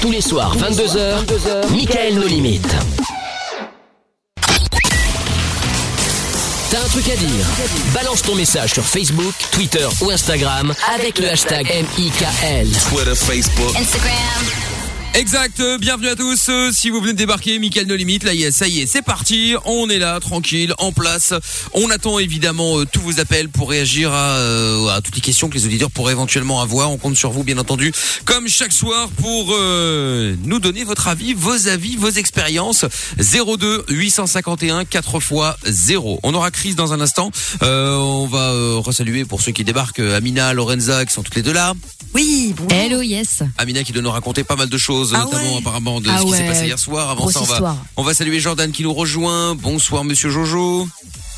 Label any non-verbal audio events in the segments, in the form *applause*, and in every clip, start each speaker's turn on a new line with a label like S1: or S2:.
S1: Tous les soirs, 22h, 22h Michael Nos Limites. T'as un truc à dire Balance ton message sur Facebook, Twitter ou Instagram avec le hashtag MIKL.
S2: Twitter, Facebook.
S3: Exact, euh, bienvenue à tous. Euh, Si vous venez de débarquer, Mickaël No Limite, là, y est, ça y est, c'est parti. On est là, tranquille, en place. On attend évidemment euh, tous vos appels pour réagir à, euh, à toutes les questions que les auditeurs pourraient éventuellement avoir. On compte sur vous, bien entendu, comme chaque soir, pour euh, nous donner votre avis, vos avis, vos expériences. 02 851 4 fois 0. On aura Chris dans un instant. Euh, on va euh, resaluer pour ceux qui débarquent euh, Amina, Lorenza, qui sont toutes les deux là.
S4: Oui, bonjour.
S5: Hello, yes.
S3: Amina qui doit nous raconter pas mal de choses,
S4: Ah
S3: notamment
S4: ouais.
S3: apparemment de
S5: Ah
S3: ce qui s'est
S5: ouais.
S3: passé hier soir. Avant
S5: Grosse
S3: ça, on va,
S5: histoire.
S3: on va saluer Jordan qui nous rejoint. Bonsoir Monsieur Jojo.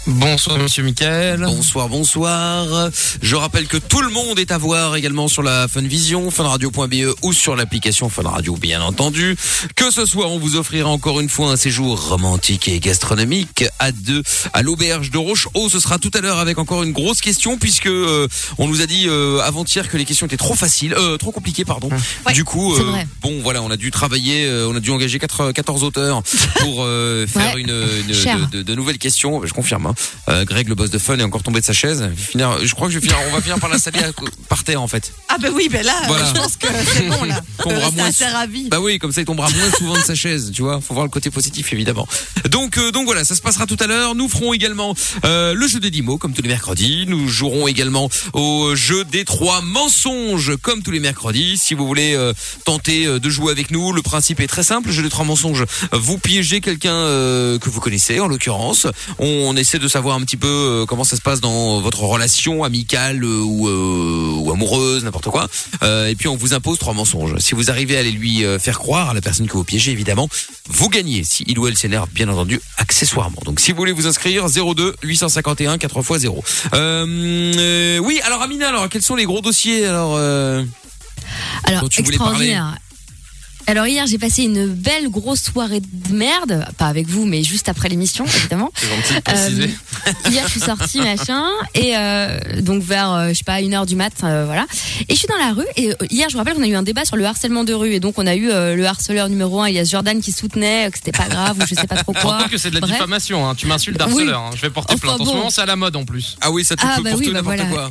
S6: Bonsoir Monsieur Michael.
S3: Bonsoir, bonsoir. Je rappelle que tout le monde est à voir également sur la Funvision, funradio.be E ou sur l'application Fun Radio, bien entendu. Que ce soir, on vous offrira encore une fois un séjour romantique et gastronomique à deux à l'auberge de Roche-Haut. Ce sera tout à l'heure avec encore une grosse question puisque euh, on nous a dit euh, avant-hier que les questions étaient trop faciles, euh, trop compliquées, pardon.
S6: Hum.
S3: du coup,
S5: c'est
S3: euh,
S5: vrai.
S3: bon, voilà, on a dû travailler, euh, on a dû engager quatre-
S5: *laughs*
S3: 14 auteurs pour euh, faire
S5: Ouais.
S3: une, une-
S5: Cher.
S3: de, de- de nouvelles questions. Je confirme. hein. Euh, Greg, le boss de Fun, est encore tombé de sa chaise. Je, vais finir- je crois que je vais finir, on va finir par l'installer à- par terre en fait.
S4: Ah ben oui, ben là, euh,
S3: Voilà.
S4: je pense que c'est bon là.
S3: Qu'on aura
S4: Euh,
S3: moins-
S4: C'est assez ravi.
S3: Bah oui, comme ça il tombera moins souvent de sa chaise, tu vois. Faut voir le côté positif évidemment. Donc euh, donc voilà, ça se passera tout à l'heure. Nous ferons également euh, le jeu des 10 mots comme tous les mercredis. Nous jouerons également au jeu des trois mensonges comme tous les mercredis. Si vous voulez euh, tenter euh, de jouer avec nous, le principe est très simple. Le jeu des trois mensonges. Vous piégez quelqu'un euh, que vous connaissez en l'occurrence. On, essaie de savoir un petit peu euh, comment ça se passe dans votre relation amicale euh, ou, euh, ou amoureuse, n'importe quoi. Euh, et puis on vous impose trois mensonges. Si vous arrivez à les lui euh, faire croire à la personne que vous piégez, évidemment, vous gagnez. Si il ou elle s'énerve, bien entendu, accessoirement. Donc si vous voulez vous inscrire, 02 851 4 x 0. Euh, euh, oui, alors Amina, alors quels sont les gros dossiers alors euh,
S5: Alors,
S3: Dont tu voulais
S5: extraordinaire. Alors hier, j'ai passé une belle grosse soirée de merde, pas avec vous, mais juste après l'émission, *laughs* évidemment.
S6: C'est gentil de préciser.
S5: Euh, hier, je suis
S6: *laughs*
S5: sortie, machin, et euh, donc vers, euh, je sais pas, une heure du mat, euh, voilà. Et je suis dans la rue, et euh, hier, je me rappelle qu'on a eu un débat sur le harcèlement de rue, et donc on a eu euh, le harceleur numéro un, Elias Jordan, qui soutenait euh, que c'était pas grave, ou je sais pas
S6: *laughs*
S5: trop quoi.
S6: J'entends que c'est de la
S5: Bref.
S6: diffamation, hein. tu m'insultes d'harceleur, hein. je vais porter
S5: Enfin
S6: plainte. En ce
S5: bon.
S6: moment c'est à la mode en plus.
S3: Ah oui, ça tu
S5: Ah,
S3: peux
S5: bah
S3: pour
S5: oui,
S3: tout
S5: bah
S3: n'importe
S5: voilà.
S3: quoi.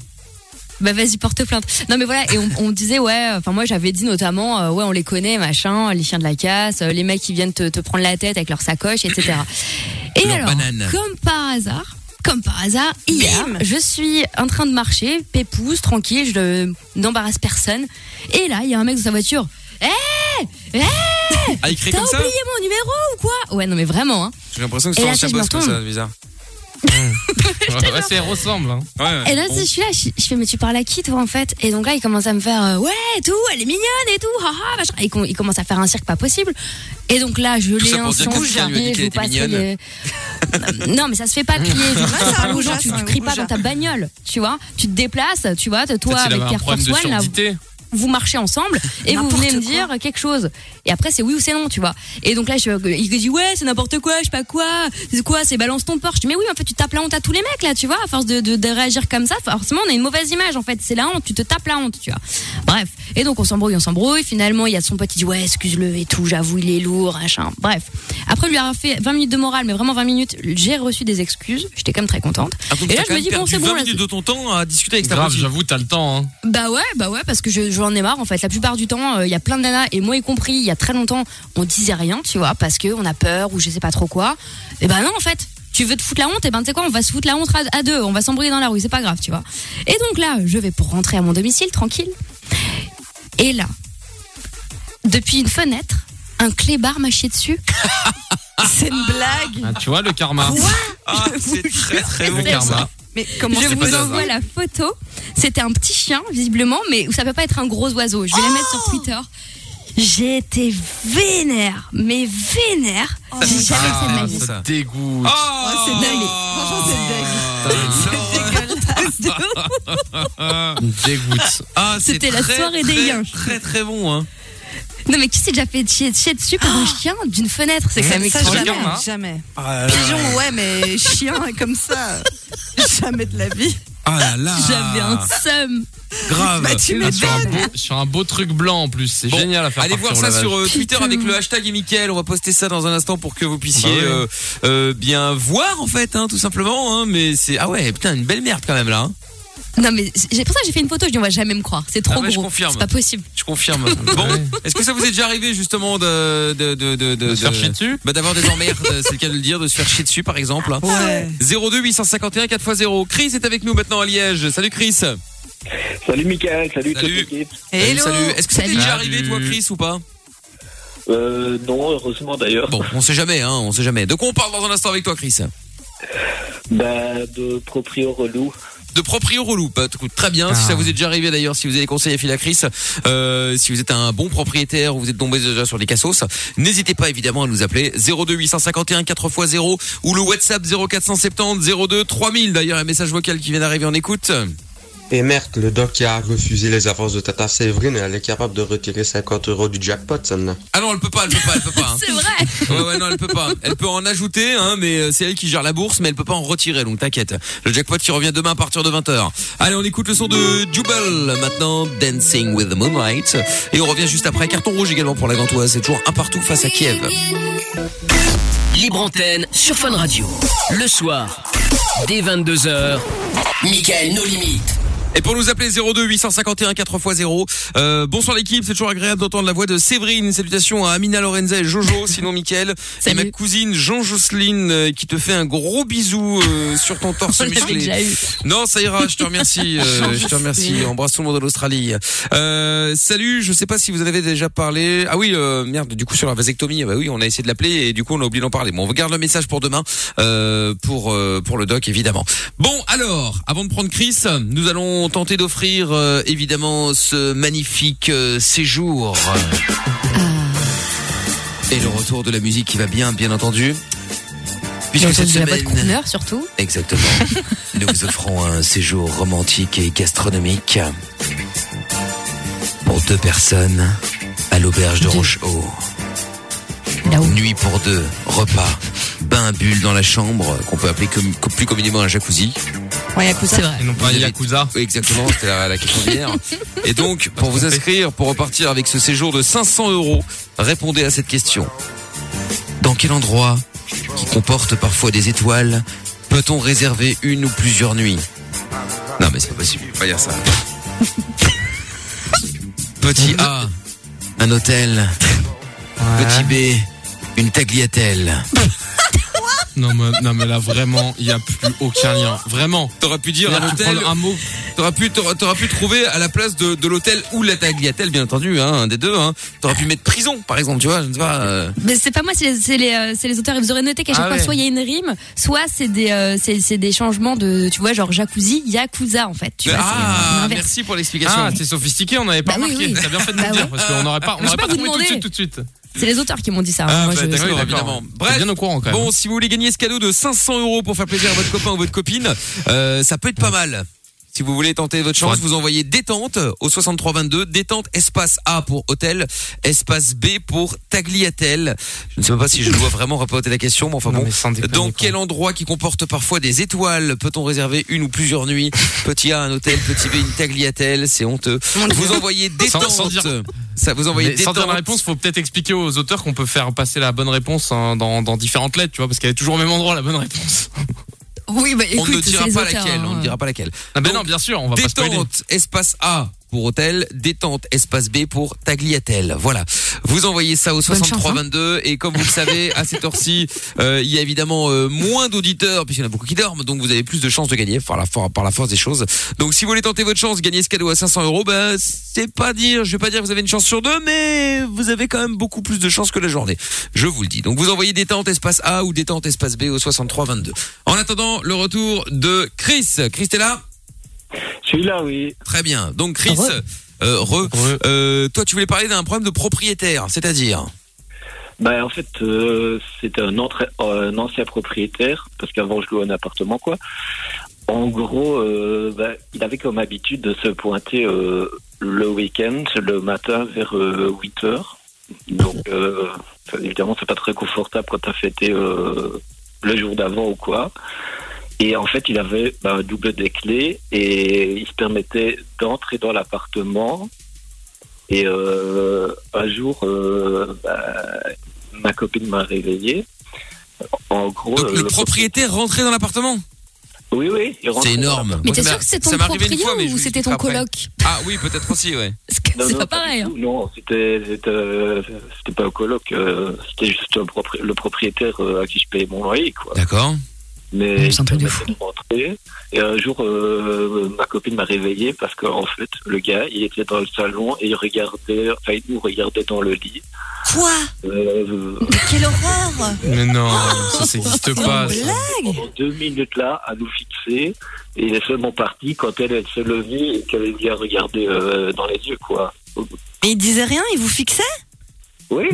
S5: Bah vas-y porte plainte. Non mais voilà et on, on disait ouais enfin moi j'avais dit notamment euh, ouais on les connaît machin les chiens de la casse euh, les mecs qui viennent te, te prendre la tête avec leur sacoche etc.
S3: *coughs*
S5: Et
S3: Leur
S5: alors
S3: banane.
S5: comme par hasard comme par hasard hier je suis en train de marcher pépouze tranquille je euh, n'embarrasse personne et là il y a un mec dans sa voiture Eh
S3: Ah, écrit
S5: t'as
S3: comme ça
S5: oublié mon numéro ou quoi ouais non mais vraiment hein.
S3: J'ai l'impression que
S5: Et
S3: c'est
S5: là,
S3: un
S5: si je me
S3: chabos comme ça,
S5: retourne. *laughs*
S3: bizarre.
S6: Ouais, ouais, c'est ressemble. hein.
S3: Ouais, ouais.
S5: Et là,
S3: Bon.
S5: je suis là, je, je fais, mais tu parles à qui, toi, en fait Et donc là, il commence à me faire, euh, ouais, et tout, elle est mignonne et tout, haha, machin. Et con- il commence à faire un cirque pas possible. Et donc là, je
S3: Tout ça
S5: l'ai
S3: pour dire que tu lui as dit
S5: incendié,
S3: qu'elle
S5: je vous
S3: était
S5: passe
S3: mignonne.
S5: les- non, mais ça se fait pas plier. Je vous passe
S4: c'est un
S5: les gens,
S4: rougeat,
S5: tu,
S4: c'est
S5: tu
S4: un
S5: cries pas
S4: rougeat.
S5: dans ta bagnole, tu vois. Tu te déplaces, tu vois, toi,
S6: Peut-être qu'il
S5: avec
S6: avait un
S5: Pierre
S6: problème de
S5: Force One, là,
S6: surdité.
S5: vous marchez ensemble et vous
S4: N'importe
S5: venez me
S4: quoi.
S5: dire quelque chose. Et après, c'est oui ou c'est non, tu vois. Et donc là, je, il dit ouais, c'est n'importe quoi, je sais pas quoi, c'est quoi, c'est balance ton porche. Je dis, mais oui, en fait, tu tapes la honte à tous les mecs, là, tu vois. À force de, de, de réagir comme ça, forcément, on a une mauvaise image, en fait. C'est la honte, tu te tapes la honte, tu vois. Bref. Et donc, on s'embrouille, on s'embrouille. Finalement, il y a son pote, il dit, ouais, excuse-le et tout, j'avoue, il est lourd, machin. Bref. Après, il lui a fait 20 minutes de morale, mais vraiment 20 minutes. J'ai reçu des excuses, j'étais quand même très contente.
S3: Ah, donc
S5: Et
S3: t'as
S5: là, je
S3: quand
S5: me
S3: même
S5: dis, bon,
S3: perdu
S5: c'est bon,
S3: 20
S5: là,
S3: minutes de ton temps à discuter avec ta
S6: Grave,
S3: pote.
S6: j'avoue, t'as le temps.
S5: *laughs*
S6: Hein.
S5: Bah ouais, bah ouais, parce que je- j'en ai marre en fait. La plupart du temps, euh, il y a plein de nanas, et moi y compris, il y a très longtemps, on disait rien, tu vois, parce que on a peur ou je sais pas trop quoi. Et bah non, en fait, tu veux te foutre la honte, et ben tu sais quoi, on va se foutre la honte à, à deux, on va s'embrouiller dans la rue, c'est pas grave, tu vois. Et donc là, je vais pour rentrer à mon domicile, tranquille. Et là, depuis une fenêtre, un clébard m'a chié dessus. *laughs*
S4: C'est une blague.
S6: Ah, tu vois le karma.
S5: *laughs*
S3: Ah, c'est très très
S6: le
S3: bon.
S6: karma. Ah,
S4: Mais comment
S5: je
S6: c'est
S4: c'est
S6: pas
S5: vous
S6: grave.
S5: envoie la photo. C'était un petit chien, visiblement, mais ça peut pas être un gros oiseau. Je vais la mettre sur Twitter. J'ai été vénère, mais vénère. J'ai
S3: ça
S5: jamais
S3: me
S5: fait de ma
S3: parle,
S5: vie.
S3: ça.
S6: Ça
S3: Oh,
S6: dégoûte.
S5: Ah,
S4: c'est dingue. Franchement,
S3: c'est dingue.
S6: *laughs* dégoûte.
S3: Ah, c'est
S5: C'était la
S3: très,
S5: soirée des
S3: très,
S5: yinches.
S3: Très très bon hein.
S5: Non, mais qui s'est déjà fait chier, chier dessus par un chien d'une fenêtre C'est quand même
S4: ça, jamais,
S5: extraordinaire.
S6: regarde, hein.
S4: jamais.
S3: Ah là là.
S4: Pigeon, ouais, mais chien comme ça, jamais de la vie.
S3: Ah là là.
S5: J'avais un seum.
S3: Grave.
S4: Bah, tu
S6: Là, Ah, sur, un
S4: m'étonnes.
S6: beau, sur un beau truc blanc en plus, c'est
S3: Bon,
S6: génial à faire.
S3: Allez voir
S6: partir
S3: ça
S6: au lavage.
S3: sur euh, Twitter
S5: Putain.
S3: avec le hashtag et Mickaël. On va poster ça dans un instant pour que vous puissiez
S6: Bah ouais.
S3: euh, euh, bien voir en fait, hein, tout simplement. hein, mais c'est ah ouais, putain, une belle merde quand même là. hein.
S5: Non, mais c'est pour ça que j'ai fait une photo. Je dis, on va jamais me croire. C'est trop
S3: Ah ouais, je
S5: gros.
S3: confirme.
S5: C'est pas possible.
S3: Je confirme. Bon,
S6: Ouais.
S3: est-ce que ça vous est déjà arrivé justement de de de de,
S6: De se faire chier dessus
S3: Bah d'avoir des emmerdes,
S6: *laughs*
S3: c'est le cas de le dire, de se faire chier dessus par exemple. hein.
S4: Ouais.
S3: 02 851 4x0. Chris est avec nous maintenant à Liège. Salut Chris. Salut,
S2: Salut Mickaël, salut,
S3: Salut.
S2: toute l'équipe.
S4: Hello.
S3: salut. Est-ce que ça t'est
S5: Salut.
S3: déjà arrivé toi
S6: Salut.
S3: Chris ou pas
S2: Euh, non, heureusement d'ailleurs.
S3: Bon, on sait jamais hein, on sait jamais. De quoi on parle dans un instant avec toi Chris
S2: Bah, de proprio relou.
S3: de proprio relou. Bah, écoute, très bien. Si
S6: Ah.
S3: ça vous est déjà arrivé d'ailleurs, si vous avez des conseils à filer à Chris, euh, si vous êtes un bon propriétaire ou vous êtes tombé déjà sur des cassos, n'hésitez pas évidemment à nous appeler 02 851 4x0 ou le WhatsApp 0470 02 3000. D'ailleurs, un message vocal qui vient d'arriver en écoute.
S7: Et merde, le doc qui a refusé les avances de Tata Séverine, elle est capable de retirer 50 euros du jackpot, celle-là.
S3: Ah non, elle peut pas, elle peut pas, elle peut pas.
S5: *laughs*
S3: hein.
S5: C'est vrai.
S3: Ouais, ouais, non, elle peut pas. Elle peut en ajouter, hein, mais euh, c'est elle qui gère la bourse, mais elle peut pas en retirer, donc t'inquiète. Le jackpot qui revient demain à partir de 20h. Allez, on écoute le son de Jubal, maintenant, Dancing with the Moonlight. Et on revient juste après, carton rouge également pour la Gantoise, c'est toujours un partout face à Kiev.
S1: *laughs* Libre antenne sur Fun Radio. Le soir, dès 22h, Michael No Limites.
S3: Et pour nous appeler 02 851 4x0, euh, bonsoir l'équipe, c'est toujours agréable d'entendre la voix de Séverine. Salutations à Amina Lorenza
S5: *laughs*
S3: et Jojo, sinon Mickaël. Et
S5: Salut.
S3: ma cousine Jean-Jocelyne euh, qui te fait un gros bisou euh, sur ton
S5: *laughs*
S3: torse
S5: On l'avait
S3: musclé.
S5: déjà eu.
S3: Non, ça ira, je
S5: *laughs*
S3: te remercie. euh, je te remercie. Embrasse tout le monde de l'Australie. Euh, salut, je sais pas si vous en avez déjà parlé. Ah oui, euh, merde, du coup sur la vasectomie, bah oui, on a essayé de l'appeler et du coup on a oublié d'en parler. Bon, on garde le message pour demain, euh, pour euh, pour le doc évidemment. Bon, alors, avant de prendre Chris, nous allons tenter d'offrir euh, évidemment ce magnifique euh, séjour.
S5: Ah.
S3: Et le retour de la musique qui va bien, bien entendu.
S5: J'ai
S3: Puisque cette
S5: entendu la voix de
S3: semaine,
S5: Crooner, surtout.
S3: Exactement.
S5: *laughs*
S3: Nous vous offrons un séjour romantique et gastronomique pour deux personnes à l'auberge de
S5: Deux.
S3: Rochehaut.
S5: Là-haut.
S3: Nuit pour deux, repas, bain bulle dans la chambre qu'on peut appeler com- co- plus communément un jacuzzi.
S4: Ouais, écoute,
S5: C'est vrai.
S6: Et non pas un
S3: Vous avez-
S6: Yakuza.
S3: Oui, exactement, c'était la, la question d'hier. Et donc, pour vous inscrire, pour repartir avec ce séjour de 500 euros, répondez à cette question. Dans quel endroit, qui comporte parfois des étoiles, peut-on réserver une ou plusieurs nuits Non, mais c'est pas possible, faut pas dire
S6: *laughs*
S3: ça. Petit A, un hôtel. Petit B, une tagliatelle.
S6: Non mais, non mais là vraiment, il n'y a plus aucun lien. Vraiment.
S3: T'aurais pu dire
S6: Là,
S3: un
S6: tu
S3: hôtel,
S6: prends un mot.
S3: T'auras pu, t'auras t'auras pu trouver à la place de, de l'hôtel ou la tagliatelle, bien entendu, hein, un des deux. Hein. T'aurais pu mettre prison, par exemple, tu vois, je ne sais pas. euh,
S5: Mais c'est pas moi, c'est les, c'est les, euh, c'est les auteurs. Et vous aurez noté qu'à chaque
S6: Ah
S5: fois,
S6: ouais.
S5: soit il y a une rime, soit c'est des, euh, c'est c'est des changements de, tu vois, genre jacuzzi, yakuza en fait. Tu vois, c'est
S3: ah,
S5: l'inverse.
S3: merci pour l'explication.
S6: Ah, c'est sophistiqué, on n'avait pas
S5: Bah oui,
S6: remarqué.
S3: *laughs*
S5: oui.
S6: T'as bien fait de nous
S5: Bah
S6: le dire,
S5: ouais.
S6: parce qu'on n'aurait pas, on
S5: Mais je
S6: n'aurait
S5: peux
S6: pas
S5: vous
S6: trouvé tout de
S5: demander.
S6: suite, tout de suite.
S5: C'est les auteurs qui m'ont dit ça. hein.
S3: Ah,
S5: Moi,
S3: bah,
S5: je-
S3: d'accord,
S6: Oui, d'accord.
S3: évidemment.
S6: T'es
S3: Bref.
S6: bien au courant quand même.
S3: Bon, si vous voulez gagner ce cadeau de 500 euros pour faire plaisir à votre copain ou votre copine, euh, ça peut être pas mal. Si vous voulez tenter votre chance,
S6: Ouais.
S3: vous envoyez détente au 6322, détente espace A pour hôtel, espace B pour tagliatelle. Je ne sais même pas si je dois vraiment rapporter la question, mais enfin
S6: Non,
S3: bon.
S6: mais sans déconner,
S3: Dans
S6: quoi.
S3: quel endroit qui comporte parfois des étoiles peut-on réserver une ou plusieurs
S6: *laughs*
S3: nuits Petit A un hôtel, petit B une tagliatelle, c'est honteux. Vous envoyez détente.
S6: sans dire-
S3: Ça vous envoyez
S6: Mais sans
S3: détente.
S6: dire la réponse, faut peut-être expliquer aux auteurs qu'on peut faire passer la bonne réponse hein, dans, dans différentes lettres, tu vois, parce qu'elle est toujours au même endroit la bonne réponse.
S5: Oui, bah
S3: on
S5: écoute,
S3: ne dira
S5: c'est les
S3: pas
S5: auteurs,
S3: laquelle, on
S5: hein.
S3: ne dira pas laquelle.
S6: Ah ben
S3: Donc,
S6: non, bien sûr, on va pas spoiler.
S3: Détente, espace A pour hôtel, détente, espace B pour tagliatelle. Voilà. Vous envoyez ça au
S5: Bonne chance, hein.
S3: 6322 et comme vous le savez, à cette
S5: *laughs*
S3: heure-ci, euh, il y a évidemment euh, moins d'auditeurs puisqu'il y en a beaucoup qui dorment, donc vous avez plus de chances de gagner *laughs* par la, for- par la force des choses. Donc si vous voulez tenter votre chance, gagner ce cadeau à 500 euros, ben c'est pas dire, je vais pas dire que vous avez une chance sur deux, mais vous avez quand même beaucoup plus de chances que la journée. Je vous le dis. Donc vous envoyez détente espace A ou détente espace B au 6322. En attendant le retour de Chris. Chris t'es là?
S2: Je suis là, oui.
S3: Très bien. Donc Chris,
S5: Ah
S3: euh, re,
S6: Re.
S3: euh, toi tu voulais parler d'un problème de propriétaire, c'est-à-dire
S2: Bah, en fait, euh, c'était un, entra- euh, un ancien propriétaire, parce qu'avant, je louais un appartement, quoi. En gros, euh, bah, il avait comme habitude de se pointer euh, le week-end, le matin, vers 8h. Donc, euh, enfin, évidemment, c'est pas très confortable quand t'as fêté euh, le jour d'avant ou quoi. Et en fait, il avait bah, un double des clés et il se permettait d'entrer dans l'appartement. Et euh, un jour, euh, bah, ma copine m'a réveillé. En gros,
S3: Donc,
S2: euh,
S3: le propriétaire rentrait dans l'appartement
S2: Oui, oui. il rentre-
S3: C'est énorme.
S5: Mais
S3: Moi,
S5: t'es
S3: ça
S5: sûr
S3: m'a-
S5: que c'est
S3: ça
S5: ton
S3: m'est arrivé une
S5: proprio
S3: fois, mais je vous
S5: ou c'était
S3: expliquerai
S5: ton
S3: après.
S5: coloc
S3: Ah oui, peut-être aussi, ouais.
S5: Parce que
S2: Non,
S5: c'est
S2: non,
S5: pas
S2: pas
S5: pareil. hein.
S2: Non, c'était c'était, euh, c'était pas au coloc, euh, c'était juste un propri- le propriétaire euh, à qui je payais mon loyer, quoi.
S3: D'accord.
S5: Mais
S2: Mais
S5: c'est un truc de
S2: il permettait de rentrer. Et un jour, euh, ma copine m'a réveillé parce qu'en fait, le gars, il était dans le salon et il regardait, enfin, il nous regardait dans le lit.
S4: Quoi
S2: Euh,
S4: Mais quelle horreur
S6: Mais non, ça ça n'existe
S4: C'est
S6: pas.
S4: une
S6: ça.
S4: blague
S2: pendant deux minutes là, à nous fixer. Et il est seulement parti quand elle, elle se levait et qu'elle lui a regardé euh, dans les yeux, quoi.
S4: Et il disait rien, il vous fixait
S6: *laughs*
S2: Oui.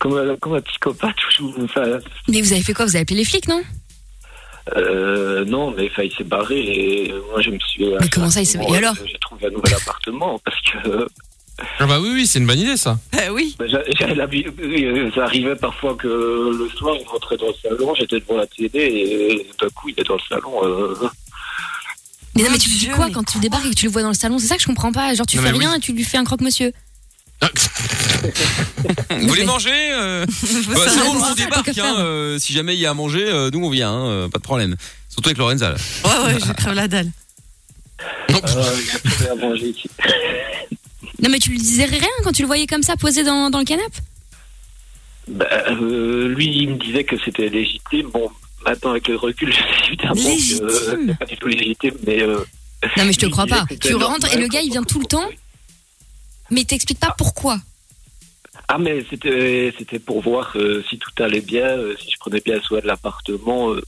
S2: Comme, un- comme un psychopathe, je vous- enfin,
S5: Mais vous avez fait quoi Vous avez appelé les flics, non
S2: Euh, non, mais enfin, il s'est barré et euh, moi je me suis.
S5: Mais comment ça, il s'est- et alors
S2: J'ai trouvé un nouvel appartement parce que
S5: *laughs*
S2: euh,
S6: Ah bah oui, oui, c'est une bonne idée ça.
S5: Ah
S4: Bah oui.
S2: bah, j'a- j'avais l'habitude- euh, ça arrivait parfois que le soir il rentrait dans le salon, j'étais devant la télé et d'un coup il est dans le salon. euh,
S5: Mais non,
S4: Mon
S5: mais tu fais
S4: Dieu,
S5: quoi
S4: mais
S5: quand tu débarques et que tu le vois dans le salon C'est ça que je comprends pas. Genre, tu
S6: Non,
S5: fais
S6: mais
S5: rien et tu lui fais un croque-monsieur.
S6: Ah,
S3: Vous voulez manger
S5: *laughs*
S3: euh,
S4: Vous
S3: bah,
S4: savez
S3: Sinon, nous,
S5: ça,
S3: on
S5: ça,
S3: débarque.
S5: que faire.
S3: hein, euh, si jamais il y a à manger, euh, nous, on vient. hein, euh, pas de problème. Surtout avec Lorenza. là.
S4: Ouais,
S3: *laughs*
S4: ouais, je crève la dalle.
S2: euh, il y a un truc à manger ici.
S5: Non, mais tu lui disais rien quand tu le voyais comme ça posé dans, dans le canapé
S2: Bah, euh, lui il me disait que c'était légitime. Bon, maintenant avec le recul, *laughs* je sais évidemment que euh,
S4: Légitime.
S2: c'est pas du tout légitime, mais. euh,
S5: Non, mais je te
S2: il
S5: crois
S2: disait
S5: pas.
S2: que c'était
S5: Tu rentres et le
S2: normal.
S5: gars il vient tout le temps, mais il t'explique pas pourquoi.
S2: Ah mais c'était c'était pour voir euh, si tout allait bien, euh, si je prenais bien soin de l'appartement. euh,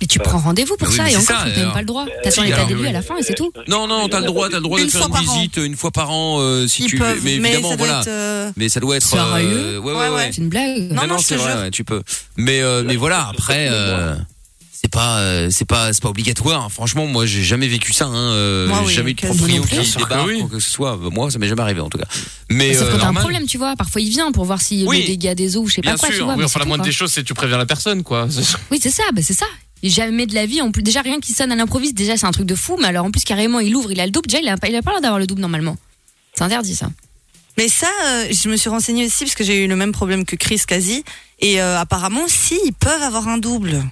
S5: Mais tu
S2: Bah,
S5: prends rendez-vous pour
S3: oui,
S5: ça et
S3: mais c'est
S5: encore,
S3: ça,
S5: t'as même
S3: alors.
S5: pas le droit. T'attends
S3: si,
S5: l'état
S3: alors,
S5: des lieux
S2: oui,
S5: à la fin et c'est
S2: euh,
S5: tout.
S3: Non, non, t'as le droit, t'as le droit de
S4: Une
S3: faire
S4: fois
S3: une
S4: par an.
S3: visite une fois par an euh, si
S4: Ils
S3: tu.
S4: peuvent,
S3: mais évidemment,
S4: ça doit
S3: voilà.
S4: être, euh,
S3: Mais ça doit être.
S5: Sérieux
S3: euh, ouais, ouais,
S4: Ouais,
S3: ouais.
S4: ouais.
S5: C'est une blague.
S4: Non, non, je
S3: c'est
S4: te
S3: vrai,
S4: jure.
S3: ouais, tu peux. Mais euh, mais voilà, après euh, c'est pas euh, c'est pas c'est pas obligatoire. hein. Franchement, moi j'ai jamais vécu ça. Hein. euh,
S4: Moi,
S3: j'ai
S4: oui,
S3: jamais eu de
S4: quasiment.
S3: proprio
S6: Bien
S3: qui
S6: sûr que
S3: débarque
S6: oui.
S3: ou que ce soit. Moi, ça m'est jamais arrivé en tout cas. Mais
S4: Bah,
S5: Sauf
S3: euh,
S5: quand t'as un
S3: normal.
S5: problème, tu vois. Parfois il vient pour voir si
S3: Oui.
S5: le dégât des eaux ou je sais
S6: Bien
S5: pas quoi,
S6: sûr,
S5: tu vois.
S6: oui,
S5: mais
S6: enfin
S5: c'est tout,
S6: la
S5: hein.
S6: moindre
S5: quoi.
S6: des choses, c'est que tu préviens la personne, quoi. *laughs*
S5: Oui, c'est ça, bah, c'est ça. Et Jamais de la vie. En plus, déjà, rien qui sonne à l'improviste, déjà, c'est un truc de fou. Mais alors, en plus, carrément, il ouvre, il a le double. Déjà, il a pas, il a pas l'air d'avoir le double normalement. C'est interdit, ça.
S4: Mais ça, euh, je me suis renseignée aussi parce que j'ai eu le même problème que Chris quasi. Et euh, apparemment, si, ils peuvent avoir un double.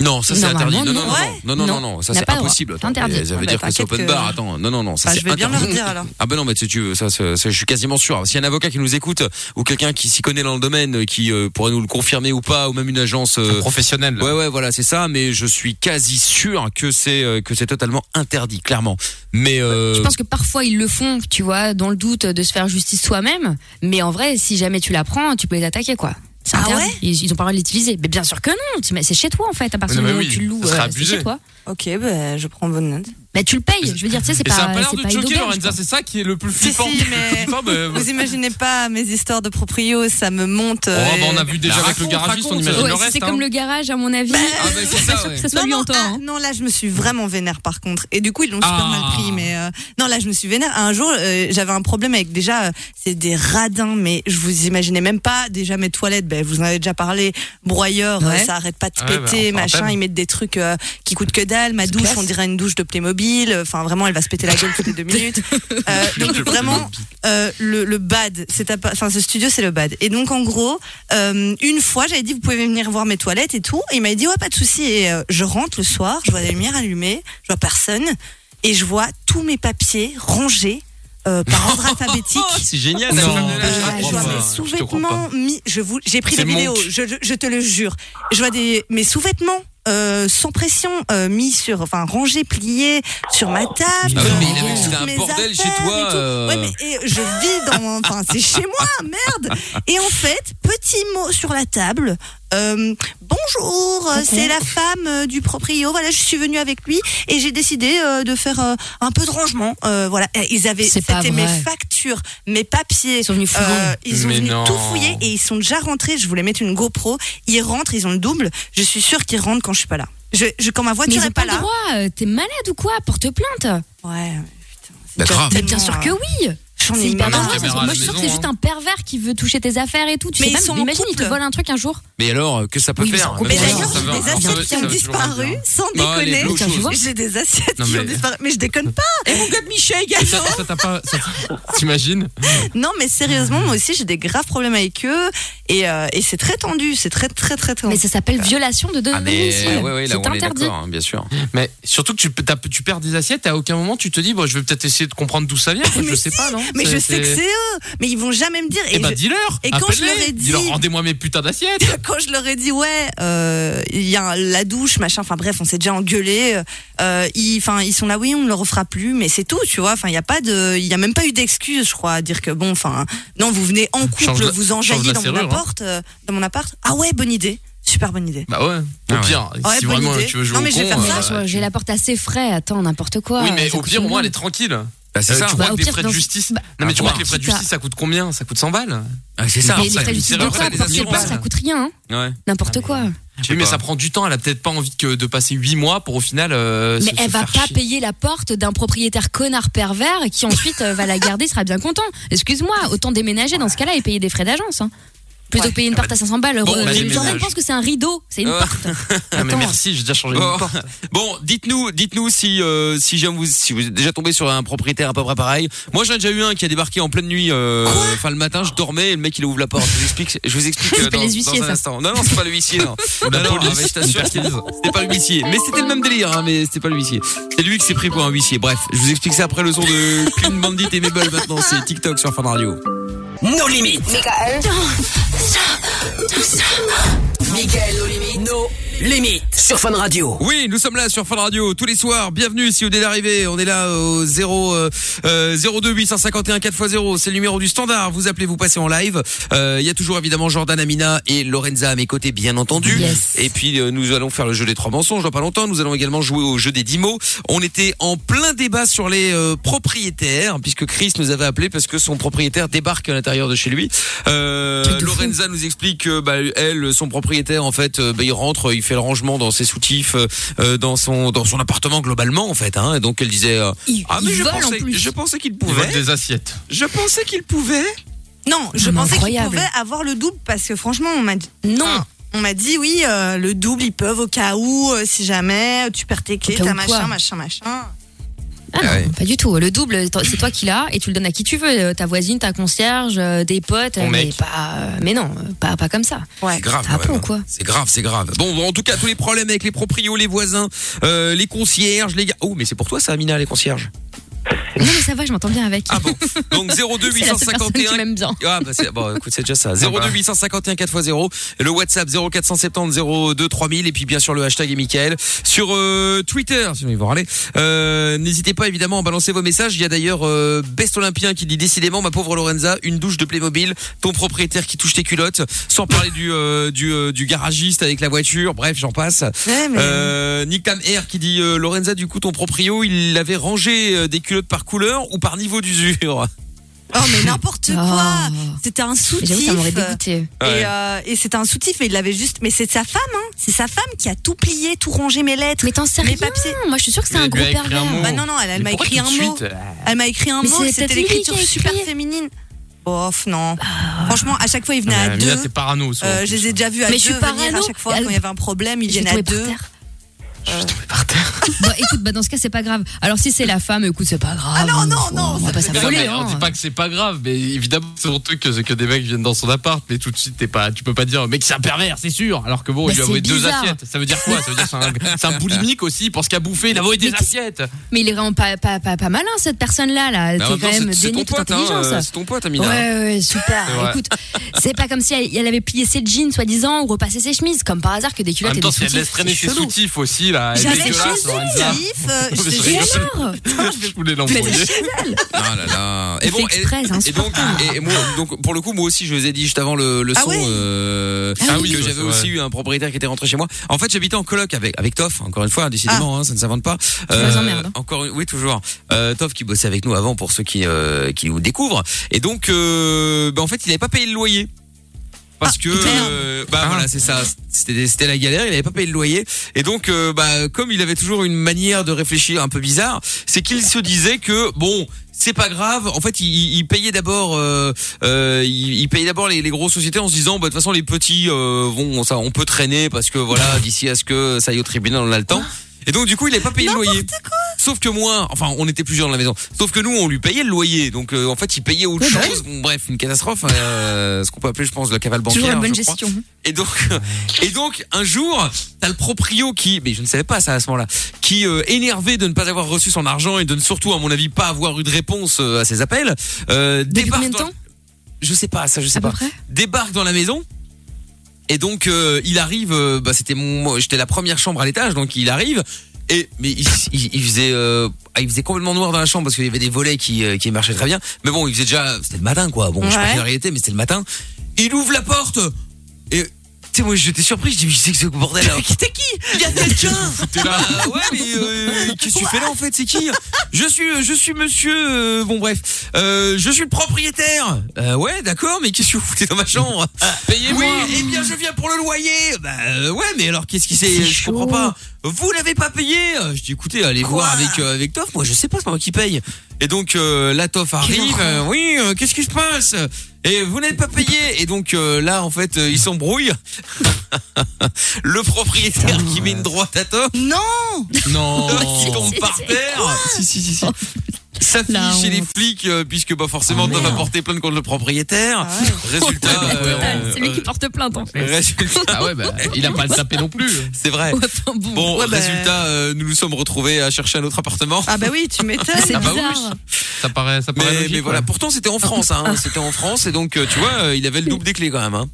S3: Non, ça c'est interdit.
S5: Normalement,
S3: Non, non, non,
S5: non.
S4: Ouais.
S3: non, non, non,
S5: Non.
S3: non, ça
S5: On n'a
S3: c'est
S5: pas le droit.
S3: impossible. Attends,
S5: C'est interdit.
S3: mais Ça veut
S4: Ah,
S3: dire
S4: bah,
S3: que c'est
S4: t'inquiète
S3: open
S4: que-
S3: bar. Attends, non, non, non, ça
S4: Enfin,
S3: c'est
S4: je vais bien leur
S3: interdit.
S4: dire alors.
S3: Ah ben non, mais tu, tu ça, ça, ça, je suis quasiment sûr. S'il y a un avocat qui nous écoute ou quelqu'un qui s'y connaît dans le domaine, euh, qui euh, pourrait nous le confirmer ou pas, ou même une agence. euh,
S6: Professionnel.
S3: Ouais ouais voilà c'est ça mais je suis quasi sûr que c'est euh, que c'est totalement interdit clairement mais euh,
S5: Je pense que parfois, ils le font, tu vois, dans le doute de se faire justice soi-même. Mais en vrai, si jamais tu l'apprends, tu peux les attaquer, quoi. C'est
S4: Ah
S5: interdit.
S4: ouais
S5: ils, ils ont pas le droit de l'utiliser. Mais bien sûr que non. Tu- mais C'est chez toi, en fait. À partir
S6: Non,
S5: du
S6: mais
S5: moment où
S6: oui,
S5: tu le loues,
S6: ça serait
S5: euh, c'est
S6: abusé.
S5: chez toi.
S4: Ok, ben je prends bonne note.
S5: Bah, tu le payes. Je veux dire, tu sais, c'est
S6: Et ça a
S5: pas,
S6: pas l'air
S5: c'est
S6: de
S5: pas
S6: te
S5: une
S6: choquer,
S5: auberge,
S6: Lorenza,
S5: quoi.
S6: c'est ça qui est le plus
S4: Si,
S6: flippant.
S4: si,
S6: *laughs*
S4: mais-
S6: Non, mais-
S4: Vous imaginez pas mes histoires de proprio, ça me monte.
S6: euh, Oh,
S4: euh, Bah,
S6: bah, on a vu déjà
S3: Bah,
S6: avec le
S3: raconte,
S6: garagiste, on
S3: raconte.
S6: imagine
S5: Ouais,
S6: le
S5: si
S6: reste.
S5: c'est comme
S6: hein.
S5: le garage, à mon avis.
S3: ah ben c'est
S5: pas
S3: ça
S5: sûr
S3: ouais.
S5: que ça soit
S4: Non,
S5: lui
S4: non,
S5: en tort.
S4: ah,
S5: hein.
S4: non, là, je me suis vraiment vénère par contre. Et du coup, ils l'ont
S6: Ah.
S4: super mal pris. Mais euh, non, là, je me suis vénère. Un jour, euh, j'avais un problème avec déjà, euh, c'est des radins, mais je vous imaginez même pas. Déjà, mes toilettes, ben, vous en avez déjà parlé. Broyeur, euh,
S5: Ouais.
S4: ça arrête pas de
S6: Ah ouais, bah, on
S4: péter,
S6: s'en
S4: machin.
S6: rappelle.
S4: Ils mettent des trucs euh, qui coûtent que dalle. Ma douche,
S5: classe.
S4: on dirait une douche de Playmobil. Enfin, vraiment, elle va se péter la gueule toutes
S5: *laughs*
S4: les deux minutes. Euh, donc, vraiment, euh, le, le bad, c'est à pas- enfin ce studio c'est le bad. Et donc en gros, euh, une fois j'avais dit vous pouvez venir voir mes toilettes et tout, et il m'avait dit ouais pas de souci. Et euh, je rentre le soir, je vois la lumière allumée, je vois personne, et je vois tous mes papiers rangés euh, par
S3: *laughs*
S4: ordre alphabétique.
S3: c'est génial
S6: Non.
S3: non.
S4: Euh,
S6: te
S4: je vois
S6: crois pas.
S4: mes
S6: Je te crois
S4: sous-vêtements mis. Je vous, j'ai pris
S6: C'est
S4: des vidéos.
S6: Monk.
S4: Je, je- je te le jure. Je vois des mes sous-vêtements euh, sans pression euh, mis sur, enfin rangés, pliés sur ma table.
S3: Ah oui, mais il
S4: euh,
S3: avait
S4: toutes
S3: c'était un
S4: mes
S3: bordel chez
S4: affaires et
S3: toi
S4: tout.
S3: euh,
S4: Ouais, mais et je vis dans. Enfin, c'est chez
S5: *laughs*
S4: moi, merde! Et en fait, petit mot sur la table. euh, bonjour, euh, c'est la femme euh, du proprio. Voilà, je suis venue avec lui et j'ai décidé euh, de faire euh, un peu de rangement. Euh, voilà, Et ils avaient,
S5: C'est pas
S4: c'était mes
S5: vrai.
S4: factures, mes papiers.
S5: Ils sont venus fouiller.
S4: Euh, ils ont
S6: Mais
S4: venu
S6: non.
S4: tout fouiller et ils sont déjà rentrés. Je voulais mettre une GoPro. Ils rentrent, ils ont le double. Je suis sûre qu'ils rentrent quand je suis pas là. Je, je- quand ma
S5: Mais
S4: voiture
S5: ils
S4: est
S5: ont
S4: pas
S5: pas le
S4: là.
S5: droit. euh, T'es malade ou quoi Porte plainte.
S4: Ouais, putain.
S3: Bah, grave.
S5: Mais bien sûr que
S4: Tellement,
S5: oui.
S4: J'en
S5: C'est
S4: ai
S5: hyper
S6: Ah,
S5: dangereux.
S6: la
S5: ça se
S6: caméra
S5: trouve.
S6: à
S5: Moi,
S6: la
S5: je suis sûre que
S6: maison, hein.
S5: c'est juste un pervers qui veut toucher tes affaires et tout. Tu
S4: Mais
S5: sais
S4: ils sont
S5: pas,
S4: en
S5: imagine, ils te
S4: couple.
S5: volent un truc un jour.
S3: Mais alors, que ça peut
S5: Oui, mais
S3: faire
S5: c'est
S4: Mais
S5: Ça,
S4: d'ailleurs,
S5: ça
S4: j'ai
S5: veut-
S4: des
S5: ça veut-
S4: assiettes qui
S5: ça
S4: ont
S5: veut
S6: toujours rien
S4: disparu,
S6: dire.
S4: sans
S6: Bah, allez,
S4: déconner.
S6: l'autre
S5: Tiens, tu chose. vois.
S4: J'ai des assiettes
S6: Non,
S4: qui ont
S6: mais-
S4: disparu. Mais je déconne pas.
S6: Ça, ça t'a pas. ça
S5: *laughs*
S6: t'a- T'imagines
S4: *laughs* Non, mais sérieusement, moi aussi, j'ai des graves problèmes avec eux. Et, euh, et c'est très tendu. C'est très, très, très tendu.
S5: Mais ça s'appelle violation de
S3: Ah mais
S5: domicile.
S3: ouais, ouais,
S5: C'est
S3: là on est
S5: interdit.
S3: d'accord, hein, bien sûr.
S6: Mais surtout que tu, peux- t'as- tu perds des assiettes et à aucun moment tu te dis, bon, je vais peut-être essayer de comprendre d'où ça vient. quoi. je
S4: *laughs* Mais
S6: sais
S4: si,
S6: pas, non
S4: Mais
S6: C'est-
S4: je sais que c'est eux. Mais ils vont jamais me dire.
S6: Eh
S4: Et
S6: ben,
S4: je-
S6: dis-leur
S4: et quand je leur ai
S6: appelle-les,
S4: dit-
S6: Dis-leur, rendez-moi mes putains d'assiettes
S4: *laughs* quand je leur ai dit ouais, euh, il y a la douche, machin, enfin bref, on s'est déjà engueulé. Euh, ils, enfin, ils sont là, oui, on ne le refera plus, mais c'est tout, tu vois. Enfin, il y a pas de, il y a même pas eu d'excuse, je crois, à dire que bon, enfin, non, vous venez en
S6: Change
S4: couple,
S6: la-
S4: vous
S6: change la
S4: enjaillez dans mon
S6: serrure, hein.
S4: appart, euh, dans mon appart. Ah ouais, bonne idée, super bonne idée.
S6: Bah ouais.
S3: Ah ouais.
S6: Au pire,
S4: Ouais,
S6: si
S4: bonne
S6: vraiment
S4: idée.
S6: tu veux jouer
S4: Non,
S6: au
S4: mais je vais
S6: con,
S4: faire ça,
S6: euh,
S5: Putain, je- J'ai la porte assez frais, attends, n'importe quoi.
S6: Oui, mais
S5: ça
S6: au
S5: coûte
S6: pire, au
S5: une
S6: moins, elle est
S5: blinde.
S6: tranquille.
S3: Bah, c'est
S6: Euh,
S3: ça.
S6: tu
S5: Bah,
S6: crois
S5: au
S6: que les
S5: pire,
S6: frais de
S5: dans-
S6: justice.
S5: Bah,
S6: Non, mais
S3: à
S6: tu crois
S3: voir.
S6: que les frais de
S5: Si t'as-
S6: justice, ça coûte combien Ça coûte 100 balles
S3: Ah, c'est ça.
S5: Mais les
S3: ça,
S5: frais de
S3: une
S5: justice de
S6: serrure,
S5: quoi
S6: ça
S5: Apporter
S6: les
S5: le
S6: assurances.
S5: bar, ça coûte rien, hein.
S3: Ouais.
S5: n'importe quoi.
S3: Je sais
S6: Oui, mais
S3: pas.
S6: ça prend du temps. Elle a peut-être pas envie que de passer 8 mois pour au final. euh, se-
S5: Mais
S6: se
S5: elle va
S6: faire
S5: pas
S6: chier.
S5: payer la porte d'un propriétaire connard pervers qui ensuite euh, va la garder, sera bien content. Excuse-moi, autant déménager dans ce cas-là et payer des frais d'agence. hein. Plutôt que payer une porte à 500 balles.
S3: Bon,
S5: euh,
S6: Ah bah,
S5: les
S6: déménage.
S5: gens pensent que c'est un rideau, c'est une
S3: *laughs* Ah.
S5: porte.
S6: Non, mais
S5: Attends.
S6: merci, j'ai déjà changé
S3: Bon,
S6: de porte.
S3: Bon, dites-nous, dites-nous si euh, si jamais vous si vous êtes déjà tombé sur un propriétaire à peu près pareil. Moi, j'en ai déjà eu un qui a débarqué en pleine nuit, euh, enfin le matin, je dormais et le mec il ouvre la porte. Je vous explique, je
S5: *laughs*
S3: vous explique euh,
S5: C'était
S3: dans,
S5: les huissiers,
S3: dans un
S5: ça.
S3: instant. Non, non, c'est pas le huissier. Non,
S6: la
S3: non, non,
S6: police,
S3: mais je t'assure
S6: une
S3: qu'il- c'était pas le huissier, mais c'était le même délire, hein, mais c'était pas le huissier. C'est lui qui s'est pris pour un huissier. Bref, je vous explique ça après le son de Clean Bandit et Mabel maintenant. C'est TikTok sur Fan Radio.
S1: No limites. Michael, no limites. No limites. Sur Fun Radio.
S3: Oui, nous sommes là sur Fun Radio tous les soirs. Bienvenue si vous venez d'arriver. On est là au 0 euh, euh, 02 851 4x0. C'est le numéro du standard. Vous appelez, vous passez en live. Euh, Il y a toujours évidemment Jordan Amina et Lorenza à mes côtés, bien entendu.
S5: Yes.
S3: Et puis euh, nous allons faire le jeu des trois mensonges dans pas longtemps. Nous allons également jouer au jeu des dix mots. On était en plein débat sur les euh, propriétaires puisque Chris nous avait appelé parce que son propriétaire débarque à l'intérieur de chez lui. Euh,
S5: Truc de fou.
S3: Lorenza nous explique que bah, elle, son propriétaire, en fait, euh, bah, il rentre, il fait le rangement dans ses soutifs, euh, euh, dans son dans son appartement globalement, en fait. Hein, et donc elle disait euh,
S5: Ils-
S3: ah mais
S5: ils
S3: je
S5: volent en
S3: pensais,
S5: plus.
S3: je pensais qu'il
S6: Ils volent
S3: pouvait,
S6: des assiettes.
S3: je pensais qu'il pouvait.
S4: Non, je
S5: Mais
S4: pensais qu'ils
S5: incroyable.
S4: pouvaient avoir le double parce que franchement, on m'a dit.
S5: Non.
S4: Ah, On m'a dit oui, euh, le double ils peuvent au cas où, euh, si jamais euh, tu perds tes clés,
S5: cas où
S4: t'as
S5: quoi
S4: machin, machin, machin.
S5: Ah non,
S3: Ah ouais.
S5: pas du tout. Le double, t- c'est toi qui l'as et tu le donnes à qui tu veux. Euh, Ta voisine, ta concierge, euh, des potes.
S6: Ton
S5: euh, mais
S6: mec.
S5: pas, euh, mais non, euh, pas, pas comme ça.
S4: Ouais.
S3: C'est grave.
S5: Ah
S3: quand même,
S5: bon,
S3: hein.
S5: quoi
S3: C'est grave, c'est grave. Bon, bon, en tout cas, tous les problèmes avec les proprios, les voisins, euh, les concierges, les gars. Oh, mais c'est pour toi ça, Amina, les concierges.
S5: Non, mais ça va, je m'entends bien avec.
S3: Ah
S4: *laughs*
S3: bon.
S5: *laughs*
S3: Donc 02
S5: C'est la seule personne qui
S3: 851
S5: m'aime bien.
S3: Ah bah c'est bon écoute c'est déjà ça 02 851 4x0 le WhatsApp 0470 02 3000 et puis bien sûr le hashtag et Michael sur euh, Twitter sinon ils vont râler euh, n'hésitez pas évidemment à balancer vos messages il y a d'ailleurs euh, Best Olympien qui dit décidément ma pauvre Lorenza une douche de Playmobil ton propriétaire qui touche tes culottes sans parler du euh, du, euh, du garagiste avec la voiture bref j'en passe
S4: Ouais, mais-
S3: euh, Nick Tam R qui dit euh, Lorenza du coup ton proprio il avait rangé euh, des culottes par couleur ou par niveau d'usure
S4: Oh mais n'importe quoi
S5: Oh.
S4: C'était un
S5: Mais J'avoue,
S4: soutif.
S5: ça m'aurait dégoûté.
S3: Ouais.
S4: Et, euh, et c'était un soutif, mais il l'avait juste. Mais c'est sa femme, hein. C'est sa femme qui a tout plié, tout rangé mes lettres,
S5: Mais t'en sais
S4: mes
S5: rien.
S4: papiers.
S5: Moi, je suis sûre que c'est
S6: Mais
S5: un
S6: elle lui
S5: gros
S6: a écrit un
S5: pervers.
S6: mot.
S4: Bah non, non, elle, elle
S6: Mais
S4: m'a
S6: pourquoi
S4: écrit
S6: tout
S4: un
S6: de
S4: mot. Ah,
S6: suite, euh,
S4: Elle m'a écrit un
S5: Mais
S4: mot.
S5: c'est
S4: C'était
S5: peut-être lui qui a
S4: l'écriture
S5: écrit.
S4: super féminine. Bof, non.
S5: Ah.
S4: Franchement, à chaque fois, ils venaient à
S6: Ah, mais Amina,
S4: deux.
S6: t'es parano. souvent.
S4: Euh, je les ai déjà vus à
S5: Mais je
S4: deux
S5: suis
S4: venir à
S5: parano.
S4: chaque fois
S5: Elle-
S4: quand il y avait un problème, ils
S5: Je vais
S4: viennent à
S5: tomber par
S4: deux.
S5: terre.
S6: Je suis tombé par terre.
S5: Bon, écoute, *laughs* bah, dans ce cas, c'est pas grave. Alors, si c'est la femme, écoute, c'est pas grave. hein.
S4: Ah non, non,
S5: Faut-
S4: non,
S5: On va
S4: ça
S5: pas
S6: Non,
S5: s'affoler.
S6: mais on
S5: hein.
S6: dit pas que c'est pas grave, mais évidemment, c'est honteux que, que des mecs viennent dans son appart, mais tout de suite, t'es pas, tu peux pas dire, mec, c'est un pervers, c'est sûr. Alors que bon,
S5: Bah,
S6: il lui a
S5: c'est
S6: voué deux
S5: bizarre.
S6: assiettes. Ça veut dire quoi Ça veut dire que c'est un, c'est un boulimique aussi, pour ce qu'il a bouffé, il a voué des
S5: Mais-
S6: assiettes.
S5: Mais il est vraiment pas, pas, pas, pas malin, cette personne-là. Là.
S3: Bah,
S5: T'es
S3: maintenant,
S5: quand même
S3: c'est- c'est
S5: déni
S3: ton
S5: de toute
S3: pote, hein,
S5: intelligence.
S3: euh, c'est ton pote, Amina.
S5: Ouais, ouais, ouais,
S6: C'est
S5: super.
S6: vrai.
S5: Écoute, c'est pas comme si elle, elle avait plié ses jeans, soi-disant, ou repassé ses chemises, comme par hasard que des
S6: En
S5: culottes
S6: même
S5: et
S6: temps,
S5: des
S6: si elle
S5: soutifs,
S6: laisse traîner
S5: c'est
S6: ses
S5: chelou.
S6: soutifs aussi, là, elle est
S4: J'avais
S6: dégueulasse, hein,
S4: chez elle,
S6: Lorenza.
S4: Yves, euh, je
S6: Mais
S4: te
S6: c'est
S5: Et
S4: jure.
S5: alors
S6: Je voulais
S5: Mais c'est
S6: l'embrouiller.
S5: chez elle
S3: Ah là là.
S5: Il fait exprès, c'est
S3: et donc, et moi, donc, pour le coup, moi aussi, je vous ai dit juste avant le, le
S4: Ah
S3: son
S4: ouais
S3: euh,
S6: Ah oui,
S3: que
S6: oui,
S3: j'avais
S6: c'est vrai.
S3: aussi eu un propriétaire qui était rentré chez moi. En fait, j'habitais en coloc avec avec Toff. Encore une fois, décidément, hein, ça ne s'invente pas.
S5: nous emmerdes, hein.
S3: Encore, une- oui, toujours. Euh, Toff qui bossait avec nous avant ben, pour ceux qui euh, qui nous découvrent. Et donc, euh, bah, en fait, il n'avait pas payé le loyer. parce que euh, bah voilà c'est ça c'était c'était la galère il avait pas payé le loyer et donc euh, bah comme il avait toujours une manière de réfléchir un peu bizarre c'est qu'il se disait que bon c'est pas grave en fait il- il, il payait d'abord euh, euh, il, il payait d'abord les, les grosses sociétés en se disant bah de toute façon les petits euh, vont ça on peut traîner parce que voilà d'ici à ce que ça aille au tribunal on a le temps et donc du coup il avait pas payé le loyer Sauf que moi, enfin, on était plusieurs dans la maison. Sauf que nous, on lui payait le loyer. Donc, euh, en fait, il payait autre chose. Bon, bref, une catastrophe. euh, ce qu'on peut appeler, je pense, la cavale bancaire.
S5: Toujours la bonne
S3: je crois.
S5: gestion.
S3: Et donc, et donc, un jour, t'as le proprio qui, mais je ne savais pas ça à ce moment-là, qui euh, énervé de ne pas avoir reçu son argent et de ne surtout, à mon avis, pas avoir eu de réponse euh, à ses appels, euh,
S5: Depuis
S3: débarque.
S5: combien de
S3: dans-
S5: temps
S3: Je sais pas, ça, je sais
S5: À peu
S3: pas.
S5: près
S3: Débarque dans la maison. Et donc, euh, il arrive. euh, bah, c'était mon, moi, j'étais la première chambre à l'étage, donc il arrive. Et mais il, il- il faisait, euh, ah, il faisait complètement noir dans la chambre parce qu'il y avait des volets qui, euh, qui marchaient très bien. Mais bon, il faisait déjà, c'était le matin, quoi. Bon, je sais pas
S4: Ouais.
S3: quelle heure il était, mais c'était le matin. Il ouvre la porte. Et tu sais, moi, j'étais surpris. Je dis, mais c'est que ce bordel hein. *laughs* là C'était qui Il y a quelqu'un.
S6: là.
S3: *laughs* Bah ouais, mais euh, qu'est-ce que tu fais là en fait C'est qui Je suis, je suis monsieur. euh, bon bref, Euh, je suis le propriétaire. Euh, ouais, d'accord, mais qu'est-ce que vous foutez dans ma chambre Payez-moi. Oui, eh bien je viens pour le loyer. Bah euh, ouais, mais alors qu'est-ce qui c'est Je comprends pas. Vous l'avez pas payé Euh, Je dis écoutez, allez voir avec euh, avec Toff. Moi je sais pas, c'est pas moi qui paye. Et donc euh, la Toff arrive. euh, oui, euh, qu'est-ce qui se passe et vous n'avez pas payé et donc euh, là en fait euh, il s'embrouille *laughs* le propriétaire qui met une droite à Toff
S4: Non
S6: *laughs* Oh,
S3: non,
S5: *laughs* Si,
S3: il tombe
S5: si, Ah.
S3: par
S5: si.
S3: terre. Si si si si. Ça finit
S5: La
S3: chez les
S5: honte.
S3: flics euh, puisque bah forcément on va porter plainte contre le propriétaire.
S4: Ah ouais.
S5: *laughs*
S3: Résultat, euh,
S5: C'est lui qui
S3: euh,
S5: porte plainte en fait.
S3: résultat,
S6: Ah ouais, bah, il a pas le tapé non plus.
S3: c'est vrai.
S5: Ouais, enfin, bon.
S3: Bon,
S4: Ouais, bah.
S3: résultat, euh, nous nous sommes retrouvés à chercher un autre appartement.
S4: Ah bah oui, tu
S5: C'est
S4: m'étonnes.
S6: bah oui.
S5: bizarre.
S6: Ça paraît, ça paraît
S3: Mais,
S6: logique,
S3: mais voilà,
S6: ouais.
S3: pourtant c'était en
S5: Ah,
S3: France, hein. c'était en France et donc euh, tu vois, euh, il avait le double des clés quand même. Hein.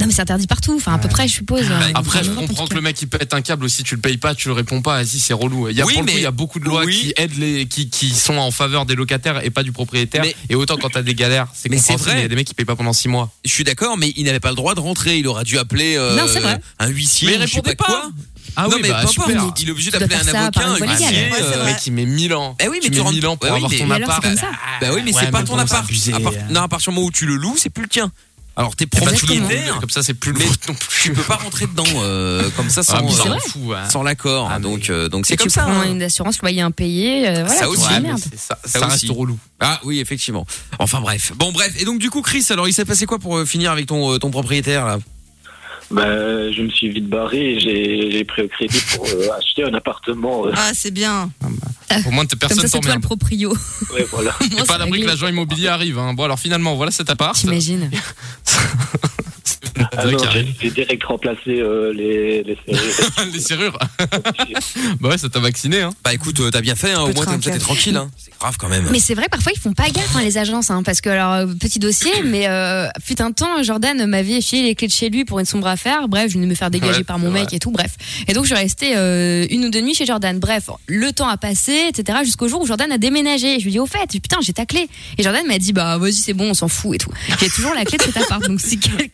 S5: Non mais c'est interdit partout, enfin à peu près je suppose.
S6: Après, je
S5: Ah, Vraiment
S6: comprends que
S5: compliqué.
S6: le mec il pète un câble aussi, tu le payes pas, tu le réponds pas, vas-y, c'est relou. Il y a,
S3: Oui,
S6: pour le coup,
S3: mais-
S6: il y a beaucoup de lois
S3: oui.
S6: qui aident les, qui, qui sont en faveur des locataires et pas du propriétaire.
S3: Mais-
S6: et autant quand t'as des galères, c'est
S3: Mais c'est
S6: compréhensible,
S3: vrai.
S6: mais Il y a des mecs qui payent pas pendant 6 mois.
S3: Je suis d'accord, mais il n'avait pas le droit de rentrer. Il aura dû appeler euh,
S5: Non, c'est vrai.
S3: un huissier.
S6: Mais
S3: ou je sais
S6: répondez
S3: pas
S6: pas.
S3: quoi.
S6: Ah
S3: non
S6: oui,
S3: mais
S6: bah,
S3: peu
S6: super.
S3: importe, il est obligé
S5: Tu dois
S3: d'appeler un
S5: faire ça
S3: avocat,
S5: par
S3: un
S5: une voie
S3: huissier.
S5: légale.
S4: Ouais, c'est
S3: euh,
S4: vrai.
S6: Le mec il met 1000 ans.
S3: Eh oui, mais
S6: tu
S3: tu
S6: mets
S3: rentres-
S6: 1000 ans pour
S3: Ouais, oui,
S6: avoir
S3: mais-
S6: ton
S5: Mais alors,
S6: appart.
S5: c'est comme ça.
S3: Bah oui, mais
S6: Ouais,
S3: c'est pas
S6: mais
S3: ton
S6: bon, c'est
S3: appart.
S6: abusé,
S3: À part-
S6: hein.
S3: Non, à partir du moment où tu le loues, c'est plus le tien. Alors t'es
S6: Et bah, tu le
S5: Exactement.
S3: propriétaire,
S6: roules, Comme ça, c'est plus le
S3: Mais-
S6: vôtre non plus.
S3: tu peux pas rentrer dedans euh, comme ça
S6: Ah,
S3: sans
S6: mais ça,
S3: euh,
S6: on
S5: vrai.
S6: fout, hein.
S3: sans l'accord.
S6: Ah, mais-
S3: donc euh, donc c'est
S5: Et
S3: comme
S5: tu
S3: ça.
S5: prends
S3: hein.
S5: une assurance loyer impayé, euh, voilà,
S3: Ça
S5: tu
S3: aussi. hein.
S5: te
S3: Ouais,
S5: merde.
S6: C'est Ça,
S3: Ça
S6: ça
S3: aussi.
S6: reste relou.
S3: Ah oui, effectivement. Enfin bref. Bon bref. Et donc du coup, Chris, alors il s'est passé quoi pour euh, finir avec ton euh, ton propriétaire là
S2: Bah, je me suis vite barré et j'ai j'ai pris au crédit pour euh, *laughs* acheter un appartement. euh,
S4: Ah, c'est bien.
S6: Au moins, t'as-
S5: Comme ça
S6: personne
S5: c'est toi le
S6: t'emmerde.
S5: proprio.
S2: ouais,
S6: *laughs*
S2: voilà.
S5: Moi,
S6: Et
S5: c'est
S6: pas l'abri que
S5: réglé.
S6: l'agent immobilier arrive. hein. Bon, alors finalement, voilà cet appart.
S5: T'imagines
S2: Ah non, j'ai j'ai direct remplacé euh, les, les serrures.
S6: *laughs* Les serrures. *laughs* bah ouais, ça t'a vacciné. Hein.
S3: Bah écoute, euh, t'as bien fait. hein, au
S4: peux
S3: moins
S4: te
S3: comme ça, t'es
S4: trinquer.
S3: tranquille. hein. C'est grave quand même.
S5: Mais c'est vrai, parfois ils font pas gaffe hein, les agences, hein, parce que alors euh, petit
S6: *clears throat*
S5: dossier, mais euh, fut un temps Jordan m'avait filé les clés de chez lui pour une sombre affaire. Bref, je venais me faire dégager
S6: Ouais,
S5: par mon
S6: c'est
S5: mec et tout. Bref, et donc je suis restée euh, une ou deux nuits chez Jordan. Bref, le temps a passé, etc. Jusqu'au jour où Jordan a déménagé. Et je lui dis au fait, putain, j'ai ta clé. Et Jordan m'a dit bah vas-y c'est bon, on s'en fout et tout. J'ai toujours la clé de cet appart. Donc si quelqu'un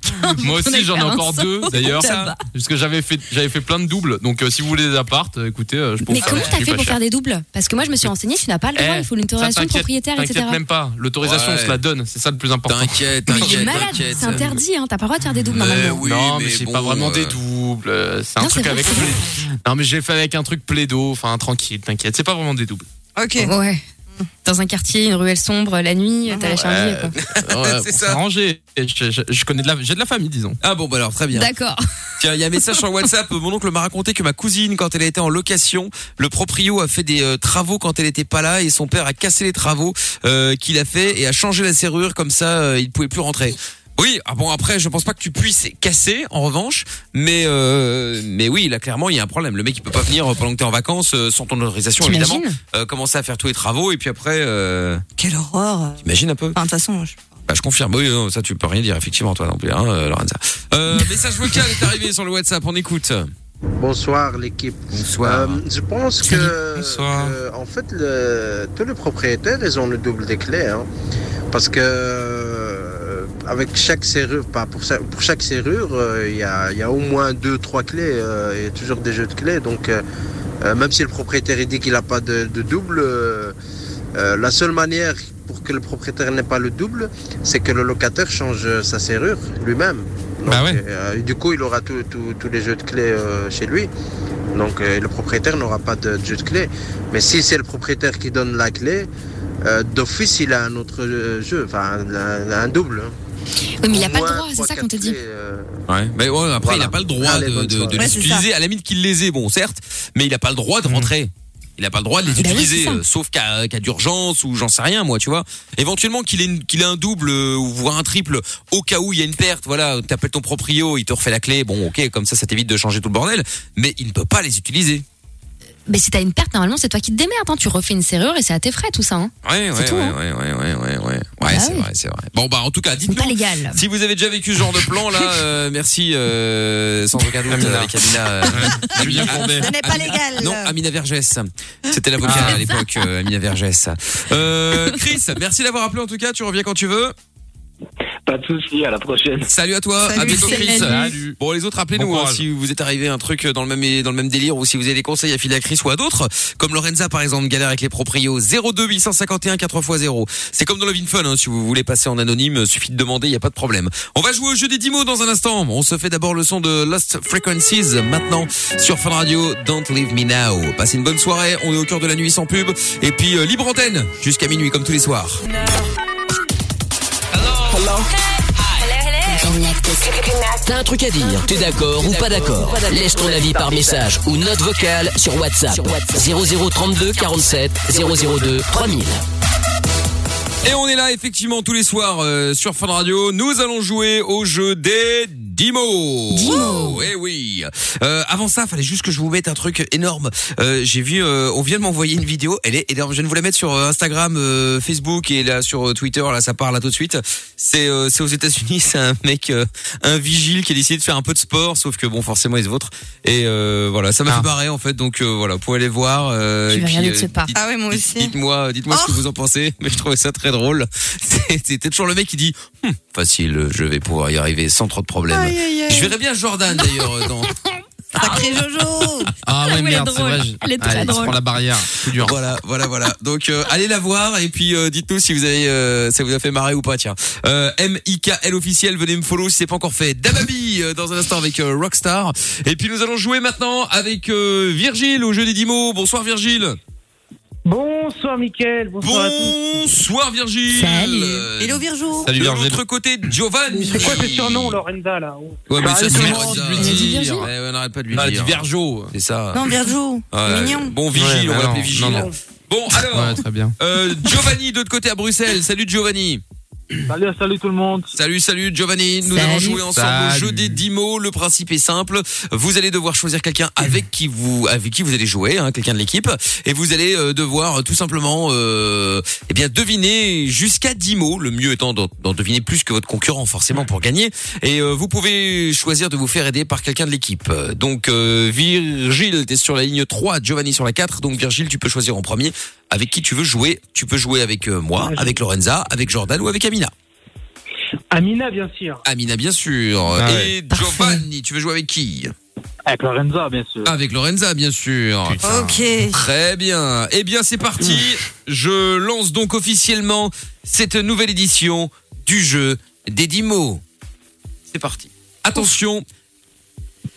S6: Moi aussi,
S5: voudrait
S6: j'en ai
S5: faire un
S6: encore
S5: saut
S6: deux d'ailleurs.
S5: au tabac.
S6: Parce que j'avais fait, j'avais fait plein de doubles. Donc euh, si vous voulez des appartes, euh, écoutez, euh, je peux
S5: Mais
S6: vous faire
S5: comment
S6: des
S5: t'as
S6: prix
S5: fait
S6: pas
S5: pour
S6: chers.
S5: faire des doubles Parce que moi je me suis renseignée, tu n'as pas le droit,
S6: Eh,
S5: il faut l'autorisation de
S6: t'inquiète-
S5: propriétaire, etc.
S6: T'inquiète même pas. L'autorisation,
S3: Ouais.
S6: on se la donne. C'est ça le plus important.
S3: T'inquiète,
S5: Mais il est
S3: t'inquiète,
S5: malade,
S3: t'inquiète.
S5: c'est interdit, hein, t'as pas le droit de faire des doubles
S3: Mais
S5: normalement.
S3: oui,
S6: non, mais,
S3: mais
S6: c'est
S3: bon,
S6: pas vraiment
S3: euh,
S6: des doubles. euh, C'est un
S5: Non,
S6: truc
S5: c'est vrai,
S6: avec.
S5: c'est vrai.
S6: Non, mais j'ai fait avec un truc plaido. Enfin, tranquille, t'inquiète. C'est pas vraiment des doubles.
S4: Ok.
S5: Ouais. Dans un quartier, une ruelle sombre, la nuit, t'as la
S3: euh,
S5: charlie. quoi.
S3: *laughs*
S6: Ouais,
S3: C'est ça.
S6: on s'est arrangé. Et Je, je- je connais de la, j'ai de la famille, disons.
S3: Ah bon bah alors très bien.
S5: D'accord.
S3: Tiens, il y a un message sur WhatsApp. Mon oncle m'a raconté que ma cousine, quand elle était en location, le proprio a fait des euh, travaux quand elle était pas là et son père a cassé les travaux euh, qu'il a fait et a changé la serrure comme ça, euh, il pouvait plus rentrer. Oui, ah bon après je pense pas que tu puisses casser en revanche, mais euh, mais oui là clairement il y a un problème. Le mec il peut pas venir pendant que t'es en vacances euh, sans ton autorisation évidemment.
S5: T'imagines
S3: Euh, commencer à faire tous les travaux et puis après, euh,
S4: Quelle horreur.
S3: imagine un peu.
S4: Enfin, de toute façon, je-
S3: Bah, je confirme. Oui, non, ça tu peux rien dire effectivement toi non plus, hein, euh, Lorenza. Euh, message vocal est arrivé sur le WhatsApp. On écoute.
S8: Bonsoir l'équipe.
S3: Bonsoir.
S8: Euh, je pense que
S6: Bonsoir.
S8: euh, en fait le- tous les propriétaires ils ont le double des clés hein. parce que euh, avec chaque serrure, pas pour, ça- pour chaque serrure, euh, il y, a, il y a au moins deux trois clés. euh, Il y a toujours des jeux de clés donc euh, euh, même si le propriétaire il dit qu'il n'a pas de, de double, euh, euh, la seule manière pour que le propriétaire n'ait pas le double, c'est que le locataire change sa serrure lui-même.
S6: Bah ouais.
S8: euh, et du coup, il aura tout- tout- tous les jeux de clés euh, chez lui. Donc euh, le propriétaire n'aura pas de, de jeu de clés. Mais si c'est le propriétaire qui donne la clé, euh, d'office, il a un autre euh, jeu, enfin un, un double. hein.
S5: Oui, mais il a pas le droit, c'est ça qu'on te dit.
S3: Ouais. Mais ouais, après,
S8: Voilà.
S3: il a pas le droit
S8: Allez,
S3: de,
S8: bonne
S3: de- de
S8: soirée. Mm.
S3: les
S4: Ouais, c'est
S3: utiliser. À la limite qu'il les ait, bon, certes, mais il a pas le droit de rentrer. Il a pas le droit de les
S5: Bah oui,
S3: utiliser,
S5: c'est ça.
S3: euh, sauf qu'à qu'à d'urgence ou j'en sais rien, moi, tu vois. Éventuellement qu'il ait, une- qu'il ait un double euh, ou voire un triple au cas où il y a une perte. Voilà, t'appelles ton proprio, il te refait la clé. Bon, ok, comme ça, ça t'évite de changer tout le bordel. Mais il ne peut pas les utiliser.
S5: Mais si t'as une perte, normalement, c'est toi qui te démerdes. hein. Tu refais une serrure et c'est à tes frais, tout ça. hein.
S3: Ouais, ouais,
S5: C'est tout,
S3: ouais,
S5: hein.
S3: ouais, ouais, ouais, ouais, ouais. Ouais,
S5: Ah
S3: c'est
S5: oui.
S3: vrai, c'est vrai. Bon, bah, en tout cas,
S5: C'est pas
S3: dites-nous
S5: légal.
S3: Si vous avez déjà vécu ce genre de
S4: *laughs*
S3: plan là, euh, merci euh, sans aucun doute
S6: Amina.
S3: avec Amina. euh,
S6: Julien
S3: Amina-
S6: Courbet.
S4: Ce n'est pas
S3: Amina-
S4: légal.
S3: Non, Amina Vergès. C'était l'avocat
S4: *laughs*
S3: à l'époque, euh, Amina Vergès. Euh, Chris, merci d'avoir appelé en tout cas. Tu reviens quand tu veux.
S2: Pas de souci, à la prochaine.
S3: Salut à toi.
S4: Salut,
S3: à bientôt,
S4: salut.
S3: Chris.
S6: Salut.
S3: Bon, les autres, appelez-nous
S6: Bon
S3: hein,
S6: courage.
S3: si vous êtes arrivé à un truc euh, dans le même dans le même délire ou si vous avez des conseils à filer à Chris ou à d'autres, comme Lorenza par exemple galère avec les proprios 02 851 4x0. C'est comme dans Love in Fun hein, si vous voulez passer en anonyme, euh, suffit de demander, il y a pas de problème. On va jouer au jeu des 10 mots dans un instant. On se fait d'abord le son de Lost Frequencies maintenant sur Fun Radio Don't Leave Me Now. Passez une bonne soirée, on est au cœur de la nuit sans pub et puis euh, libre antenne jusqu'à minuit comme tous les soirs.
S1: T'as un truc à dire, t'es d'accord ou pas d'accord Laisse ton avis par message ou note vocale sur WhatsApp. 0032 47 002 3000.
S3: Et on est là effectivement tous les soirs euh, sur Fun Radio. Nous allons jouer au jeu des 10 mots. Wouh Eh oui. Euh, avant ça, fallait juste que je vous mette un truc énorme. Euh, J'ai vu, euh, on vient de m'envoyer une vidéo. Elle est énorme. Je viens de vous la mettre sur euh, Instagram, euh, Facebook et là sur euh, Twitter. Là, ça part là tout de suite. C'est euh, c'est aux États-Unis. *laughs* C'est un mec, euh, un vigile qui a décidé de faire un peu de sport, sauf que bon, forcément, il se vautre. Et euh, voilà, ça m'a
S6: Ah.
S3: fait barrer en fait. Donc euh, voilà, vous pouvez aller voir. euh,
S5: Je vais
S3: et puis,
S5: regarder
S3: euh,
S5: ce pas.
S3: dites-
S4: Ah ouais, moi
S3: Dites-
S4: aussi.
S3: Dites-moi, euh, dites-moi ce que
S4: Oh
S3: vous en pensez. *laughs* Mais je trouvais ça très drôle. *laughs* C'est- C'était toujours le mec qui dit Hum, facile, je vais pouvoir y arriver sans trop de problèmes.
S4: Aïe, aïe, aïe.
S3: Je verrais bien Jordan d'ailleurs
S5: *laughs*
S3: euh, dans.
S4: Sacré Jojo.
S6: Ah
S5: Elle
S6: ouais,
S5: est
S6: merde, c'est
S5: drôle.
S6: vrai. je- Ah,
S5: Elle est très
S6: Allez,
S5: drôle.
S6: Tu prends la barrière. C'est dur.
S3: Voilà, voilà, voilà. Donc euh, allez la voir et puis euh, dites-nous si vous avez, euh, ça vous a fait marrer ou pas. Tiens, euh, MIKL officiel, venez me follow si c'est pas encore fait. Damabi euh, dans un instant avec euh, Rockstar. Et puis nous allons jouer maintenant avec euh, Virgile au jeu des 10 mots. Bonsoir Virgile.
S9: Bonsoir Mickaël, bonsoir à tous.
S3: Bonsoir Virgile.
S5: Salut.
S3: Euh,
S4: Hello Virgo.
S6: Salut
S3: de
S6: Virgile.
S3: l'autre côté, Giovanni.
S9: C'est quoi tes surnoms, Lorenza, là
S3: Ouais, mais
S6: Bah,
S3: ça,
S6: allez,
S3: c'est
S6: c'est
S3: le
S6: bon,
S3: droit de
S6: on
S3: lui
S5: dit
S3: dire.
S5: Virgile.
S3: Ouais, ouais, on n'arrête pas de lui
S6: Ah,
S3: dire.
S6: dit Vergeot.
S3: C'est ça.
S4: Non, Virgo.
S3: Ouais.
S4: Mignon.
S3: Bon, Vigile,
S6: Ouais,
S3: on va
S6: bah
S3: l'appeler
S6: non,
S3: Vigile.
S6: non, non.
S3: Bon, alors,
S6: Ouais, très bien.
S3: euh, Giovanni, de l'autre côté à Bruxelles. Salut Giovanni.
S9: Salut, salut tout le monde.
S3: Salut, salut Giovanni. Nous
S5: Salut.
S3: allons jouer ensemble au
S6: Salut.
S3: jeu des 10 mots. Le principe est simple. Vous allez devoir choisir quelqu'un avec qui vous, avec qui vous allez jouer, hein, quelqu'un de l'équipe. Et vous allez euh, devoir euh, tout simplement, euh, eh bien, deviner jusqu'à 10 mots. Le mieux étant d'en d'en deviner plus que votre concurrent, forcément, pour gagner. Et euh, vous pouvez choisir de vous faire aider par quelqu'un de l'équipe. Euh, Donc euh, Virgile, t'es sur la ligne 3, Giovanni sur la 4. Donc Virgile, tu peux choisir en premier avec qui tu veux jouer. Tu peux jouer avec euh, moi, avec Lorenza, avec Jordan ou avec Amina.
S9: Amina, bien sûr.
S3: Amina, bien sûr.
S6: Ah
S3: Et Giovanni, tu veux jouer avec qui
S9: Avec Lorenza, bien sûr.
S3: Avec Lorenza, bien sûr.
S4: Ok.
S3: Très bien. Eh bien, c'est parti. Je lance donc officiellement cette nouvelle édition du jeu des 10 mots. C'est parti. Attention.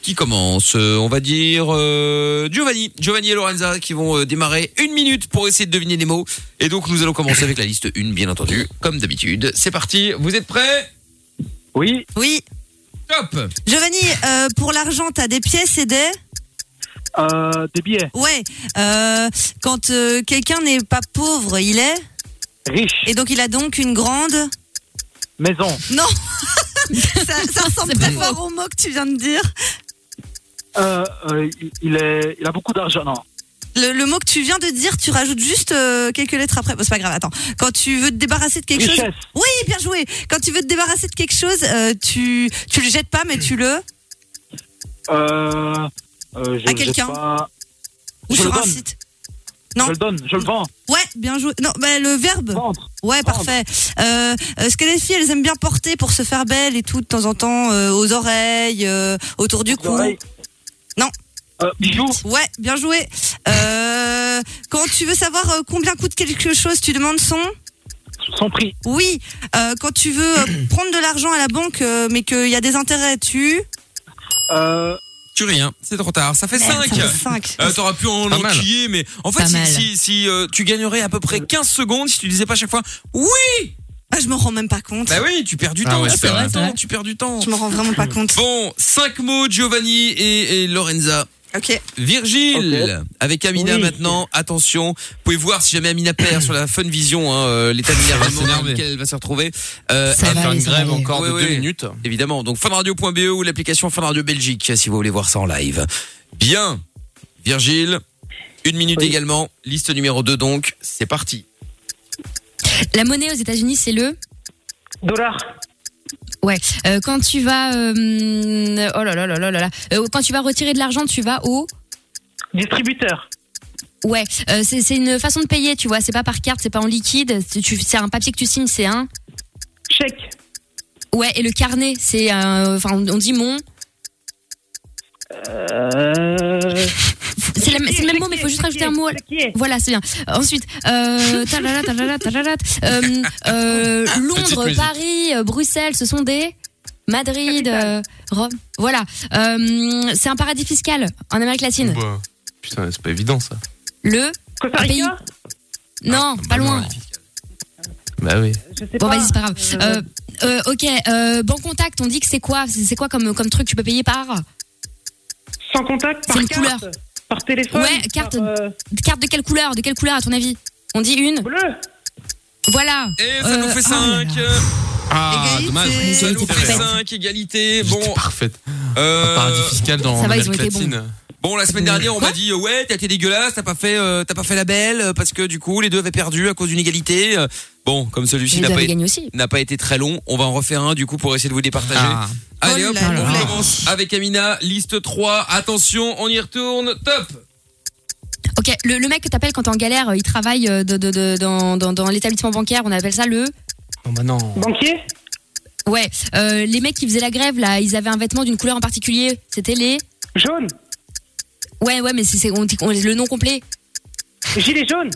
S3: Qui commence Euh, On va dire euh, Giovanni. Giovanni et Lorenza qui vont euh, démarrer une minute pour essayer de deviner les mots. Et donc, nous allons commencer avec la liste 1, bien entendu, comme d'habitude. C'est parti. Vous êtes prêts
S9: Oui,
S4: Oui.
S3: Top
S4: Giovanni, euh, pour l'argent, t'as des pièces et des.
S9: euh, des billets.
S4: Ouais. Euh, quand euh, quelqu'un n'est pas pauvre, il est.
S9: Riche,
S4: Et donc, il a donc une grande.
S9: maison,
S4: Non *laughs* Ça, ça ressemble
S5: C'est
S4: très
S5: beau.
S4: fort au mot que tu viens de dire.
S9: *laughs* euh, euh, il- il, est, il a beaucoup d'argent, non
S4: Le, le mot que tu viens de dire, tu rajoutes juste euh, quelques lettres après. Bon, c'est pas grave, attends. Quand tu veux te débarrasser de quelque chose.
S9: Richesse,
S4: Oui, bien joué Quand tu veux te débarrasser de quelque chose, euh, tu, tu le jettes pas, mais tu le.
S9: euh, euh, je,
S4: À
S9: je
S4: quelqu'un.
S9: sais pas.
S4: Ou
S9: Je
S4: sur
S9: le
S4: un
S9: donne.
S4: site. Non.
S9: Je le donne, je le vends.
S4: Ouais, bien joué. Non, bah, le verbe.
S9: Vendre,
S4: Ouais, parfait. Euh, euh, ce que les filles, elles aiment bien porter pour se faire belle et tout, de temps en temps, euh, aux oreilles, euh, autour du cou.
S9: oreilles.
S4: Non.
S9: Euh, bijoux,
S4: Ouais, bien joué. Euh, quand tu veux savoir euh, combien coûte quelque chose, tu demandes son.
S9: sans prix.
S4: Oui, euh, quand tu veux euh, prendre de l'argent à la banque, euh, mais qu'il y a des intérêts, tu.
S9: Euh,
S3: Tu rien, c'est trop tard. Ça fait
S4: Eh,
S3: 5.
S4: 5.
S3: Euh, T'aurais pu en
S6: Pas mal.
S3: enquiller, mais en fait,
S5: Pas
S3: si,
S5: mal.
S3: si, si, euh, tu gagnerais à peu près 15 secondes si tu disais pas chaque fois oui.
S4: Ah, je me rends même pas compte.
S3: Bah oui, tu perds du
S6: Ah
S3: temps,
S6: ouais,
S3: tu
S6: c'est
S3: perds
S5: vrai,
S3: du
S5: c'est
S3: temps,
S5: vrai.
S3: tu perds du temps.
S4: Je me rends vraiment pas compte.
S3: Bon, 5 mots Giovanni et, et Lorenza.
S4: Ok.
S3: Virgile, avec Amina
S9: Oui.
S3: maintenant, attention, vous pouvez voir si jamais Amina
S6: *coughs*
S3: perd sur la Fun Vision, hein, euh, l'état d'énervement
S6: s'énerver.
S3: dans lequel elle va se retrouver. Euh,
S5: Ça va
S3: elle-
S6: Faire
S5: aller,
S6: une
S5: ça va
S6: grève
S5: aller.
S6: encore de
S3: Ouais,
S6: deux
S3: ouais.
S6: minutes.
S3: Évidemment, donc funradio.be E ou l'application Fun Radio Belgique si vous voulez voir ça en live. Bien, Virgile, une minute également, liste numéro 2 donc, c'est parti.
S5: La monnaie aux États-Unis, c'est le.
S9: dollars.
S5: Ouais. Euh, quand tu vas. euh, hum, oh là là là là là là. Euh, quand tu vas retirer de l'argent, tu vas au.
S9: Distributeur.
S5: Ouais. Euh, c'est c'est une façon de payer, tu vois. C'est pas par carte, c'est pas en liquide. C'est tu- c'est un papier que tu signes, c'est un.
S9: Chèque.
S5: Ouais. Et le carnet, c'est. un- Enfin, on dit mon.
S9: Euh...
S5: C'est la- c'est le même mot, mais il faut juste rajouter un mot. Voilà, c'est bien. Ensuite, euh,
S9: *laughs*
S5: talala, talala, talala, euh, euh, Londres,
S6: musique.
S5: Paris, euh, Bruxelles, ce sont des Madrid, euh, Rome. Voilà, Euh, c'est un paradis fiscal en Amérique latine.
S6: Bah, Putain, c'est pas évident ça.
S5: Le
S9: Costa
S5: un pays.
S9: Rica
S5: Non, Ah, pas loin.
S6: Bah oui.
S9: Je sais
S5: Bon,
S9: pas.
S5: vas-y, c'est pas grave. Euh, euh, ok, euh, banque contact, on dit que c'est quoi C'est c'est quoi comme, comme truc tu peux payer par
S9: Sans contact, par
S5: C'est une
S9: carte,
S5: couleur.
S9: par téléphone.
S5: Ouais, carte.
S9: par, euh,
S5: Carte de quelle couleur De quelle couleur à ton avis On dit une
S9: bleu.
S5: Voilà
S3: Et Eh, ça nous
S5: Euh,
S3: fait
S5: oh là
S3: 5.
S5: là.
S6: Ah,
S4: Égalité.
S6: dommage.
S4: Égalité
S3: ça nous fait
S5: parfaite.
S3: 5 égalité.
S6: Bon.
S3: Bon,
S6: parfaite.
S3: euh,
S6: Paradis fiscal dans
S5: ça va, ils
S6: l'Amérique
S5: ont été bons. Mmh.
S6: latine.
S3: Bon, la semaine dernière, on
S5: Quoi
S3: m'a dit euh, ouais, t'as été dégueulasse, t'as pas fait, euh, t'as pas fait la belle euh, parce que du coup, les deux avaient perdu à cause d'une égalité. Euh, Bon, comme celui-ci
S5: Vous
S3: n'a pas,
S5: avez
S3: été-
S5: gagné aussi.
S3: n'a pas été très long, on va en refaire un du coup pour essayer de vous départager.
S6: Ah.
S3: Allez
S4: Oh
S3: hop,
S4: là
S3: on
S5: là.
S3: commence avec Amina, liste 3. Attention, on y retourne. Top.
S5: Ok, le, le mec que t'appelles quand t'es en galère, euh, il travaille euh, de- de- de- dans, dans- dans l'établissement bancaire, on appelle ça le.
S6: Non, bah non.
S9: Banquier.
S5: Ouais, euh, les mecs qui faisaient la grève là, ils avaient un vêtement d'une couleur en particulier. C'était les.
S9: Jaune.
S5: Ouais, ouais, mais c'est c'est- on dit- on- le nom complet.
S9: Gilet jaune.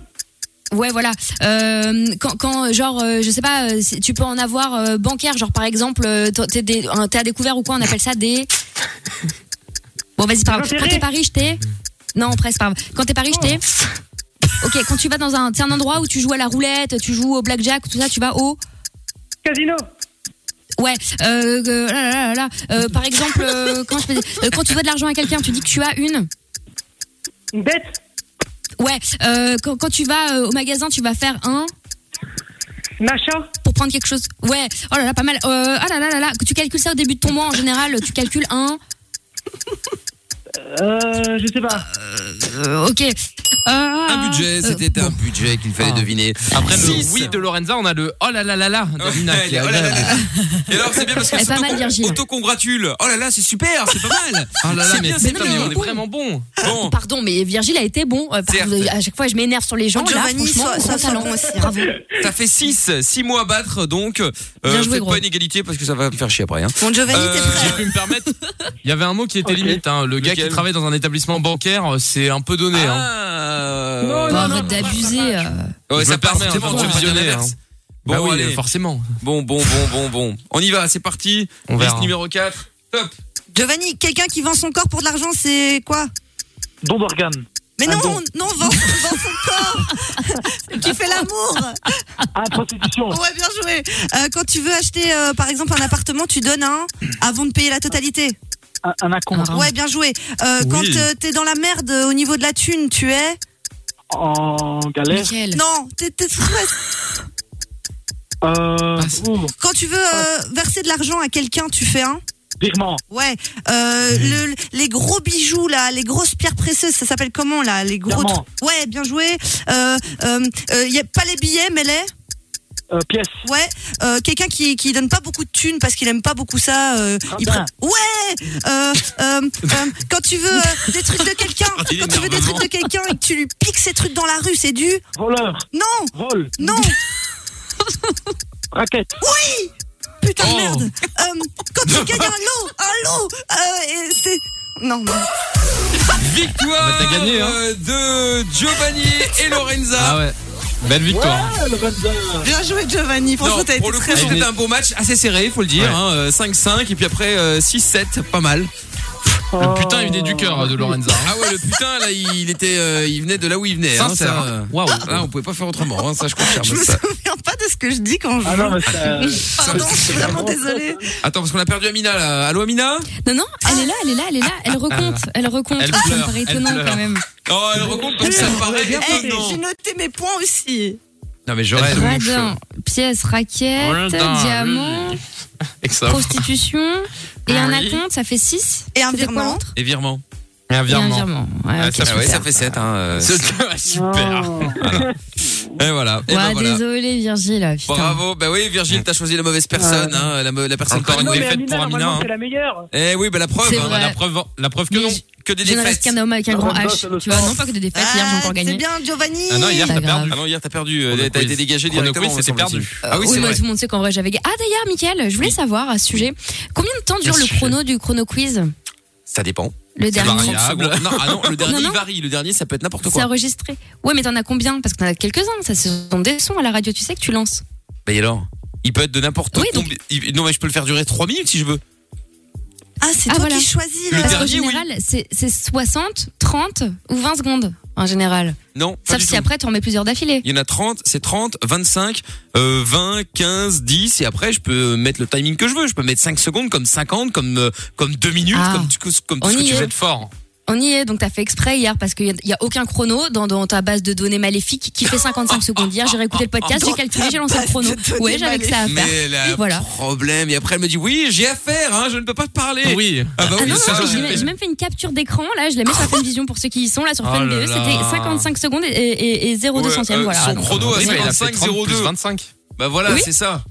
S5: Ouais, voilà. Euh, quand, quand, genre, euh, je sais pas, euh, si tu peux en avoir euh, bancaire, genre par exemple, euh, t'as- t'es des- un- t'es à découvert ou quoi, on appelle ça
S9: *laughs*
S5: des. Bon, vas-y, parle.
S9: Des
S5: Quand t'es
S9: intérêts.
S5: pas riche, t'es. Non, presque, pardon. Quand t'es pas riche, t'es.
S9: Oh.
S5: Ok, quand tu vas dans un, c'est un endroit où tu joues à la roulette, tu joues au blackjack, tout ça, tu vas au.
S9: Casino.
S5: Ouais, euh, euh, là, là, là, là, euh, par
S9: *laughs*
S5: exemple, euh, comment je peux dire, euh, quand tu dois de l'argent à quelqu'un, tu dis que tu as une.
S9: Une dette.
S5: Ouais, euh, quand, quand tu vas euh, au magasin, tu vas faire un
S9: Un achat.
S5: pour prendre quelque chose. Ouais, oh là là, pas mal. Euh, ah là là là là, que tu calcules ça au début de ton mois en général, tu calcules un.
S9: Euh, je sais pas.
S5: Euh, ok. Euh,
S3: Un budget, c'était
S5: euh,
S3: un budget qu'il fallait
S6: Ah.
S3: deviner.
S6: Après
S3: Six.
S6: le oui de Lorenza, on a le oh là là là là d'Amina
S3: Ouais,
S6: qui a-
S3: oh là là là là. Et alors c'est bien parce
S5: Elle
S3: que
S5: est pas mal, Virgile.
S3: autocongratule. Oh là là, c'est super, c'est pas
S6: *laughs*
S3: mal.
S6: Oh là là,
S3: C'est
S6: mais
S3: bien,
S5: c'est
S6: putain,
S5: bien.
S6: mais on est
S5: Bon.
S6: vraiment bon.
S3: Bon,
S5: Pardon, mais Virgile a été bon. Euh, pardon,
S3: Certes.
S5: à chaque fois, je m'énerve sur les gens. Là,
S4: Giovanni,
S5: franchement,
S4: sois-
S5: gros
S4: sois- sois
S5: talent.
S4: bon aussi, hein.
S5: Bravo.
S3: ça fait 6 6 mois à battre donc euh,
S5: Bien joué,
S3: faites
S5: gros.
S3: pas une égalité parce que ça va me faire chier après hein.
S4: Bon, Giovanni, t'es
S3: Euh,
S6: Si
S4: prêt
S6: je peux me permettre, il y avait un mot qui était
S9: Ok.
S6: limite. hein. Le gars
S3: Lequel
S6: qui travaille dans un établissement bancaire, euh, c'est un peu donné. hein.
S3: Ah,
S9: Non,
S5: Bon,
S9: non,
S5: arrête Oh, d'abuser. euh.
S3: Ouais,
S6: Je
S3: ça
S6: me
S3: part
S6: permets, hein,
S3: forcément
S6: je
S3: du
S6: me permets,
S3: visionnaire.
S6: hein.
S3: Bon,
S6: bah oui,
S3: allez.
S6: forcément.
S3: Bon, bon, bon, bon, bon. On y va, c'est parti.
S6: On
S3: Liste
S6: verra.
S3: numéro 4. Top.
S4: Giovanni, quelqu'un qui vend son corps pour de l'argent, c'est quoi
S9: Don d'organe.
S4: Mais
S9: Un
S4: non,
S9: don.
S4: non, vend, vend son corps *laughs* Tu fais l'amour
S9: Ah, prostitution.
S4: Ouais, bien joué Euh, Quand tu veux acheter, euh, par exemple, un appartement, tu donnes un avant de payer la totalité.
S9: Un, un acompte.
S5: Ah.
S4: Ouais, bien joué Euh, Quand
S3: Oui.
S4: euh, t'es dans la merde euh, au niveau de la thune, tu es...
S9: En galère.
S5: Michael.
S4: Non, t'es- t'es-
S9: *laughs*
S4: ouais,
S5: Ah,
S9: Euh, ouh,
S4: quand tu veux euh, verser de l'argent à quelqu'un, tu fais un...
S9: virement.
S4: Ouais, euh, le- le- les gros bijoux là, les grosses pierres précieuses, ça s'appelle comment là Les gros.
S9: Diamant.
S4: trucs- Ouais, bien joué. Euh, euh, euh, y a pas les billets, mais les.
S9: Euh, pièce.
S4: Ouais, euh, quelqu'un qui qui donne pas beaucoup de thunes parce qu'il aime pas beaucoup ça. euh, il
S9: Rabin.
S4: prend- Ouais. euh, euh, euh, quand
S9: *laughs*
S4: tu veux euh, des trucs de quelqu'un, quand
S3: Il est
S4: tu veux des
S3: nerveux.
S4: trucs de quelqu'un et que tu lui piques ses trucs dans la rue, c'est du.
S9: Voleur.
S4: Non,
S9: Vol.
S4: non.
S9: Raquette.
S4: Putain de
S3: Oh.
S4: merde. Euh, quand tu gagnes un lot, un lot, euh, et c'est. Non, non.
S3: Victoire
S6: Bah, t'as gagné, hein.
S3: euh, de Giovanni et Lorenza.
S6: Ah ouais. Belle victoire.
S4: Bien joué, Giovanni. Franchement,
S3: Non,
S4: t'as été
S3: pour le coup,
S4: très bon.
S3: c'était un beau match assez serré, il faut le dire.
S6: Ouais.
S3: hein, euh, 5-5 et puis après euh, 6-7, pas mal.
S6: Le putain, il venait du cœur de Lorenza. hein.
S3: Ah ouais, le putain là, il était, euh, il venait de là où il venait. hein,
S6: Sincère.
S3: ça, euh,
S6: Waouh.
S3: Là, on pouvait pas faire autrement. hein, ça, je confirme.
S4: Je me
S3: ça.
S4: souviens pas de ce que je dis quand je.
S9: Ah non, mais
S4: *laughs*
S9: ça.
S4: Pardon, je suis vraiment désolée.
S3: Attends, parce qu'on a perdu Amina. Là. Allô, Amina
S5: Non, non, elle est là, elle est là, elle est là, elle recompte, elle recompte.
S6: Elle
S5: ça me
S6: pleure,
S5: paraît
S6: elle
S5: étonnant
S6: pleure.
S5: quand même.
S3: Oh, elle recompte donc ça me paraît
S4: Eh,
S3: étonnant.
S4: J'ai noté mes points aussi.
S3: Non mais je
S6: Elle
S3: rêve.
S6: se
S5: Radin, pièce, raquette,
S6: Radin,
S5: diamant,
S6: oui. Excellent.
S5: prostitution et un
S6: Oui.
S5: acompte, ça fait 6.
S4: Et un
S5: C'était quoi
S4: virement.
S5: l'autre
S3: Et virement.
S6: Et un
S5: Et un
S6: virement.
S5: virement. Ouais,
S6: Ah,
S5: ok,
S6: ça,
S3: Ah ouais,
S5: super. Oh.
S3: ça fait 7 hein. *laughs* euh,
S6: Super.
S3: Et voilà. Et
S5: Ouais,
S3: ben voilà.
S5: désolé Virgile, putain.
S3: Bravo. Bah oui, Virgile, t'as choisi la mauvaise personne, hein, la, me- la personne
S6: Encore
S3: qui
S6: une
S3: aurait dû
S6: fois.
S3: être faite pour Amina. hein.
S9: c'est la meilleure.
S3: Eh oui, bah la preuve.
S5: C'est
S3: hein,
S5: vrai.
S6: La preuve, la preuve que
S5: Mais
S6: non.
S5: je-
S3: Que des
S5: Je ne reste
S3: défaites.
S5: qu'un homme avec un grand
S9: Ah,
S5: H. Tu vois, non pas que des défaites, hier j'ai encore
S4: c'est
S5: gagné.
S4: bien, Giovanni.
S6: Ah non, hier
S5: Pas
S6: t'as
S5: grave.
S6: perdu.
S3: Ah non, hier t'as perdu.
S6: Chrono
S3: euh, T'as été
S6: quiz.
S3: dégagé
S6: Chrono
S3: directement.
S6: quiz,
S3: me
S6: c'était
S3: semble-t-il.
S6: perdu.
S3: Ah oui, c'est
S5: mais
S3: vrai.
S5: Oh, bah, tout le monde sait qu'en vrai j'avais gagné. Ah d'ailleurs, Mickaël, je voulais savoir à ce sujet, combien de temps dure
S6: Quel
S5: le
S6: sujet
S5: chrono du chrono quiz
S3: Ça dépend.
S5: Le
S3: C'est
S5: dernier
S3: variable. *laughs* Non, ah non, le dernier
S5: Non, non.
S3: il varie. Le dernier, ça peut être n'importe
S5: C'est
S3: quoi.
S5: enregistré. Ouais, mais t'en as combien Parce que t'en as quelques-uns, ça ce sont des sons à la radio, tu sais que tu lances.
S3: Bah et alors Il peut être de n'importe
S5: Oui, donc-
S3: combien. il- Non, mais je peux le faire durer 3 minutes si je veux.
S4: Ah, c'est
S5: Ah,
S4: toi
S5: voilà.
S4: qui choisis.
S3: Le
S4: là.
S5: Parce qu'en
S3: dernier, oui.
S5: général, c'est- c'est 60, 30 ou 20 secondes en général.
S3: Non, pas
S5: Sauf
S3: du
S5: si
S3: tout.
S5: après tu en mets plusieurs d'affilée.
S3: Il y en a 30, c'est 30, 25, euh, 20, 15, 10 et après je peux mettre le timing que je veux. Je peux mettre 5 secondes comme 50, comme euh, comme 2 minutes,
S5: Ah.
S3: comme tu, comme tout
S5: On
S3: ce que
S5: y
S3: tu
S5: est.
S3: veux.
S6: Vous êtes fort.
S5: On y est, donc t'as fait exprès hier parce qu'il n'y a, aucun chrono dans, dans ta base de données maléfique qui fait 55 secondes. Hier, j'ai réécouté le podcast, j'ai calculé, j'ai lancé le
S4: *laughs*
S5: chrono. Ouais, j'avais que ça à faire.
S3: Mais là,
S5: voilà.
S3: problème. Et après elle me dit oui, j'ai affaire, hein, je ne peux pas te parler.
S6: Oui.
S3: Ah bah
S5: Ah
S3: oui,
S5: non,
S3: ça.
S5: non,
S3: je-
S5: j'ai même- j'ai même fait une capture d'écran, là, je la mets
S3: *laughs*
S5: sur FunVision pour ceux qui y sont, là, sur
S6: Oh
S5: FunViE,
S6: là
S5: c'était
S6: là.
S5: 55 secondes et, et, et 0,2
S3: Ouais,
S5: centièmes,
S3: euh,
S5: voilà.
S3: son
S5: Donc,
S3: chrono à
S6: Oui, mais il a fait
S3: 55
S6: 30 plus
S3: 02.
S6: 25.
S3: Bah voilà,
S5: Oui.
S3: c'est ça.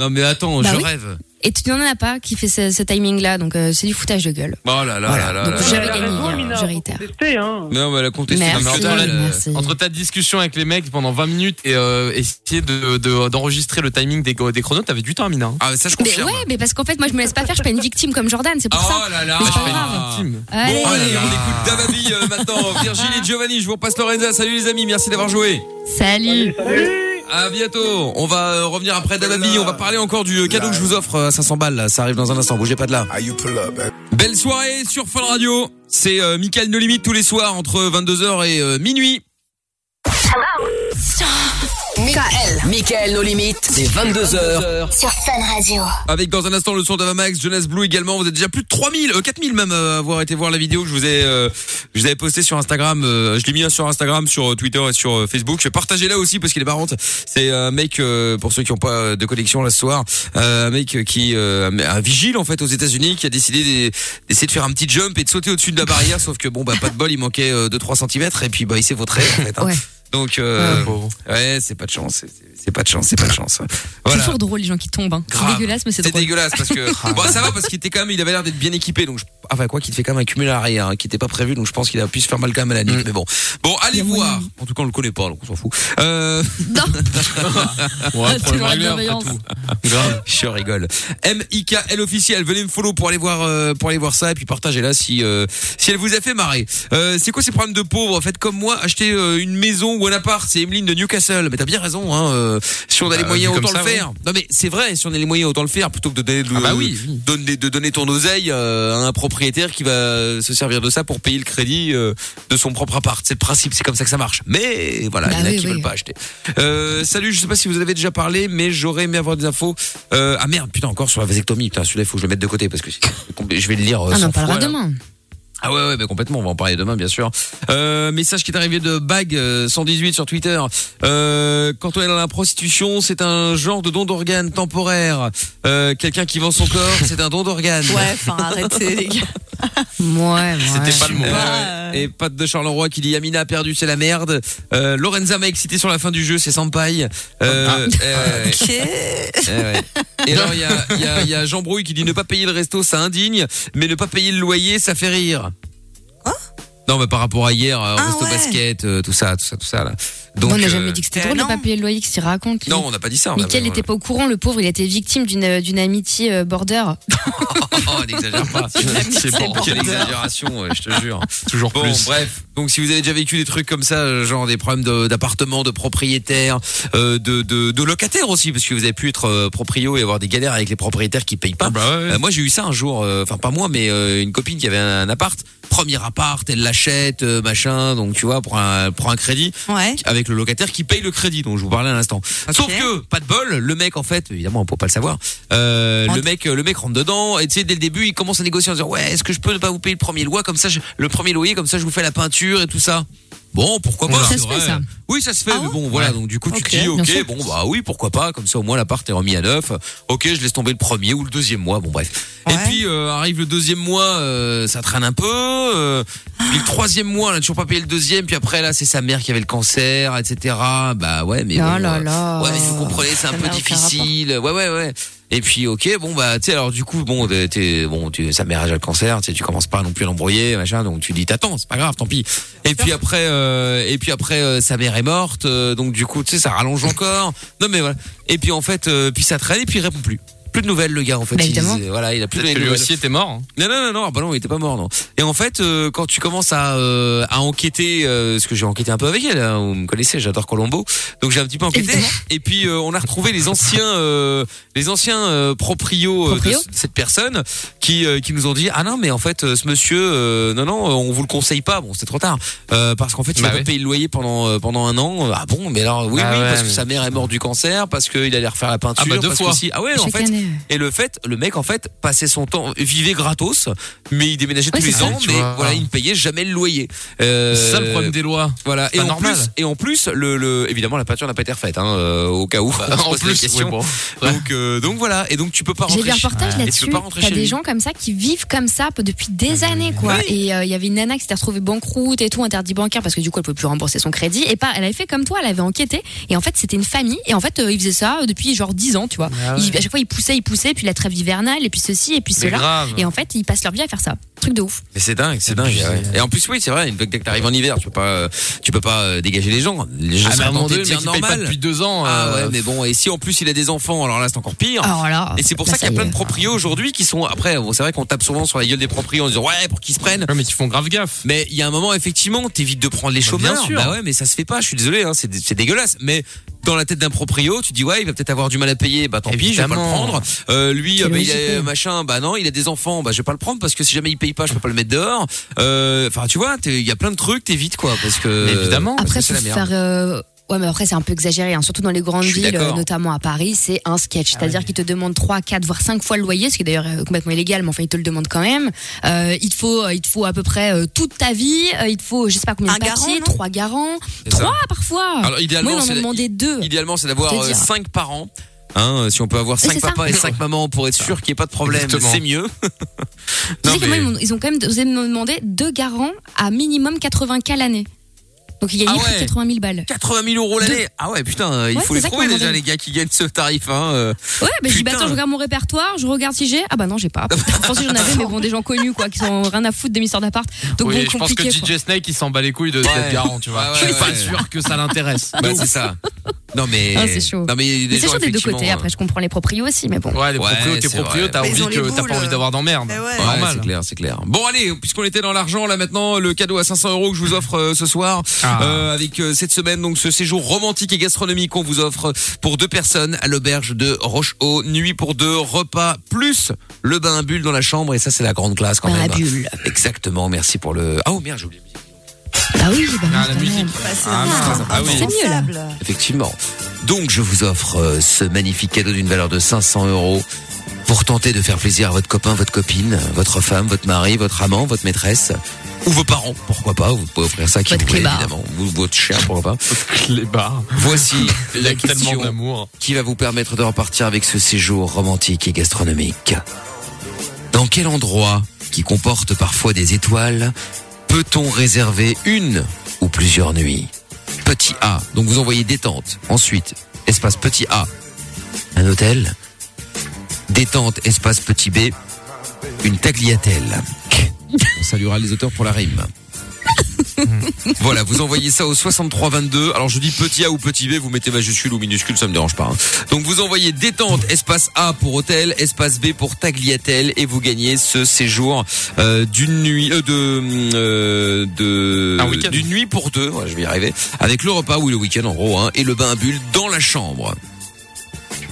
S3: Non mais attends,
S5: Bah
S3: je
S5: oui.
S3: rêve.
S5: Et tu n'en as pas qui fait ce, ce timing-là, donc euh, c'est du foutage de gueule.
S3: Oh là là là là.
S5: Donc,
S3: là
S5: j'avais
S3: là
S5: gagné.
S3: là.
S5: hier, je réitère.
S9: Testé, hein.
S3: Non, mais elle a contesté.
S5: Merci,
S3: Non, mais attends, elle-
S5: merci.
S6: Entre ta discussion avec les mecs pendant 20 minutes et euh, essayer de- de- d'enregistrer le timing des, des chronos, t'avais du temps, Amina. hein.
S3: Ah, ça je
S5: Mais
S3: confirme.
S5: ouais, mais parce qu'en fait, moi, je me laisse pas faire, je suis pas une victime comme Jordan, c'est pour ça.
S3: Oh là là.
S5: Mais c'est pas
S6: Ah,
S5: grave.
S6: victime.
S5: Allez,
S3: Bon, allez, on écoute Davabi euh,
S5: *laughs*
S3: maintenant. Virgile et Giovanni, je vous repasse Lorenza. Salut les amis, merci d'avoir joué.
S5: salut.
S3: À bientôt. On va euh, revenir après Davabi. On va parler encore du euh, cadeau que je vous offre euh, à 500 balles. là. Ça arrive dans un instant. Bougez pas de là. Belle soirée sur Fun Radio. C'est euh, Mickaël No Limite tous les soirs entre 22h et euh, minuit.
S1: Michael nos limites, c'est 22h.
S10: Sur Fun Radio.
S3: Avec dans un instant le son d'Avamax, Jonas Blue également. Vous êtes déjà plus de 3000, euh, 4000 même euh, à avoir été voir la vidéo que je vous ai, euh, je vous avais postée sur Instagram. euh, je l'ai mis sur Instagram, sur euh, Twitter et sur euh, Facebook. Partagez-la aussi parce qu'elle est marrante. C'est un mec euh, pour ceux qui n'ont pas euh, de connexion là ce soir, euh, un mec qui euh, un vigile en fait aux États-Unis qui a décidé d'e- d'essayer de faire un petit jump et de sauter au-dessus de la barrière. sauf que bon bah pas de bol, il manquait euh, 2-3 cm et puis bah il s'est vautré en fait. hein.
S5: Ouais.
S3: Donc euh, ouais, c'est pas de chance, c'est- c'est- c'est pas de chance, c'est pas de chance.
S5: C'est toujours drôle les gens qui tombent. Hein. C'est
S3: Grave.
S5: dégueulasse, mais c'est
S3: C'est
S5: drôle.
S3: dégueulasse
S5: *laughs*
S3: parce que bon ça va parce qu'il était quand même il avait l'air d'être bien équipé donc je... enfin quoi qu'il te fait quand même un cumul arrière hein, qui était pas prévu donc je pense qu'il a pu se faire mal quand même à la nuque mais bon bon allez
S5: Il y a
S3: voir
S5: moyen.
S3: *laughs* en tout cas on le connaît pas donc on s'en fout euh, *laughs*
S5: Non,
S6: Ouais,
S5: c'est
S6: problème
S5: la
S6: réglé, après
S5: bienveillance.
S6: tout.
S3: Ah,
S6: Grave.
S3: je rigole M I K L officiel venez me follow pour aller voir euh, pour aller voir ça et puis partagez la si euh, si elle vous a fait marrer euh, c'est quoi ces problèmes de pauvres faites comme moi achetez euh, une maison ou un appart c'est Emeline de Newcastle mais t'as bien raison hein euh, si on a les
S6: Bah,
S3: moyens
S6: vu comme
S3: autant
S6: ça,
S3: le faire non mais c'est vrai si on a les moyens autant le faire plutôt que de donner de-
S6: Ah bah oui.
S3: donne des- de donner ton oseille euh, à un propriétaire qui va se servir de ça pour payer le crédit euh, de son propre appart. C'est le principe, c'est comme ça que ça marche. Mais voilà,
S5: Bah
S3: il y en a
S5: oui,
S3: qui
S5: oui.
S3: veulent pas acheter. Euh, salut, je sais pas si vous en avez déjà parlé, mais j'aurais aimé avoir des infos. Euh, ah merde, putain, encore sur la vasectomie. Putain, celui-là, il faut que je le mette de côté parce que c'est- je vais le lire. euh,
S5: Ah, on en
S3: cent
S5: parlera
S3: fois, là.
S5: demain.
S3: Ah ouais, ouais, mais complètement. On va en parler demain, bien sûr. Euh, message qui est arrivé de Bag euh, 118 sur Twitter. Euh, quand on est dans la prostitution, c'est un genre de don d'organe temporaire. Euh, Quelqu'un qui vend son corps, c'est un don d'organe.
S4: Ouais, enfin,
S3: *laughs*
S4: arrêtez, les gars.
S5: Ouais, ouais.
S6: C'était pas le mot.
S4: Pas, euh,
S3: Et Pat de Charleroi qui dit Amina a perdu, c'est la merde. Euh, Lorenza m'a excité sur la fin du jeu, c'est Sampaï. Euh, euh,
S4: *laughs* Ok.
S3: euh, ouais. Et alors il y a, il y a- il y a Jean Brouille qui dit ne pas payer le resto, ça indigne, mais ne pas payer le loyer, ça fait rire.
S4: Quoi
S3: Non, mais par rapport à hier, euh,
S4: Ah,
S3: resto
S4: ouais.
S3: basket, euh, tout ça, tout ça, tout ça. Là. Donc,
S5: on n'a
S3: euh,
S5: jamais dit que c'était
S4: euh,
S5: drôle de
S4: non.
S5: pas payer le loyer, qui s'y raconte. lui.
S3: non, on n'a pas dit ça. on a-
S5: Mickaël
S3: on a-
S5: n'était pas au courant, le pauvre, il était victime d'une d'une amitié euh, border.
S3: Oh, n'exagère pas.
S6: *laughs* C'est bon.
S3: Quelle exagération, ouais, je te jure.
S6: *laughs* Toujours
S3: Bon,
S6: plus.
S3: bref. Donc si vous avez déjà vécu des trucs comme ça, euh, genre des problèmes de- d'appartement, de, propriétaire, euh, de, de, de locataire aussi, parce que vous avez pu être euh, proprio et avoir des galères avec les propriétaires qui payent
S6: Ah bah
S3: pas. Euh, moi j'ai eu ça un jour, euh, enfin pas moi, mais euh, une copine qui avait un, un appart, premier appart, elle l'achète, euh, machin, donc tu vois, pour un, pour un crédit,
S4: Ouais.
S3: avec le locataire qui paye le crédit, dont je vous parlais à l'instant. Sauf que, pas de bol, le mec en fait, évidemment on peut pas le savoir, euh,
S5: Ah,
S3: le mec euh, le mec rentre dedans, et tu sais, dès le début il commence à négocier en disant, ouais, est-ce que je peux ne pas vous payer le premier loyer, comme ça, je- le premier loyer, comme ça je vous fais la peinture et tout ça. Bon, pourquoi pas
S10: Ça
S3: c'est
S10: se fait,
S3: vrai.
S10: ça Ah
S3: Oui, ça se fait, mais bon, voilà.
S10: Ouais.
S3: Donc, du coup, tu
S10: Ok,
S3: te dis,
S10: bien
S3: ok,
S10: sûr.
S3: bon, bah oui, pourquoi pas. Comme ça, au moins, l'appart est remis à neuf. Ok, je laisse tomber le premier ou le deuxième mois. Bon, bref. Et puis, euh, arrive le deuxième mois, euh, ça traîne un peu. euh, puis le troisième mois, on a toujours pas payé le deuxième. Puis après, là, c'est sa mère qui avait le cancer, etc. Bah ouais, mais
S10: Ah
S3: bon,
S10: là
S3: euh,
S10: là.
S3: ouais, mais vous comprenez, c'est un
S10: Ça
S3: peu
S10: n'a aucun
S3: difficile. Ouais, ouais, ouais. Et puis, ok, bon, bah, tu sais, alors, du coup, bon, t'es- t'es, bon, tu, sa mère a déjà le cancer, tu sais, tu commences pas non plus à l'embrouiller, machin, donc tu dis, t'attends, c'est pas grave, tant pis. Et puis après, euh, et puis après, euh, sa mère est morte, euh, donc du coup, tu sais,
S10: *laughs*
S3: ça rallonge encore. Non, mais voilà. Et puis, en fait, euh, puis ça traîne, et puis il répond plus. Plus de nouvelles, le gars, en fait.
S6: Bah,
S3: Il-
S6: évidemment.
S3: voilà, il a plus de
S6: Peut-être que lui
S3: nouvelles.
S6: aussi était mort. hein.
S3: Non, non, non, non, ah bah non, il était pas mort, non. Et en fait, euh, quand tu commences à, euh, à enquêter, euh, parce que j'ai enquêté un peu avec elle, hein, vous me connaissez, j'adore Colombo, donc j'ai un petit peu enquêté. Et puis euh, on a retrouvé les anciens, euh, les anciens euh, proprios euh, de
S10: Proprio
S3: c- cette personne qui euh, qui nous ont dit ah non mais en fait euh, ce monsieur, euh, non non, on vous le conseille pas. Bon, c'est trop tard Euh, parce qu'en fait il
S6: Bah
S3: a pas
S6: oui.
S3: payé le loyer pendant euh, pendant un an. Ah bon, mais alors oui
S6: Ah
S3: oui
S6: ouais,
S3: parce que
S6: mais-
S3: sa mère est morte du cancer, parce qu'il allait refaire la peinture,
S6: Ah bah, deux
S3: parce que
S6: fois.
S3: si- ah ouais en
S6: Chaque
S3: fait.
S6: année, ouais.
S3: Et le fait, le mec en fait passait son temps, vivait gratos, mais il déménageait
S6: Ouais,
S3: tous les
S6: c'est ça.
S3: ans,
S6: Tu
S3: mais
S6: vois.
S3: voilà, il ne payait jamais le loyer. Euh,
S6: C'est ça le problème des lois.
S3: Voilà.
S6: C'est
S3: Et
S6: pas
S3: en
S6: normal.
S3: plus, et en plus, le, le- évidemment la peinture n'a pas été refaite, hein, euh, au cas où.
S6: Bah,
S3: *laughs*
S6: en
S3: on se pose la
S6: plus,
S3: question.
S6: oui, bon.
S3: Donc euh, donc voilà. Et donc tu peux pas rentrer.
S5: J'ai vu un
S3: chez-
S5: reportage
S3: et tu
S5: là-dessus.
S3: peux pas rentrer
S5: T'as
S3: chez
S5: des
S3: lui. Ah,
S5: gens comme ça qui vivent comme ça depuis des années, quoi. Et euh, il y avait une nana qui s'était retrouvée banqueroute et tout, interdit bancaire, parce que du coup, elle pouvait plus rembourser son crédit. Et pas, elle avait fait comme toi, elle avait enquêté. Et en fait, c'était une famille. Et en fait, euh, ils faisaient ça depuis genre 10 ans, tu vois.
S11: Ah ouais.
S5: Ils- à chaque fois, ils poussaient, ils poussaient, puis la trêve hivernale, et puis ceci, et puis
S3: Mais
S5: cela.
S3: grave.
S5: Et en fait, ils passent leur vie à faire ça. Truc de ouf.
S3: Mais c'est dingue, c'est
S6: Ah,
S3: dingue. Ah ouais. Et en plus, oui, c'est vrai. une fois que- Dès que t'arrives en hiver, tu peux pas, euh, tu peux pas euh, dégager les gens. Les gens
S6: Ah, mais à un
S3: seraient
S6: moment
S3: tentés de
S6: donné,
S3: dire
S6: le mec, il paye pas
S3: normal.
S6: depuis deux ans.
S3: Ah
S6: euh,
S3: ouais, mais bon, et si en plus il a des enfants, alors là c'est encore pire.
S6: Alors là,
S3: et c'est pour
S6: là,
S3: ça qu'il y a
S6: Ah, Bah, ça y
S3: plein de
S6: est.
S3: proprios aujourd'hui qui sont. Après, bon, c'est vrai qu'on tape souvent sur la gueule des proprios en disant ouais, pour qu'ils se prennent.
S6: mais qui font grave gaffe.
S3: Mais il y a un moment, effectivement, t'évites de prendre les
S6: Bah, bien
S3: chômeurs.
S6: sûr.
S3: Bah ouais, mais ça se fait pas, je suis désolé, hein, c'est dé- c'est dégueulasse. Mais dans la tête d'un proprio, tu dis ouais, il va peut-être avoir du mal à payer, bah tant pis, je vais pas le
S6: Évidemment.
S3: prendre. Euh, lui,
S6: C'est
S3: euh, bah, il
S6: logique,
S3: est
S6: hein.
S3: machin, bah non, il a des enfants, bah je vais pas le prendre parce que si jamais il paye pas, je peux pas le mettre dehors. Euh, Enfin, tu vois, t'es- il y a plein de trucs, t'évites quoi, parce que. parce que
S5: Après,
S3: c'est
S5: faut
S3: la merde.
S5: faire. euh, Ouais, mais après, c'est un peu exagéré, hein. surtout dans les grandes
S3: Je suis
S5: villes,
S3: d'accord. Ah
S5: euh, notamment à Paris, c'est un sketch. C'est-à-dire qu'ils te demandent 3, 4, voire 5 fois le loyer, ce qui est d'ailleurs euh, complètement illégal, mais enfin, ils te le demandent quand même. Euh, il, te faut, euh, il te faut à peu près euh, toute ta vie, euh, il te faut, je sais pas combien
S4: Un
S5: de papiers,
S4: garant, non
S5: 3 garants,
S3: C'est ça.
S5: 3 parfois.
S3: Alors, idéalement,
S5: Moi, ils m'en
S3: c'est
S5: ont
S3: la-
S5: demandé 2.
S3: Idéalement, c'est d'avoir
S5: Pour te dire.
S3: 5 parents. Hein, euh, si on peut avoir
S5: Oui,
S3: 5
S5: c'est ça.
S3: papas et 5 mamans pour être sûr qu'il n'y ait pas de problème,
S6: Exactement.
S3: c'est mieux. *laughs*
S5: Tu
S3: Non,
S5: sais que moi, ils
S3: mais-
S5: m'ont- ils ont quand même osé me demander 2 garants à minimum 80K l'année. Donc, ils gagnaient
S3: Ah
S5: plus de
S3: ouais.
S5: 80 000 balles.
S3: 80 000 euros l'année. Ah ouais, putain, euh, il
S5: Ouais, c'est
S3: faut les
S5: ça
S3: trouver
S5: qu'on
S3: déjà
S5: demande.
S3: les gars qui gagnent ce tarif. Hein. euh.
S5: Ouais, bah, je dis, bah
S3: Putain.
S5: attends, je regarde mon répertoire, je regarde si j'ai. Ah bah non, j'ai pas. Je pensais que j'en avais, mais bon, des gens connus, quoi, qui sont rien à foutre des mystères d'appart. Donc
S6: oui, je
S5: bon,
S6: pense que
S5: compliqué. quoi.
S6: DJ Snake il s'en bat les couilles de
S3: Ouais.
S6: d'être garant, tu vois.
S3: Ouais,
S6: je suis
S3: ouais,
S6: pas
S3: ouais.
S6: sûr que ça l'intéresse.
S3: Bah, c'est ça. Non mais.
S5: Ah, c'est chaud.
S3: Non mais il y a
S5: Mais
S3: des
S5: c'est
S3: gens,
S5: chaud des deux
S3: effectivement,
S5: côtés.
S3: euh,
S5: Après, je comprends les proprios aussi, mais bon.
S6: Ouais, les proprios,
S3: Ouais,
S6: t'es
S3: c'est
S6: proprio,
S3: vrai.
S6: t'as
S3: Mais
S6: envie
S3: ils ont les
S6: que t'as pas envie d'avoir d'emmerde.
S3: Ouais,
S6: Normal.
S3: c'est clair, c'est clair. Bon allez, puisqu'on était dans l'argent là maintenant, le cadeau à 500 euros que je vous offre euh, ce soir,
S6: Ah.
S3: euh, avec euh, cette semaine donc ce séjour romantique et gastronomique qu'on vous offre pour deux personnes à l'auberge de Rochehaut, nuit pour deux, repas plus le bain à bulles dans la chambre et ça c'est la grande classe quand
S5: Bain à
S3: même.
S5: bulles.
S3: Exactement, merci pour le. Ah oh merde, j'ai oublié.
S5: Ah oui, bah,
S6: Ah, la musique.
S3: Ah,
S6: merde.
S3: merde. Ah oui.
S5: c'est mieux là.
S3: Effectivement. Donc je vous offre euh, ce magnifique cadeau d'une valeur de 500 euros pour tenter de faire plaisir à votre copain, votre copine, votre femme, votre mari, votre amant, votre maîtresse ou vos parents, pourquoi pas. Vous pouvez offrir ça à qui
S5: Votre
S3: vous voulez,
S5: clébard.
S3: évidemment. Ou votre chien, pourquoi pas.
S6: Les bars.
S3: Voici la
S6: Tellement
S3: question
S6: d'amour.
S3: qui va vous permettre de repartir avec ce séjour romantique et gastronomique. Dans quel endroit, qui comporte parfois des étoiles, peut-on réserver une ou plusieurs nuits Petit A, donc vous envoyez détente. Ensuite, espace petit A, un hôtel. Détente, espace petit B,
S6: *laughs*
S3: une tagliatelle. On saluera les auteurs pour la rime. Voilà, vous envoyez ça au 6322. Alors je dis petit A ou petit B, vous mettez majuscule ou minuscule, ça me dérange pas. hein. Donc vous envoyez détente, espace A pour hôtel, espace B pour tagliatelle et vous gagnez ce séjour euh, d'une nuit euh, de euh, de
S6: Un week-end.
S3: d'une nuit pour deux. Ouais, je vais y arriver. Avec le repas ou le week-end en gros hein, et le bain à bulles dans la chambre.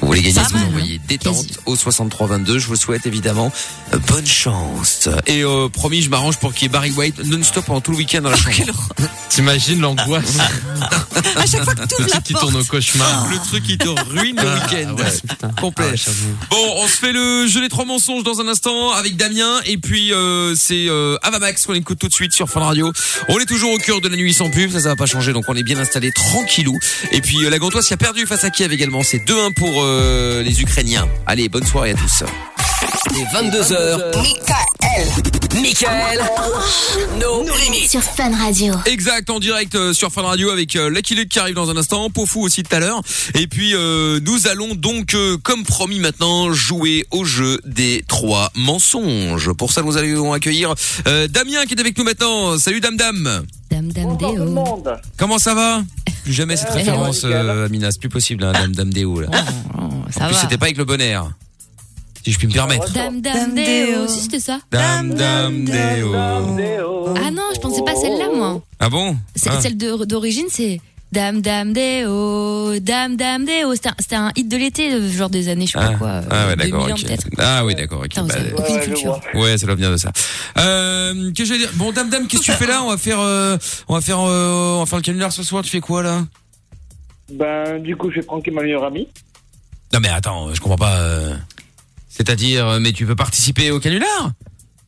S3: Vous voulez gagner
S5: Pas
S3: ça, vous
S5: mal, hein.
S3: envoyez détente au 6322. Je vous souhaite évidemment euh, bonne chance. Et euh, promis, je m'arrange pour qu'il y ait Barry White non-stop pendant tout le week-end dans la chambre.
S6: T'imagines l'angoisse
S4: À
S3: *laughs*
S4: chaque fois que tu ouvres
S6: Le
S4: la
S6: truc qui tourne
S4: porte.
S6: au
S5: Ah.
S6: cauchemar. Ah,
S3: Le truc qui te ruine le week-end.
S6: Complet.
S3: Bon, on se fait le jeu des trois mensonges dans un instant avec Damien et puis euh, c'est euh, Avamax qu'on écoute tout de suite sur Fun Radio. On est toujours au cœur de la nuit sans pub, ça ça va pas changer donc on est bien installé tranquillou. Et puis euh, la Gantoise qui a perdu face à Kiev également, c'est 2-1 pour euh, les Ukrainiens. Allez, bonne soirée à tous.
S1: Les 22h. Michael. Michael. No limites.
S10: Sur Fun Radio.
S3: Exact, en direct euh, sur Fun Radio avec euh, Lucky Luke qui arrive dans un instant, Pofou aussi tout à l'heure. Et puis euh, nous allons donc, euh, comme promis maintenant, jouer au jeu des trois mensonges. Pour ça, nous allons accueillir euh, Damien qui est avec nous maintenant. Salut Dame Dame
S5: Dame, dame,
S9: Bonjour tout le
S5: déo.
S9: monde.
S3: Comment ça va Plus jamais cette
S9: Euh,
S3: référence,
S9: ça va, nickel.
S3: euh, Amina, c'est plus possible, hein, Dame Dame Déo. Là.
S5: Oh, oh,
S3: En
S5: Ça
S3: plus,
S5: va.
S3: c'était pas avec le bon air, si je puis me permettre.
S5: Dame,
S4: Dame
S5: dame, déo.
S4: Déo.
S5: Si, c'était ça.
S3: Dame Dame Déo.
S5: Ah non, je pensais pas à celle-là, moi.
S3: Ah bon
S5: C'est-
S3: Ah.
S5: Celle de- d'origine, c'est Dame, dame, déo. Dame, dame, déo. C'était un- C'était un hit de l'été, euh, genre des années, je sais
S3: Ah,
S5: pas quoi.
S3: ah ouais,
S5: euh,
S3: d'accord.
S5: 2000
S3: ok.
S5: peut-être.
S3: Ah oui, d'accord. ok.
S5: Putain, vous
S3: Bah,
S5: avez aucune
S9: Ouais, je
S5: culture.
S9: vois.
S3: Ouais, ça doit venir de ça. Euh, que j'allais dire Bon, dame, dame, qu'est-ce que tu fais là On va faire, euh, on va faire, euh, on va faire le canular ce soir. Tu fais quoi là
S9: Ben, du coup, je vais pranker ma meilleure amie.
S3: Non mais attends, je comprends pas. euh, C'est-à-dire, euh, mais tu veux participer au canular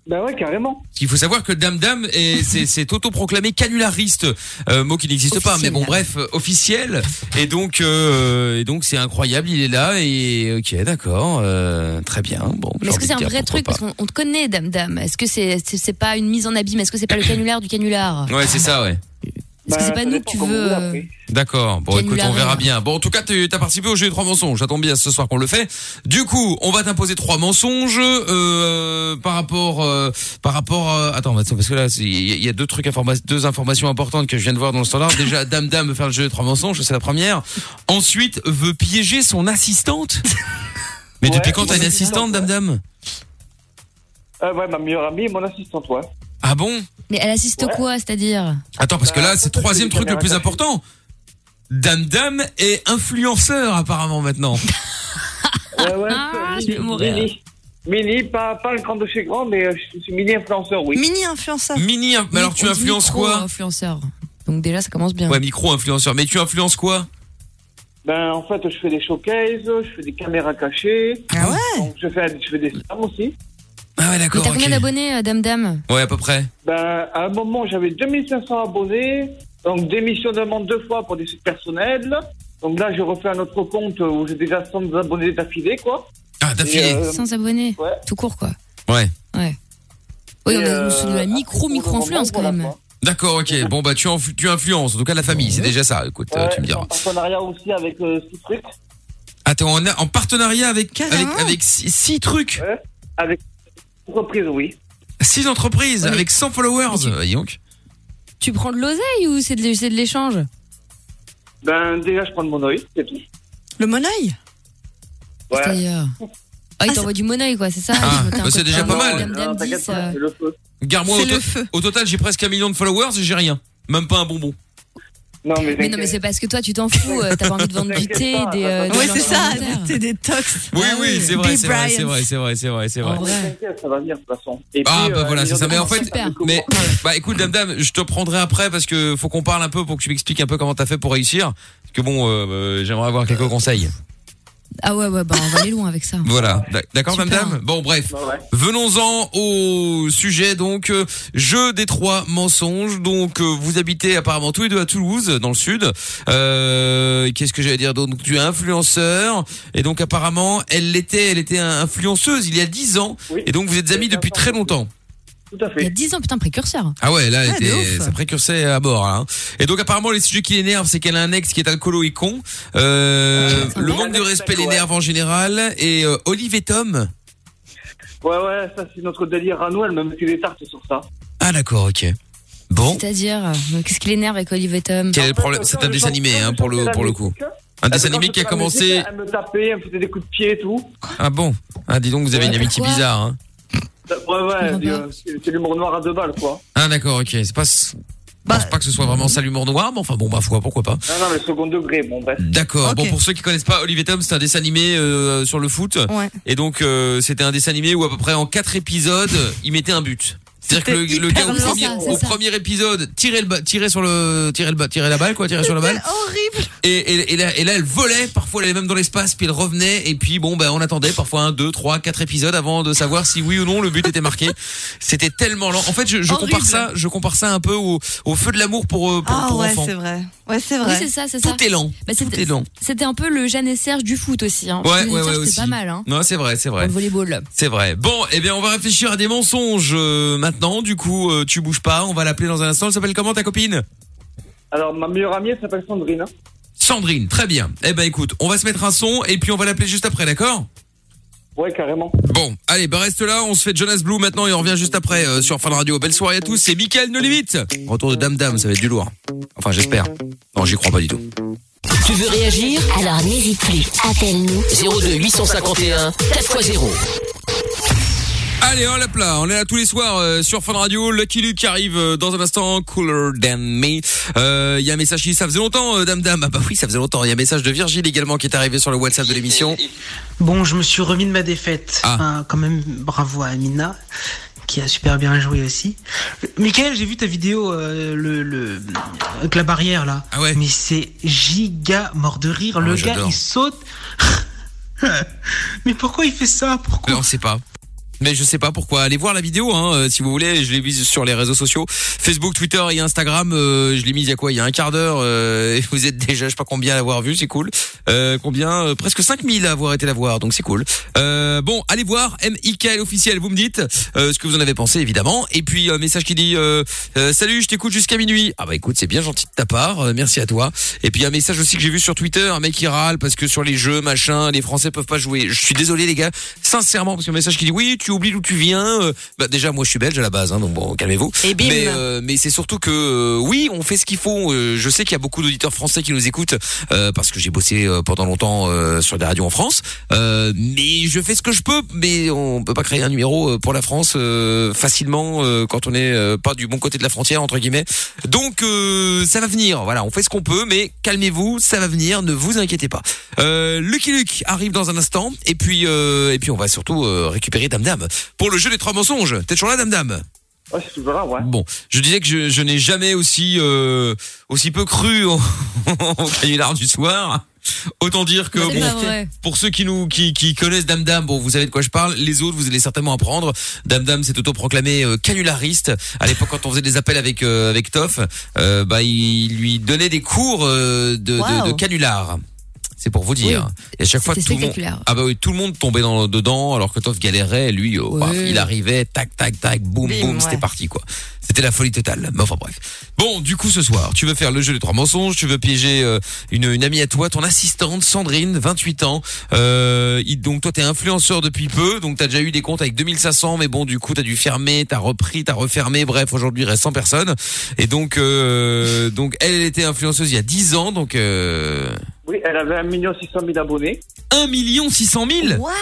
S3: Parce
S9: Ben ouais, carrément.
S3: qu'il faut savoir que Dame Dame est- c'est c'est autoproclamé canulariste, euh, mot qui n'existe pas, mais
S5: Officiel.
S3: bon bref, euh, officiel. Et donc, euh, et donc c'est incroyable, il est là et ok, d'accord, euh, très bien. Bon,
S5: Mais
S3: j'ai
S5: est-ce
S3: envie
S5: que c'est
S3: de
S5: un
S3: dire
S5: vrai
S3: pourquoi
S5: truc
S3: pas.
S5: Parce qu'on on te connaît, dame, dame. Est-ce que c'est c'est- c'est pas une mise en abîme Est-ce que c'est pas
S3: *coughs*
S5: le canular du canular
S3: Ouais, c'est ça, ouais.
S5: Est-ce que
S9: Ben,
S5: c'est pas
S9: ça
S5: nous que
S9: dépend
S5: tu
S9: comment vous
S5: veux euh,
S9: l'appelez.
S3: D'accord. Bon,
S5: Quel
S3: écoute, on
S5: larron.
S3: verra bien. Bon, en tout cas, tu as participé au jeu des trois mensonges. J'attends bien ce soir qu'on le fait. Du coup, on va t'imposer trois mensonges euh, par rapport, euh, par rapport. euh, attends, attends, parce que là, c'est- il y a- il y a deux trucs, informa- deux informations importantes que je viens de voir dans le standard. Déjà, *laughs* Dame Dame veut faire le jeu des trois mensonges, c'est la première. Ensuite, veut piéger son assistante. Mais
S9: Ouais,
S3: depuis quand t'as
S9: mon
S3: une
S9: assistante,
S3: assistante, Dame Dame
S9: Euh, ouais, ma meilleure amie et mon assistante, ouais.
S3: Ah bon
S5: Mais elle assiste
S9: Ouais.
S5: quoi C'est-à-dire
S3: Attends, parce que
S9: Bah,
S3: là,
S9: ça,
S3: c'est
S9: c'est
S3: le troisième
S9: des
S3: truc le
S9: caméras
S3: plus
S9: cachées.
S3: important. Dame Dame est influenceur apparemment maintenant.
S9: Ouais, ouais.
S5: Ah,
S9: c'est-
S5: je vais mourir.
S9: Mini. Mini, pas, pas le grand de chez grand, mais euh, je suis mini influenceur, oui.
S4: Mini influenceur.
S3: Mini, mais alors tu
S5: On dit
S3: influences
S5: micro,
S3: quoi
S5: euh, Influenceur. Donc déjà, ça commence bien.
S3: Ouais, micro-influenceur. Mais tu influences quoi
S9: Ben, en fait, je fais des showcases, je fais des caméras cachées.
S4: Ah ouais
S9: Donc, je fais, je fais des spams aussi.
S3: Ah ouais,
S5: Mais
S3: d'accord.
S5: t'as
S3: ok.
S5: combien d'abonnés, euh, dame, dame
S3: Ouais, à peu près.
S9: Ben, à un moment, j'avais 2500 abonnés. Donc, démission de demande deux fois pour des sites personnels. Donc là, je refais un autre compte où j'ai déjà 100 abonnés d'affilée, quoi.
S3: Ah, t'as
S9: Et,
S3: filé.
S9: euh,
S5: 100 abonnés.
S9: ouais.
S5: Tout court, quoi.
S3: Ouais.
S5: Ouais. Oui,
S9: Et,
S5: on
S9: euh,
S5: est sur de la
S9: pour le moment,
S5: micro-micro-influence quand
S9: voilà,
S5: même.
S9: quoi.
S3: D'accord, ok. Bon, bah, tu, influ- tu influences. En tout cas, la famille, c'est déjà ça. Écoute, euh,
S9: Ouais,
S3: tu me
S9: je suis
S3: diras.
S9: En partenariat aussi avec euh, six trucs.
S3: Attends, on est en partenariat avec avec,
S4: Carrément.
S3: avec six, six trucs,
S9: Avec entreprise, oui.
S3: six entreprises,
S5: Ouais, mais-
S3: avec 100 followers.
S5: Mais tu-
S3: Euh, dis donc.
S5: Tu prends de l'oseille ou c'est de l'é- c'est de l'échange
S9: Ben, déjà, je prends de mon oeil, c'est tout.
S4: Le monoeil
S9: Ouais.
S5: C'est-à-dire Ah, il
S4: Ah,
S5: t'envoie du monoeil, quoi, c'est ça
S3: Ah,
S5: Il me fait un
S3: bah, c'est
S5: côté-
S3: déjà pas
S5: Ah,
S3: mal.
S5: Dame, dame,
S9: t'inquiète
S5: 10,
S9: pas,
S5: euh,
S9: c'est le feu.
S3: Garde-moi, au,
S4: C'est
S3: to-
S4: le feu.
S3: au total, j'ai presque un million de followers et j'ai rien. Même pas un bonbon.
S9: Non, mais,
S5: Mais non, mais c'est parce que toi, tu t'en fous. euh, T'as pas envie
S9: *laughs*
S5: de vendre du thé, des. euh, des
S4: Ouais,
S5: gens
S4: c'est ça,
S5: alimentaires.
S4: c'est des tox.
S3: Oui,
S5: Ah
S3: oui,
S5: oui.
S3: c'est vrai,
S4: Be
S3: c'est vrai, c'est
S4: Bryant.
S3: vrai, c'est vrai, c'est vrai, c'est vrai.
S5: En vrai.
S9: t'inquiète, ça va venir de toute façon. Et
S3: Ah,
S9: puis,
S3: bah
S9: euh,
S3: voilà, c'est ça. Mais en fait,
S5: Super.
S3: Mais bah écoute dame dame, je te prendrai après parce que faut qu'on parle un peu pour que tu m'expliques un peu comment t'as fait pour réussir. Parce que bon, euh, euh, j'aimerais avoir quelques conseils.
S5: Ah ouais, ouais, bah on va aller loin avec ça.
S3: Voilà, D'ac- d'accord dame
S5: Super.
S3: dame. Bon bref,
S9: Ouais, ouais.
S3: venons-en au sujet donc euh, jeu des trois mensonges. Donc euh, vous habitez apparemment tous les deux à Toulouse dans le sud. Euh, Qu'est-ce que j'allais dire Donc tu es influenceur et donc apparemment elle l'était, elle était un- influenceuse il y a 10 ans
S9: Oui.
S3: et donc vous êtes amis depuis très longtemps.
S9: Tout à
S5: Il y a
S9: fait.
S5: 10 ans, putain, précurseur.
S3: Ah ouais, là, elle
S4: Ouais, de
S3: était-
S4: ouf.
S3: ça précursait à bord. là, hein. Et donc apparemment, les sujets qui l'énervent, c'est qu'elle a un ex qui est alcoolo et con. Euh,
S5: Ouais,
S3: le
S5: ouais.
S3: manque de respect
S9: Ouais.
S3: l'énerve en général. Et euh, Olive et Tom.
S9: euh, Ouais, ouais, ça, c'est notre délire à nous. Elle me mettait des tartes sur ça.
S3: Ah d'accord, ok. bon
S5: C'est-à-dire, euh, qu'est-ce qu'il énerve avec Olivier Tom
S3: Quel est le problème C'est un dessin animé, hein, pour le, pour le coup.
S9: Ah,
S3: Un dessin animé qui a commencé.
S9: Elle me tapait, elle me faisait des coups de pied et tout.
S3: Ah bon Ah, dis donc, vous avez une amitié
S9: Pourquoi
S3: bizarre, hein.
S9: Ouais, ouais, euh, c'est c'est l'humour noir à deux balles, quoi.
S3: Ah, d'accord, ok. C'est pas. Je pense pas que ce soit vraiment ça l'humour noir, mais enfin bon, bah, foi, pourquoi pas.
S9: Ah Non, non, mais second degré, bon, bref.
S3: D'accord. Bon, pour ceux qui connaissent pas, Olivier Tom, c'est un dessin animé euh, sur le foot.
S9: Ouais.
S3: Et donc, euh, c'était un dessin animé où à peu près en quatre épisodes, il mettait un but. C'est-à-dire que
S9: C'était
S3: le, le
S9: hyper
S3: gars au
S9: violent,
S3: premier,
S9: ça, c'est
S3: au
S9: ça.
S3: premier épisode tirait le ba- tirait sur le tirait le ba- tirait la balle quoi tirait sur
S1: *laughs*
S3: la balle
S4: horrible
S3: et, et, et là, et là, elle volait parfois elle allait même dans l'espace puis elle revenait et puis bon ben on attendait parfois un deux trois quatre épisodes avant de savoir si oui ou non le but était marqué c'était tellement lent en fait je, je compare
S5: Horrible.
S3: ça je compare ça un peu au, au feu de l'amour pour euh, pour,
S4: Ah
S3: pour
S4: ouais,
S3: enfants
S4: c'est vrai. Ouais, c'est
S5: Oui,
S4: vrai.
S5: c'est ça, c'est ça.
S3: tout est lent
S5: Bah,
S3: tout
S5: c'était-
S3: est lent
S5: C'était un peu le Jeanne et Serge du foot aussi. Hein.
S3: Ouais,
S5: Jeanne et
S3: ouais,
S5: Serge,
S3: ouais,
S5: c'était
S3: aussi.
S5: pas mal. Hein.
S3: non c'est vrai c'est vrai
S5: Pour le volleyball.
S3: C'est vrai. Bon, eh bien, on va réfléchir à des mensonges euh, maintenant. Du coup, euh, tu bouges pas. On va l'appeler dans un instant. Elle s'appelle comment ta copine
S9: Alors, ma meilleure amie, elle s'appelle Sandrine. hein.
S3: Sandrine. Très bien. Eh ben, écoute, on va se mettre un son et puis on va l'appeler juste après, d'accord
S9: Ouais, carrément.
S3: Bon, allez, bah reste là. On se fait Jonas Blue maintenant et on revient juste après euh, sur Fan Radio. Belle soirée à tous. C'est Mickaël No Limite. Retour de Dame Dame, ça va être du lourd. Enfin, j'espère. Non, j'y crois pas du tout.
S1: Tu veux réagir Alors n'hésite plus. Appelle-nous. 02 851 4x0.
S3: Allez, on l'appelle là, on est là tous les soirs euh, sur Fun Radio, Lucky Luke qui arrive euh, dans un instant, Cooler Than Me. Euh, Il y a un message qui, ça faisait longtemps, euh, Dame Dame, ah bah oui, ça faisait longtemps, il y a un message de Virgile également qui est arrivé sur le WhatsApp de l'émission.
S10: Bon, je me suis remis de ma défaite.
S3: Ah.
S10: Enfin, quand même, bravo à Amina, qui a super bien joué aussi. Michael, j'ai vu ta vidéo euh, le, le- avec la barrière là. Mais c'est giga mort de rire.
S3: Ah
S10: le
S3: ouais,
S10: gars,
S3: j'adore.
S10: il saute. *laughs* Mais pourquoi il fait ça Pourquoi
S3: Non, c'est pas. Mais je sais pas pourquoi. Allez voir la vidéo, hein, euh, si vous voulez. Je l'ai mise sur les réseaux sociaux, Facebook, Twitter et Instagram. euh, je l'ai mise il y a quoi Il y a un quart d'heure. euh, et vous êtes déjà, je sais pas combien à l'avoir vu, c'est cool. Euh, combien Euh, Presque 5000 à avoir été la voir, donc c'est cool. Euh, bon, allez voir MIKL officiel. Vous me dites euh, ce que vous en avez pensé, évidemment. Et puis un message qui dit euh, euh, Salut, je t'écoute jusqu'à minuit. Ah bah écoute, c'est bien gentil de ta part. euh, merci à toi. Et puis un message aussi que j'ai vu sur Twitter, un mec qui râle parce que sur les jeux machin, les Français peuvent pas jouer. Je suis désolé les gars, sincèrement parce que le message qui dit oui, tu oublies d'où tu viens. euh, bah déjà moi je suis belge à la base, hein, donc bon calmez-vous.
S10: Et bim.
S3: Mais, euh, mais c'est surtout que euh, oui, on fait ce qu'il faut. Euh, je sais qu'il y a beaucoup d'auditeurs français qui nous écoutent euh, parce que j'ai bossé euh, pendant longtemps euh, sur des radios en France. Euh, mais je fais ce que je peux. Mais on peut pas créer un numéro euh, pour la France euh, facilement euh, quand on est euh, pas du bon côté de la frontière entre guillemets. Donc euh, ça va venir. Voilà, on fait ce qu'on peut. Mais calmez-vous, ça va venir. Ne vous inquiétez pas. Euh, Lucky Luke arrive dans un instant. Et puis euh, et puis on va surtout euh, récupérer Dame Dame pour le jeu des trois mensonges. T'es toujours là, Dame Dame
S9: Ouais, c'est toujours là, ouais.
S3: Bon, je disais que je, je n'ai jamais aussi euh, aussi peu cru au, *laughs* au canular du soir. Autant dire que
S5: C'est
S3: bon,
S5: pas vrai.
S3: pour ceux qui nous qui, qui connaissent Dame Dame, bon, vous savez de quoi je parle. Les autres, vous allez certainement apprendre. Dame Dame s'est autoproclamé euh, canulariste. À l'époque, quand on faisait des appels avec euh, avec Toff, euh, bah il lui donnait des cours euh, de, de, de
S5: Wow.
S3: canular. C'est pour vous dire. Et à chaque fois,
S5: C'était
S3: tout le monde,
S5: spectaculaire.
S3: ah bah oui, tout le monde tombait dans, dedans, alors que Toff galérait, et lui, oh,
S5: Ouais.
S3: paf, il arrivait, tac, tac, tac, boum,
S5: Bim,
S3: boum,
S5: ouais.
S3: c'était parti, quoi. C'était la folie totale. Mais enfin, bref. Bon, du coup, ce soir, tu veux faire le jeu des trois mensonges, tu veux piéger euh, une, une amie à toi, ton assistante, Sandrine, 28 ans. Euh, il- donc, toi, t'es influenceur depuis peu, donc t'as déjà eu des comptes avec 2500, mais bon, du coup, t'as dû fermer, t'as repris, t'as refermé, bref, aujourd'hui, il reste 100 personnes. Et donc, euh, donc elle, elle était influenceuse il y a 10 ans, donc... Euh
S9: Oui, elle avait 1 600 000 abonnés.
S3: 1 600 000
S5: What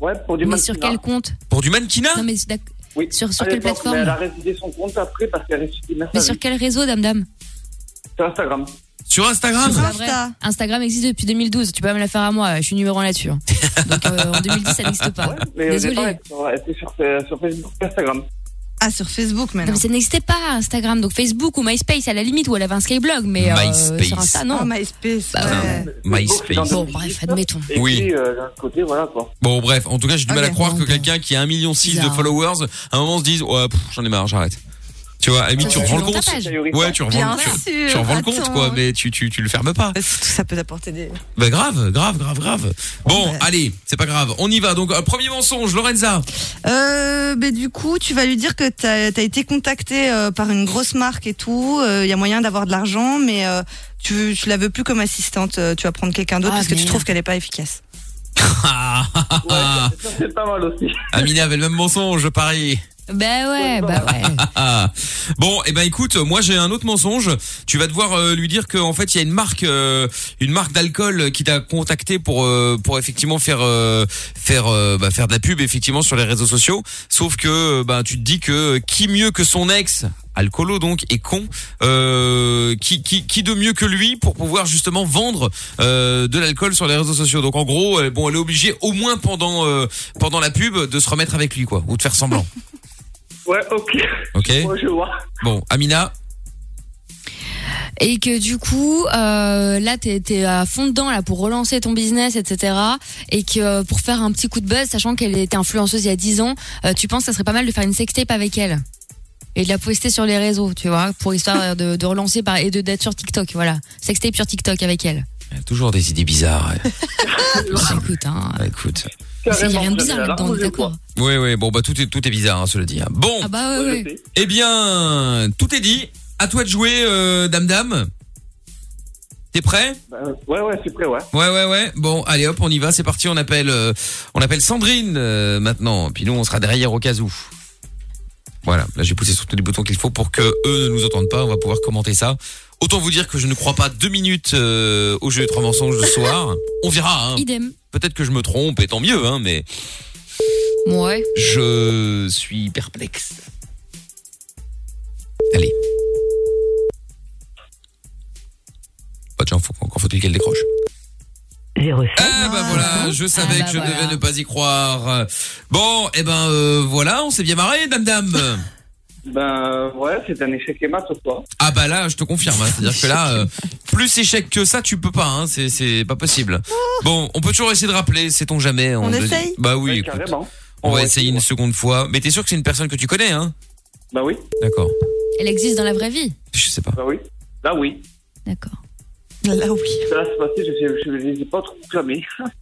S9: Ouais, pour du
S5: Mais
S9: mannequinat.
S5: sur quel compte
S3: Pour du mannequinat
S5: Non, mais c'est d'ac-
S9: Oui.
S5: Sur- sur
S9: À
S5: quelle
S9: l'époque,
S5: plateforme
S9: mais Elle a résidé son compte après parce qu'elle a résidé ma
S5: mais
S9: famille.
S5: sur quel réseau, dame dame
S9: Sur Instagram.
S3: Sur
S9: Euh,
S3: Instagram
S5: C'est pas vrai. Instagram existe depuis 2012. Tu peux pas me la faire à moi. Je suis numéro 1 là-dessus. hein. Donc euh,
S3: *laughs*
S5: en 2010, ça n'existe pas.
S9: Mais au départ,
S5: Désolée.
S9: elle était sur- elle était sur, euh, sur Facebook et Instagram.
S5: Ah, sur Facebook maintenant. mais ça n'existait pas, Instagram. Donc Facebook ou MySpace à la limite, où elle avait un Skyblog, mais euh,
S3: MySpace.
S5: sur Insta, non. Bah,
S4: Oh, MySpace.
S3: MySpace.
S5: Bon, bref, admettons.
S9: Et
S3: Oui.
S9: puis, euh, d'un autre côté, voilà quoi.
S3: Bon, bref, en tout
S5: Oh,
S3: cas, j'ai du mal à croire que quelqu'un qui a 1,6 million de
S9: Bizarre.
S3: followers, à un moment se dise, ouais, pff, j'en ai marre, j'arrête. Tu vois, à la limite,
S9: Ça,
S3: tu
S9: c'est
S3: revends le
S9: du
S3: compte.
S9: tapage.
S3: Ouais, tu revends,
S4: Bien
S3: tu,
S4: sûr,
S3: tu revends le compte,
S4: attends.
S3: quoi, mais tu, tu, tu le fermes pas.
S4: Ça peut apporter des.
S3: Bah, grave, grave, grave, grave. Bon,
S5: bah.
S3: allez, c'est pas grave, on y va. Donc, euh, premier mensonge, Lorenza.
S4: Euh, ben, du coup, tu vas lui dire que t'as as été contacté euh, par une grosse marque et tout. Il y a moyen d'avoir de l'argent, mais euh, tu, tu la veux plus comme assistante. euh, tu vas prendre quelqu'un
S5: Ah,
S4: d'autre parce que tu trouves qu'elle est pas efficace.
S3: Ah, ah, ah, ah.
S9: C'est pas mal aussi.
S3: Amina avait le même mensonge, je parie.
S5: Bah ouais, bah ouais.
S3: Ah. *laughs* Bon, eh ben écoute, moi j'ai un autre mensonge. Tu vas devoir euh, lui dire qu'en fait il y a une marque, euh, une marque d'alcool qui t'a contacté pour euh, pour effectivement faire euh, faire euh, bah, faire de la pub effectivement sur les réseaux sociaux. Sauf que euh, bah, tu te dis que euh, qui mieux que son ex alcoolo donc et con euh, qui, qui qui de mieux que lui pour pouvoir justement vendre euh, de l'alcool sur les réseaux sociaux donc en gros euh, bon elle est obligée au moins pendant euh, pendant la pub de se remettre avec lui quoi ou de faire semblant
S9: Ouais, ok.
S3: ok
S9: Moi, Oh, je vois.
S3: bon Amina
S5: Et que du coup, euh, là, t'es es à fond dedans là pour relancer ton business, etc. Et que euh, pour faire un petit coup de buzz, sachant qu'elle était influenceuse il y a 10 ans, euh, tu penses que ça serait pas mal de faire une sextape avec elle et de la poster sur les réseaux, tu vois, pour *laughs* histoire de, de relancer par, et de d'être sur TikTok, voilà. Sextape sur TikTok avec *laughs* elle.
S3: Elle a toujours des idées bizarres.
S9: *laughs*
S3: elle.
S5: écoute, hein,
S3: Bah, écoute.
S5: il y a rien de bizarre là-dedans, on est d'accord.
S3: Oui, oui, bon, bah, tout est, tout est bizarre, hein, cela dit. hein. Bon,
S5: Ah bah ouais, ouais.
S3: eh bien, tout est dit. À toi de jouer, euh, Dame Dame. T'es prêt
S9: Bah, Ouais, ouais, c'est prêt, ouais.
S3: Ouais, ouais, ouais. Bon, allez, hop, on y va, c'est parti. On appelle, euh, on appelle Sandrine euh, maintenant. Puis nous, on sera derrière au cas où. Voilà, là, j'ai poussé sur tous les boutons qu'il faut pour que eux ne nous entendent pas. On va pouvoir commenter ça. Autant vous dire que je ne crois pas deux minutes euh, au jeu des trois mensonges ce soir. On verra. Hein.
S5: Idem.
S3: Peut-être que je me trompe, et tant mieux, hein, mais.
S5: Ouais.
S3: Je suis perplexe. Allez. Pas de chance, faut- encore faut-il qu'elle décroche. Ah bah voilà, je savais que je devais ne pas y croire. Bon, et ben euh, voilà, on s'est bien marré, dame dame.
S9: Ben, ouais, c'est un échec et mat ou quoi
S3: ah bah là, je te confirme, hein, c'est-à-dire
S9: *laughs*
S3: que là, euh, plus échec que ça, tu peux pas, hein, c'est c'est pas possible. Bon, on peut toujours essayer de rappeler, sait-on jamais.
S9: Oh. On essaye
S3: Bah oui,
S9: Ouais,
S3: écoute,
S9: carrément.
S3: on va essayer une seconde fois. Mais t'es sûr que c'est une personne que tu connais, hein
S9: Bah oui.
S3: D'accord.
S5: Elle existe dans la vraie vie.
S3: Je sais pas.
S9: Bah oui. Là, oui.
S5: D'accord.
S9: Là, oui. Là, c'est passé, je sais, je les ai pas trop clamés. *laughs*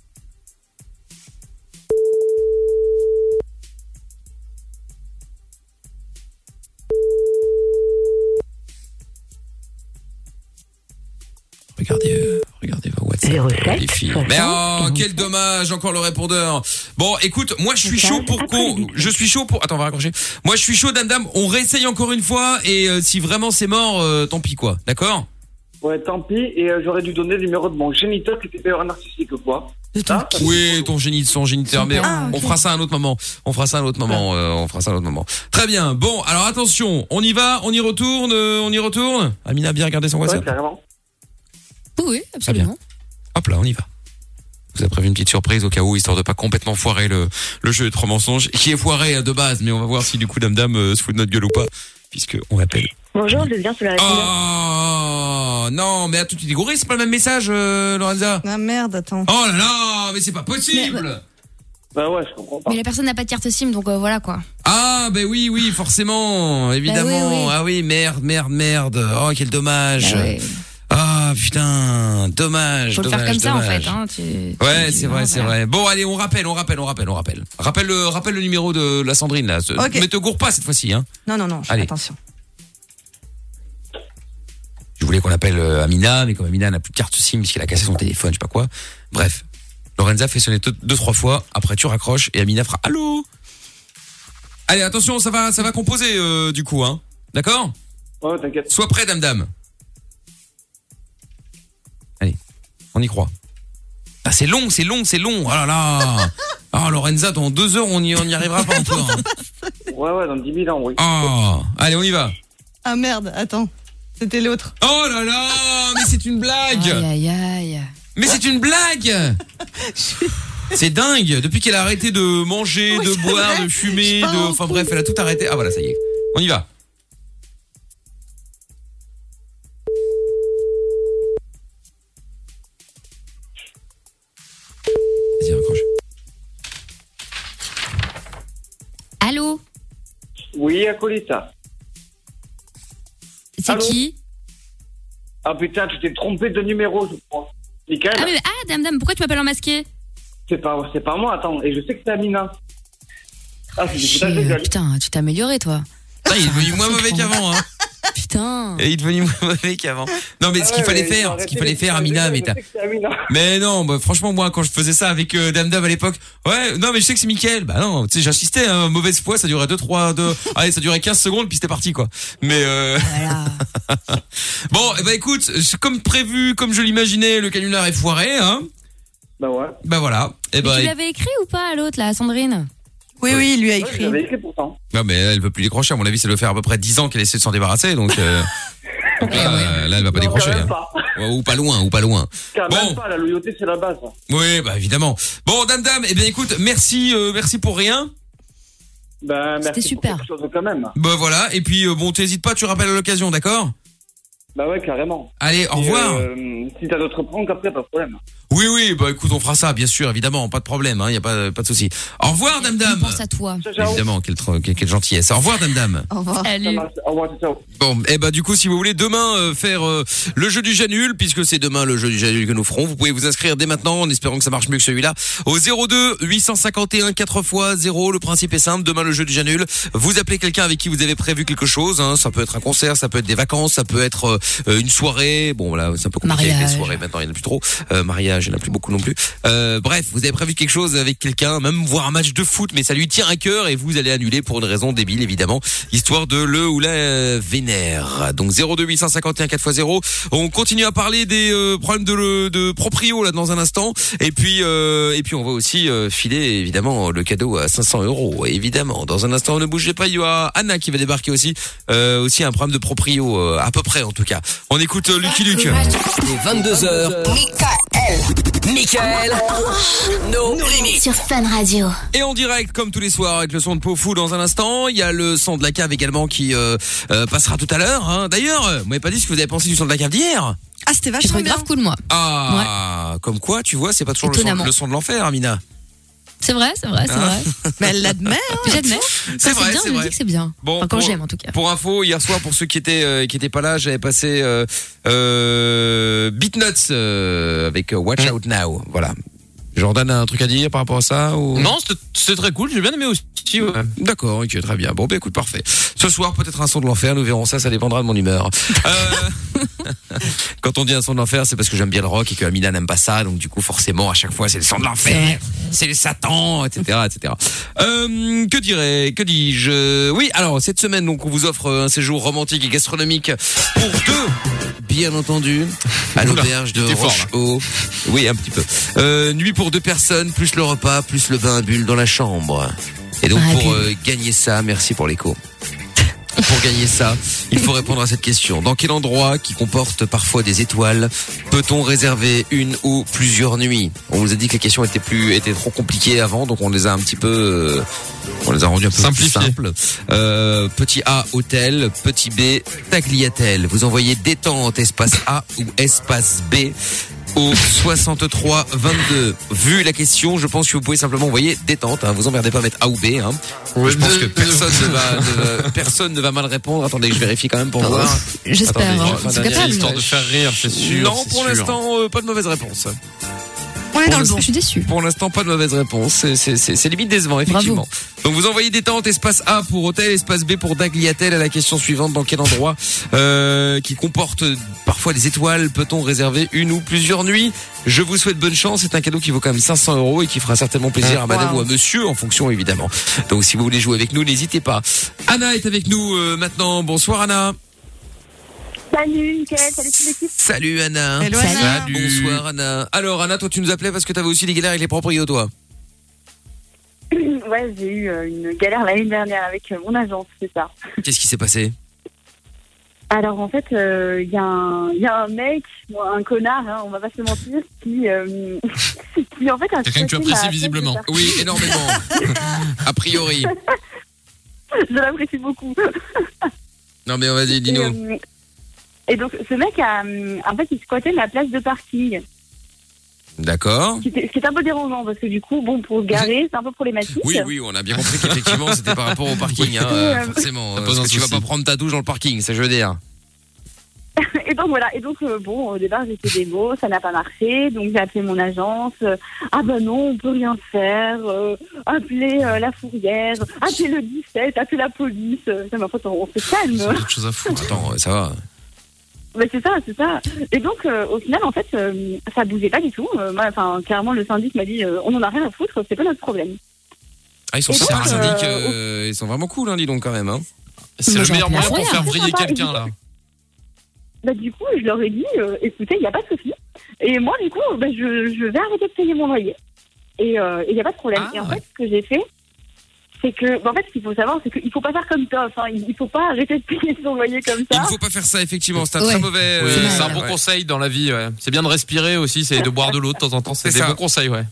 S3: Regardez, euh, regardez vos WhatsApp. les filles. Mais oh, quel dommage, encore le répondeur. Bon, écoute, moi je suis chaud pour qu'on, je suis chaud pour, attends, on va raccrocher. Moi je suis chaud, dame dame, on réessaye encore une fois et euh, si vraiment c'est mort, euh, tant pis quoi, d'accord
S9: Ouais, tant pis. Et euh, j'aurais dû donner le numéro de mon géniteur qui était d'ailleurs narcissique, quoi.
S3: Ah, Oui, ton génie de son géniteur, mais on,
S9: Ah, ok.
S3: on fera ça à un autre moment. On fera ça à un autre moment. euh, on fera ça à un autre moment. Très bien. Bon, alors attention, on y va, on y retourne, euh, on y retourne. Amina a bien regardé son WhatsApp.
S5: Oui, oui, absolument.
S3: Hop là, on y va. Je Vous a prévu une petite surprise au cas où, histoire de pas complètement foirer le, le jeu de trois mensonges, qui est foiré hein, de base, mais on va voir si du coup Dame Dame euh, se fout de notre gueule ou pas, puisque on appelle.
S11: Bonjour, je viens sur la
S3: Oh non, mais à tout de suite, dégouré, c'est pas le même message, euh, Lorenza.
S4: Ah merde, attends.
S3: Oh là là, mais c'est pas possible.
S9: Bah ouais, je comprends
S5: Mais la personne n'a pas de carte SIM, donc euh, voilà quoi.
S3: Ah ben oui oui forcément évidemment
S5: Bah oui, oui.
S3: ah oui merde merde merde oh quel dommage ah putain dommage
S5: Faut le faire
S3: dommage,
S5: comme ça en
S3: dommage.
S5: fait. Hein, tu-
S3: Ouais, c'est vrai, c'est vrai. Bon, allez, on rappelle, on rappelle, on rappelle, on rappelle. Rappelle le, rappelle le numéro de la Sandrine, là. Ce-
S4: Ok.
S3: Mais te gourre pas cette fois-ci, hein.
S4: Non, non, non,
S3: Allez.
S4: attention.
S3: Je voulais qu'on appelle euh, Amina, mais comme Amina n'a plus de carte SIM, parce qu'elle a cassé son téléphone, je sais pas quoi. Bref. Lorenza fait sonner deux, deux, trois fois. Après, tu raccroches et Amina fera Allô? Allez, attention, ça va, ça va composer, euh, du coup, hein. D'accord?
S9: Ouais, t'inquiète.
S3: Sois prêt, dame, dame. Allez, on y croit. Ah, c'est long, c'est long, c'est long.
S9: *laughs*
S3: Ah là là. Ah, Lorenza, dans deux heures, on y, on y arrivera pas encore.
S9: Ouais, ouais, dans 10 000 ans, oui.
S3: Oh, allez, on y va.
S4: Ah merde, attends. C'était l'autre.
S3: Oh là là, mais c'est une blague.
S5: Aïe, aïe, aïe.
S3: Mais c'est
S5: *laughs*
S3: une blague. C'est dingue. Depuis qu'elle a arrêté de manger, de boire, de fumer, de, enfin bref, elle a tout arrêté. Ah voilà, ça y est. On y va.
S5: Allô
S9: Oui, Acolita.
S5: C'est qui
S9: Ah putain, tu t'es trompé de numéro, je crois. Nickel.
S5: Ah, mais, ah, dame, dame, pourquoi tu m'appelles en masqué
S9: C'est pas, c'est pas moi, attends. Et je sais que c'est Amina. Ah, c'est des
S5: Chier,
S9: foutages de gueule.
S5: Putain, tu t'es amélioré toi. Ah,
S3: il est devenu moins mauvais qu'avant. Hein.
S5: Putain.
S3: Et il est devenu mauvais mec avant. Non, mais ce qu'il fallait faire, ce qu'il fallait faire, Amina, mais t'as- Mais non, bah, franchement, moi, quand je faisais ça avec euh, Dame Dame à l'époque, ouais, non, mais je sais que c'est Mickaël. Bah non, tu sais, j'assistais, hein, mauvaise foi, ça durait 2, 3,
S5: *laughs*
S3: 2, allez, ça durait 15 secondes, puis c'était parti, quoi. Mais euh... *laughs* Bon, eh bah écoute, c'est comme prévu, comme je l'imaginais, le canular est foiré, hein.
S9: Bah ouais.
S3: Bah voilà. Et
S5: Mais
S3: bah,
S5: tu l'avais écrit ou pas à l'autre, là, à Sandrine
S4: Oui, oui, il lui a écrit.
S3: non, mais elle veut plus décrocher, à mon avis, ça doit faire à peu près 10 ans qu'elle essaie de s'en débarrasser, donc,
S5: *laughs*
S3: euh, donc là, euh, là, elle va pas décrocher.
S9: même
S3: hein.
S9: pas.
S3: Ouais, ou pas loin, ou pas loin.
S9: Car même pas, la loyauté, c'est la base.
S3: Oui, bah évidemment. Bon, dame, dame, eh bien écoute, merci, euh, merci pour rien.
S9: *laughs* Bah, merci super. pour quelque chose quand même.
S3: Bah voilà, et puis euh, bon, t'hésites pas, tu rappelles à l'occasion, d'accord
S9: Bah ouais, carrément.
S3: Allez, au
S9: Et,
S3: revoir.
S9: euh, si t'as d'autres pranks, après, pas de problème.
S3: Oui, oui, bah écoute, on fera ça, bien sûr, évidemment, pas de problème, hein, y a pas, pas de souci. Au revoir, dame, dame.
S5: Pense à toi.
S3: Évidemment, quelle, tro- quelle- quelle gentillesse. Au revoir, dame, dame.
S5: Au revoir. Salut.
S3: Bon, et bah du coup, si vous voulez demain euh, faire euh, le jeu du Janul, puisque c'est demain le jeu du Janul que nous ferons, vous pouvez vous inscrire dès maintenant, en espérant que ça marche mieux que celui-là, au 02 851 4 x 0. Le principe est simple, demain le jeu du Janul, vous appelez quelqu'un avec qui vous avez prévu quelque chose, hein, ça peut être un concert, ça peut être des vacances, ça peut être euh, une soirée, bon voilà, c'est un peu compliqué avec les
S11: Mariage.
S3: soirées maintenant, il n'y en a plus trop, Euh, mariage, il n'y en a plus beaucoup non plus. Euh, bref, vous avez prévu quelque chose avec quelqu'un, même voir un match de foot, mais ça lui tient à cœur et vous allez annuler pour une raison débile évidemment, histoire de le ou la euh, vénère. Donc 02851 4x0. On continue à parler des euh, problèmes de, le- de proprio là dans un instant et puis euh, et puis on va aussi euh, filer évidemment le cadeau à 500 euros évidemment. Dans un instant, ne bougez pas, il y a Anna qui va débarquer aussi euh, aussi un problème de proprio euh, à peu près en tout cas. On écoute euh, Lucky Luke.
S1: Dès 22h, Michael. Michael. No, limites. Sur Fun Radio.
S3: Et en direct, comme tous les soirs, avec le son de Pofou dans un instant. Il y a le son de la cave également qui euh, euh, passera tout à l'heure. hein. D'ailleurs, euh, vous m'avez pas dit ce que vous avez pensé du son de la cave d'hier
S4: Ah, c'était vachement bien.
S5: grave cool, moi.
S3: Ah, comme quoi, tu vois, c'est pas toujours le son,
S5: Étonnamment.
S3: le son de l'enfer, Amina.
S5: C'est vrai, c'est vrai, c'est
S3: Ah.
S5: vrai.
S4: *laughs* Mais elle l'admet. hein.
S5: J'admets.
S3: C'est
S5: Enfin,
S3: vrai,
S5: bien,
S3: c'est
S5: je me
S3: vrai.
S5: dis que c'est bien.
S3: Bon,
S5: Enfin, quand
S3: pour-
S5: j'aime, en tout cas.
S3: Pour info, hier soir, pour ceux qui étaient euh, qui étaient pas là, j'avais passé euh, euh, Beatnuts euh, avec euh, Watch Out Now. Voilà. Jordan a un truc à dire par rapport à ça ou
S6: Non, c'était- c'était très cool, j'ai bien aimé aussi. ouais.
S3: D'accord, ok, très bien. Bon, bah écoute, parfait. Ce soir, peut-être un son de l'enfer, nous verrons ça, ça dépendra de mon humeur.
S6: *laughs*
S3: Euh, Quand on dit un son de l'enfer, c'est parce que j'aime bien le rock et que Amina n'aime pas ça, donc du coup, forcément, à chaque fois, c'est le son de l'enfer, c'est le Satan, etc., etc. Euh, que dirais, que dis-je Oui, alors, cette semaine, donc, on vous offre un séjour romantique et gastronomique pour deux, bien entendu, à
S11: Oula,
S3: l'auberge de
S11: t'es fort, là.
S3: Rochehaut. Oui, un petit peu. Euh, nuit pour deux personnes, plus le repas, plus le bain à bulles dans la chambre. Et donc,
S11: Ah,
S3: pour
S11: bulles.
S3: euh, gagner ça, merci pour l'écho. *laughs* Pour gagner ça, il faut répondre à cette question. Dans quel endroit qui comporte parfois des étoiles peut-on réserver une ou plusieurs nuits On vous a dit que les questions étaient plus étaient trop compliquées avant, donc on les a un petit peu euh, on les a rendues un peu plus
S6: Simplifiées.
S3: simples. Euh, petit A hôtel, petit B tagliatelle. Vous envoyez détente espace A ou espace B au 63 22. Vu la question, je pense que vous pouvez simplement envoyer détente. hein. Vous emmerdez pas à mettre A ou B. Hein. je pense que personne ne va, ne va- personne ne va mal répondre. Attendez, que je vérifie quand même pour voir.
S5: J'espère,
S3: Attendez,
S5: hein.
S3: je vais faire
S5: C'est
S3: un dernier
S5: capable.
S3: histoire de
S6: Faire rire, c'est sûr.
S3: non,
S6: c'est
S3: pour
S6: sûr.
S3: l'instant, euh, pas de mauvaise réponse.
S5: On est
S3: Pour
S5: dans le
S3: l'instant-
S5: bon. Je suis déçu.
S3: Pour l'instant, pas de mauvaise réponse. C'est- C'est c'est- c'est limite décevant, effectivement. Donc, vous envoyez des tentes, espace A pour hôtel, espace B pour Dagliatelle à la question suivante. Dans quel endroit euh, qui comporte parfois des étoiles peut-on réserver une ou plusieurs nuits Je vous souhaite bonne chance. C'est un cadeau qui vaut quand même 500 euros et qui fera certainement plaisir
S12: Mmh.
S3: à madame
S11: Wow.
S3: ou à monsieur en fonction, évidemment. Donc, si vous voulez jouer avec nous, n'hésitez pas. Anna est avec nous euh, maintenant. Bonsoir, Anna.
S12: Salut Mickaël, salut toute l'équipe.
S3: Salut, Anna.
S12: Hello, Anna.
S6: Salut.
S3: Bonsoir, Anna. Alors, Anna, toi, tu nous appelais parce que tu avais aussi des galères avec les proprios, toi
S12: *clears throat* ouais, j'ai eu euh, une galère l'année dernière avec euh, mon agence, c'est ça.
S3: Qu'est-ce qui s'est passé
S12: Alors en fait, euh, il y, a un- il y a un mec, bon, un connard, hein, on va pas se mentir, qui, euh, *laughs* qui en fait a
S3: Quelqu'un que
S12: scotché
S3: tu
S12: ma
S3: apprécies
S12: tête
S3: visiblement.
S12: de partout.
S3: Oui, énormément. A priori.
S12: *laughs* Je l'apprécie beaucoup.
S3: Non mais vas-y,
S12: Et,
S3: dis-nous.
S12: euh, et donc ce mec a, euh, en fait, il squattait ma place de parking.
S3: D'accord.
S12: Ce qui était- ce qui est un peu dérangeant parce que du coup, bon, pour se garer, c'est un peu problématique.
S3: Oui, oui, on a bien compris qu'effectivement c'était par rapport au parking, hein,
S12: Oui,
S3: euh,
S12: euh,
S3: forcément.
S6: Ça
S3: euh,
S6: pose
S3: Parce
S6: un
S3: que tu vas
S6: souci.
S3: pas prendre ta douche dans le parking, ça je veux dire.
S12: *laughs* et Et donc voilà, et donc euh, bon, au départ j'ai fait des mots, ça n'a pas marché, donc j'ai appelé mon agence, euh, ah ben non, on peut rien faire, euh, appelez euh, la fourrière, appelez le 17, appelez la police, Euh, non, mais en fait on, on se calme. *laughs*
S3: Autre chose à foutre. Attends, euh, ça va.
S12: Bah, c'est ça, c'est ça. Et donc, euh, au final, en fait, euh, ça bougeait pas du tout. Euh, moi, Enfin, clairement, le syndic m'a dit, euh, on en a rien à foutre, c'est pas notre problème.
S3: Ah, ils sont
S12: Et
S3: sympas,
S12: donc,
S3: les syndics,
S12: euh,
S3: euh, ils sont vraiment cool, hein, dis donc, quand même. Hein.
S6: C'est le meilleur moyen pour faire briller
S12: sympa,
S6: quelqu'un, là.
S12: Bah, du coup, je leur ai dit, euh, écoutez, il n'y a pas de souci. Et moi, du coup, bah, je, je vais arrêter de payer mon loyer. Et il n'y a pas de problème.
S3: Ah,
S12: et en fait, ce que j'ai fait, c'est que, bah, en fait, ce qu'il faut savoir, c'est qu'il ne faut pas faire comme Toff. Hein. Il ne faut pas arrêter de payer son loyer comme ça.
S3: Il ne faut pas faire ça, effectivement. C'est un très mauvais.
S6: Oui,
S3: euh,
S6: c'est un bon
S3: ouais.
S6: conseil dans la vie. ouais. C'est bien de respirer aussi, c'est de boire de l'eau de temps en temps. C'est des bons conseils, ouais.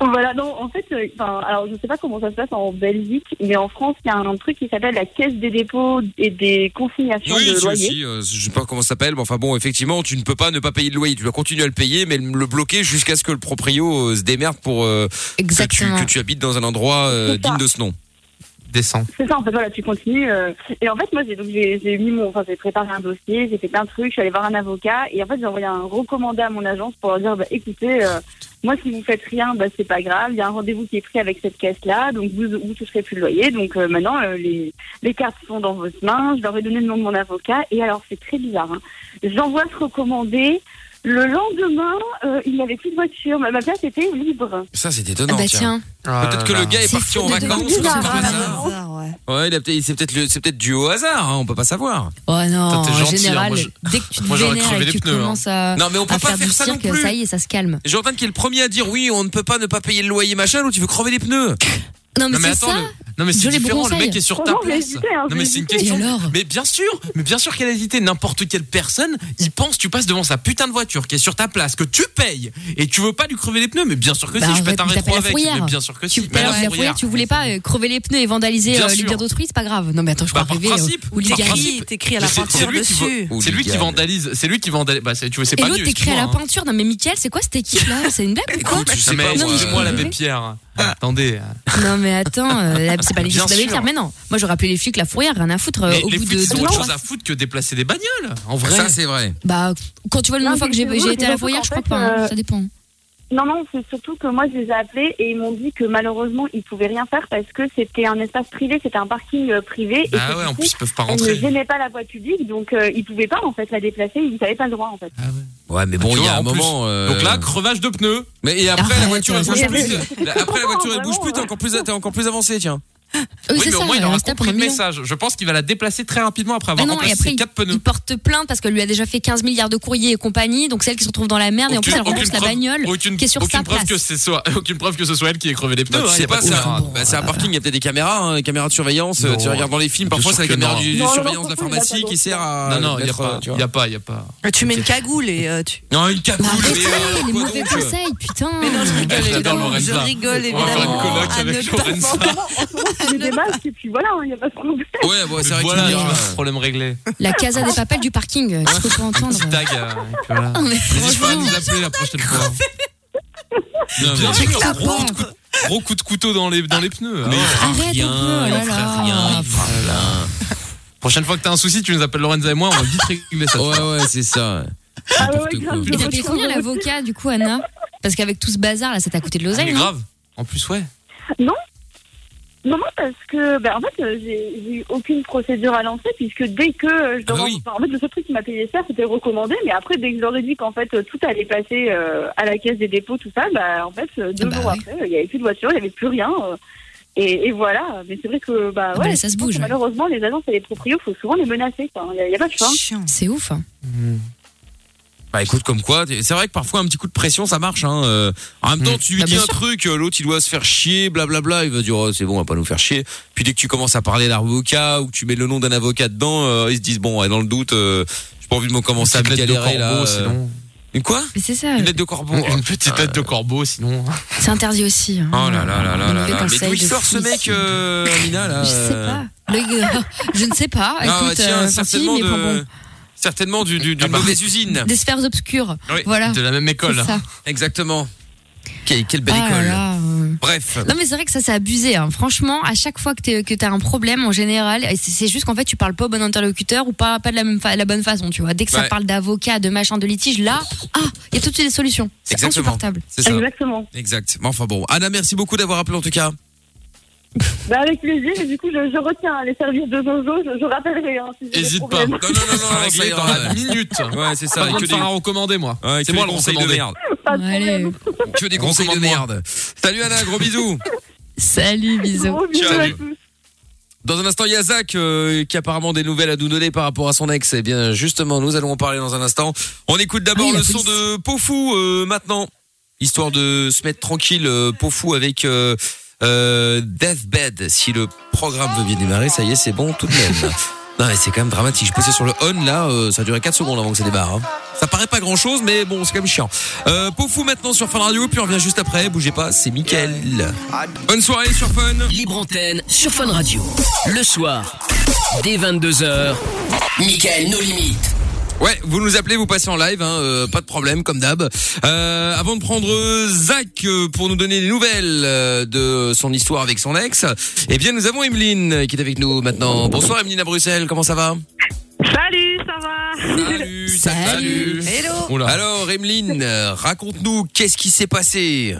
S12: Voilà, non, en fait, euh, enfin, alors je sais pas comment ça se passe en Belgique, mais en France, il y a un truc qui s'appelle la caisse des dépôts et des consignations
S3: Oui,
S12: de
S3: si,
S12: loyer.
S3: aussi, euh, je sais pas comment ça s'appelle, mais enfin bon, effectivement, tu ne peux pas ne pas payer le loyer. Tu dois continuer à le payer, mais le bloquer jusqu'à ce que le proprio euh, se démerde pour euh, que, tu,
S12: Exactement.
S3: que tu habites dans un endroit euh,
S12: C'est ça.
S3: digne de ce nom.
S6: Descends.
S12: C'est ça, en fait, voilà, tu continues. euh, et en fait, moi, j'ai donc j'ai j'ai mis mon, enfin, j'ai préparé un dossier, j'ai fait plein de trucs, je suis allée voir un avocat, et en fait, j'ai envoyé un recommandé à mon agence pour leur dire, bah, écoutez, euh, moi, si vous faites rien, bah, c'est pas grave, il y a un rendez-vous qui est pris avec cette caisse-là, donc vous, vous toucherez plus le loyer, donc euh, maintenant, euh, les, les cartes sont dans votre main, je leur ai donné le nom de mon avocat, et alors, c'est très bizarre, hein. j'envoie ce recommandé, le lendemain, euh, il n'y avait plus de voiture, ma ma place était libre.
S3: Ça, c'est étonnant.
S12: Ah bah
S3: tiens. Peut-être
S6: Ah
S3: que le gars est parti en vacances.
S12: Bizarre, hein.
S3: Ouais, il a peut-être- c'est peut-être le- c'est peut-être dû au hasard, hein, on peut pas savoir.
S5: Oh non,
S3: Toi, t'es
S5: en
S3: gentil, hein,
S5: général,
S3: moi, je-
S5: dès que tu te
S3: *laughs* moi, j'aurais
S5: vénères
S3: crevé
S5: et que
S3: les
S5: tu
S3: pneus, hein.
S5: commences à,
S3: Non, mais on peut
S5: à
S3: pas faire
S5: du
S3: ça non
S5: cirque,
S3: plus.
S5: ça y est, ça se calme.
S3: Jordan qui est le premier à dire oui, on ne peut pas ne pas payer le loyer machin, ou tu veux crever les pneus.
S5: *laughs* Non, mais c'est ça.
S3: le- non, mais
S5: Je
S3: c'est
S5: les
S3: différent, le
S5: bronzailles.
S3: mec est sur ta
S5: Franchement, j'ai
S3: place.
S5: hésité, hein,
S6: Non
S5: j'ai
S6: mais c'est une
S5: hésité.
S6: question.
S5: Et alors
S6: mais bien sûr, mais bien sûr qu'elle a hésité. N'importe quelle personne, il pense, tu passes devant sa putain de voiture qui est sur ta place, que tu payes, et tu veux pas lui crever les pneus. Mais bien sûr que
S5: Bah,
S6: si, je
S5: arrête,
S6: pète un
S5: mais
S6: rétro
S5: t'appelles la
S6: avec.
S5: fourrière.
S6: Mais bien sûr que si.
S5: Mais
S6: Mais
S5: alors,
S6: la
S5: la
S6: fourrière.
S5: fourrière, tu voulais pas euh, crever les pneus et vandaliser
S6: Bien
S5: euh, les
S6: sûr.
S5: biens d'autrui, c'est pas grave. Non, mais attends, je
S3: Bah,
S5: crois arriver.
S6: Par
S5: euh,
S6: principe,
S5: Ou les
S6: par
S5: gars,
S6: principe. Mais c'est- c'est lui qui va- C'est lui qui vandalise. C'est lui qui vandalise. Bah, c'est- tu vois, c'est
S5: Et
S6: pas
S5: l'autre
S6: mieux.
S5: t'écris à la
S6: excuse-moi, hein.
S5: peinture. Non, mais Mickaël, c'est quoi cette équipe là C'est
S6: *laughs*
S5: une blague ou quoi
S6: Non, mais excusez-moi la Pierre. Attendez.
S5: Non, mais attends, euh, là, c'est pas les flics qui
S6: Bien sûr.
S5: devaient le faire. Mais non, moi j'aurais appelé les flics, la fourrière, rien à foutre. euh,
S6: Mais
S5: Au
S6: les
S5: bout
S6: flics,
S5: de
S6: ils
S5: deux
S6: ont autre
S5: jours.
S6: chose à foutre que déplacer des bagnoles. En vrai.
S3: Ça, c'est vrai.
S5: Bah, quand tu vois le nombre de
S12: Non,
S5: fois que j'ai
S12: mais c'est
S5: j'ai été à la
S12: surtout
S5: fourrière,
S12: qu'en
S5: je crois
S12: fait,
S5: pas. hein,
S12: euh,
S5: Ça dépend.
S12: Non, non, c'est surtout que moi, je les ai appelés et ils m'ont dit que malheureusement, ils pouvaient rien faire parce que c'était un espace privé, c'était un parking euh, privé.
S6: Bah
S12: et que,
S6: ouais,
S12: du
S6: en
S12: coup,
S6: plus, ils peuvent pas
S12: Elle
S6: rentrer.
S12: ne gênait pas la voie publique, donc euh, ils pouvaient pas, en fait, la déplacer, ils n'avaient pas le droit, en fait.
S3: Ouais, mais bon,
S6: Tu
S3: il y
S6: vois,
S3: a un
S6: en plus.
S3: moment. euh,
S6: Donc là, crevage de pneus.
S3: Mais et après, la voiture, elle bouge
S6: arrête.
S5: *laughs*
S3: plus. La- Après, la voiture, elle bouge plus, t'es encore plus, t'es encore plus avancé, tiens.
S5: Oui,
S6: Oui,
S5: c'est
S6: mais
S5: ça,
S6: au moins, il
S5: elle
S6: aura
S5: reste
S6: compris
S5: pour
S6: le
S5: un million.
S6: message. Je pense qu'il va la déplacer très rapidement après
S5: Mais
S6: avoir
S5: non, et
S6: remplacé
S5: après,
S6: ses
S5: il,
S6: quatre pneus.
S5: il porte plainte parce que lui a déjà fait 15 milliards de courriers et compagnie, donc celle qui se retrouve dans la merde, et en plus elle rembourse la
S6: preuve-
S5: bagnole
S6: aucune-
S5: qui est sur
S6: aucune
S5: sa
S6: preuve
S5: place.
S6: que ce soit *laughs* aucune preuve que ce soit elle qui ait crevé les pneus.
S3: Non,
S6: hein,
S3: je
S6: y
S3: sais
S6: a
S3: pas,
S6: de
S3: c'est
S6: ouf,
S3: un,
S6: hein.
S3: bah, c'est un parking, il y a peut-être des caméras, hein, des caméras de surveillance. euh, tu
S6: Non.
S3: regardes dans les films,
S6: Bien
S3: parfois
S6: sûr
S3: c'est la
S6: que
S3: caméra
S6: non.
S3: du- de
S6: Non, non,
S3: surveillance de la
S6: non,
S3: pharmacie qui sert à.
S6: Non, non, il y a
S3: mettre,
S6: pas,
S3: euh, tu vois.
S6: y a pas, y a pas.
S4: Ah, Tu mets une cagoule et euh, tu.
S6: Non, une cagoule.
S4: Arrêtez,
S6: mais, euh,
S5: Les
S6: quoi
S5: mauvais
S6: donc
S5: conseils, putain.
S4: Mais non, je rigole,
S6: J'adore
S4: évidemment.
S6: Lorenza.
S4: Je rigole,
S6: On va faire une
S4: évidemment.
S6: colloque
S4: À ne
S6: avec
S4: pas-
S6: Lorenza.
S12: C'est des débats, et puis voilà, il n'y a pas de problème.
S3: Ouais, bon, c'est vrai
S6: Voilà,
S3: qu'il y a-
S6: le problème réglé.
S5: La casa des papels du parking, euh, qu'est-ce qu'on peut entendre
S6: Petit tag. euh, voilà.
S5: Non, mais
S6: N'hésite pas à nous appeler la
S5: *laughs*
S6: prochaine fois. Non, mais-
S5: Avec la
S6: gros, coup de cou- gros coup de couteau dans les, dans les pneus. Mais
S5: Arrête un peu, oh là là.
S6: Prochaine fois que t'as un souci, tu nous appelles Lorenza et moi, on va vite régler ça.
S3: Ouais, ouais, c'est ça.
S12: Ah ouais,
S5: Et t'as payé combien l'avocat du coup, Anna Parce qu'avec tout ce bazar là, ça t'a coûté de l'oseille.
S6: Mais
S5: non
S6: grave. En plus, ouais.
S12: Non non, non, parce que, ben, en fait, euh, j'ai j'ai eu aucune procédure à lancer, puisque dès que euh, je leur- enfin, en fait, le seul truc qui m'a payé cher, c'était recommandé, mais après, dès que je leur ai dit qu'en fait, euh, tout allait passer euh, à la caisse des dépôts, tout ça, bah, en fait, euh,
S5: Ah
S12: deux jours après, euh, il n'y avait plus de voiture, il n'y avait plus rien, euh, et, et voilà. Mais c'est vrai que, bah,
S5: bah,
S12: ouais,
S5: ça se
S12: je pense
S5: bouge,
S12: que
S5: ouais.
S12: Malheureusement, les agences et les proprios, faut souvent les menacer, quoi. hein. Il n'y a, il y a pas de choix.
S5: C'est ouf. hein.
S3: Hmm. Bah écoute, comme quoi, t'es- c'est vrai que parfois un petit coup de pression ça marche. Hein. euh. En même temps, tu
S5: Bah, Ah,
S3: lui dis un truc, euh, l'autre il doit se faire chier, blablabla, il va dire oh, c'est bon, on va pas nous faire chier. Puis dès que tu commences à parler d'avocat ou que tu mets le nom d'un avocat dedans, euh, ils se disent bon, ouais, dans le doute, euh, j'ai pas envie de me commencer à me
S6: Une lettre de
S3: galérer là.
S6: corbeau,
S3: euh.
S6: sinon.
S3: Une quoi
S5: Mais c'est ça.
S3: Une lettre de corbeau.
S6: Une petite tête de corbeau, sinon.
S5: C'est interdit aussi. hein.
S3: Oh là là là là là
S5: Mauvais
S3: là. Mais
S5: conseil
S3: d'où il
S5: de
S3: sort ce
S5: fou.
S3: mec, euh, Amina là
S5: Je sais
S3: euh,
S5: pas. Le gars, *laughs* je ne sais pas.
S3: Ah,
S5: Écoute,
S3: tiens,
S5: euh, enfin, si,
S3: certainement
S5: mais
S3: de,
S5: bon, bon.
S3: certainement du, du, d'une mauvaise usine.
S5: Des sphères obscures.
S3: Oui,
S5: Voilà.
S3: Ah, bah. De la même école.
S5: C'est ça.
S3: Exactement. Quelle, quelle belle
S5: Ah là
S3: école.
S5: là, euh,
S3: Bref.
S5: Non mais c'est vrai que ça c'est abusé. hein. Franchement, à chaque fois que t'es- que t'as un problème en général, et c'est c'est juste qu'en fait tu parles pas au bon interlocuteur ou pas pas de la même fa- la bonne façon, tu vois. Dès que ça
S3: Ouais.
S5: parle d'avocat, de machin, de litige, là, ah, il y a tout de suite des solutions. C'est
S3: Exactement.
S5: insupportable.
S3: C'est ça. Exact. Mais enfin bon, Anna, merci beaucoup d'avoir appelé en tout cas.
S12: Bah, avec plaisir, et du coup, je, je retiens les services de Jojo, je, je rappellerai. hein, si j'ai des
S6: Hésite pas.
S12: problèmes.
S6: Non, non, non, non, réglé dans la minute.
S3: Ouais, c'est ça.
S6: Pas
S3: Et
S6: besoin
S3: que
S6: de faire
S3: des-
S6: un recommandé, moi.
S3: Ouais,
S6: c'est
S3: que
S6: moi
S3: des
S6: le conseil de
S3: recommandés.
S6: merde.
S5: Allez.
S3: Tu veux des conseils de merde. Salut Anna, gros bisous.
S5: Salut, bisous.
S3: Ciao. Dans un instant, il y a Zach euh, qui a apparemment des nouvelles à nous donner par rapport à son ex. Eh bien, justement, nous allons en parler dans un instant. On écoute d'abord
S6: Ah oui, la
S3: le son de Pofou euh, maintenant, histoire de se mettre tranquille. euh, Pofou avec euh, euh, Deathbed. Si le programme veut bien démarrer, ça y est, c'est bon tout de même. Non mais c'est quand même dramatique. Je passais sur le on là, euh, ça a duré 4 secondes avant que ça débarre. hein. Ça paraît pas grand chose, mais bon, c'est quand même chiant. Euh, Pofou maintenant sur Fun Radio, puis on revient juste après. Bougez pas, c'est Mickaël. Bonne soirée sur Fun.
S1: Libre antenne sur Fun Radio. Le soir, dès 22h, Michael nos limites.
S3: Ouais, vous nous appelez, vous passez en live, hein, euh, pas de problème comme d'hab. Euh, avant de prendre euh, Zach euh, pour nous donner des nouvelles euh, de son histoire avec son ex, eh bien nous avons Emeline euh, qui est avec nous maintenant. Bonsoir Emeline à Bruxelles, comment ça va
S11: Salut, ça va
S3: Salut,
S11: salut. Hello.
S3: Oula. Alors Emeline, euh, raconte-nous qu'est-ce qui s'est passé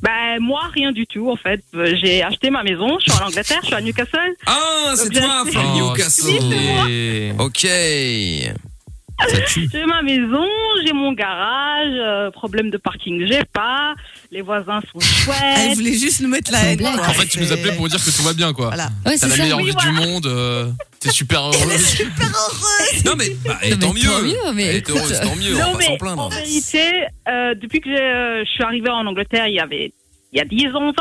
S11: Ben moi rien du tout en fait. Euh, J'ai acheté ma maison, je suis en Angleterre, je suis à Newcastle.
S3: Ah,
S11: Donc,
S3: c'est
S11: j'ai
S3: toi,
S11: acheté-
S3: Fran Newcastle.
S11: Oui, c'est moi.
S3: Ok.
S11: J'ai ma maison, j'ai mon garage, euh, problème de parking, j'ai pas, les voisins sont chouettes. Ah, Elle voulait juste nous mettre la haine.
S6: En fait, tu nous appelais pour dire que tout va bien, quoi.
S11: Voilà.
S6: T'as
S11: Ouais, c'est
S6: la
S11: ça.
S6: meilleure
S11: Oui,
S6: vie du
S11: voilà.
S6: monde. euh, T'es super heureux.
S3: Non mais, bah, et tant mieux. Elle est heureuse, tant mieux,
S11: Non,
S3: on va pas s'en
S11: mais en
S3: plaindre.
S11: vérité, euh, depuis que je, je suis arrivée en Angleterre, il y avait il y a 10 ans,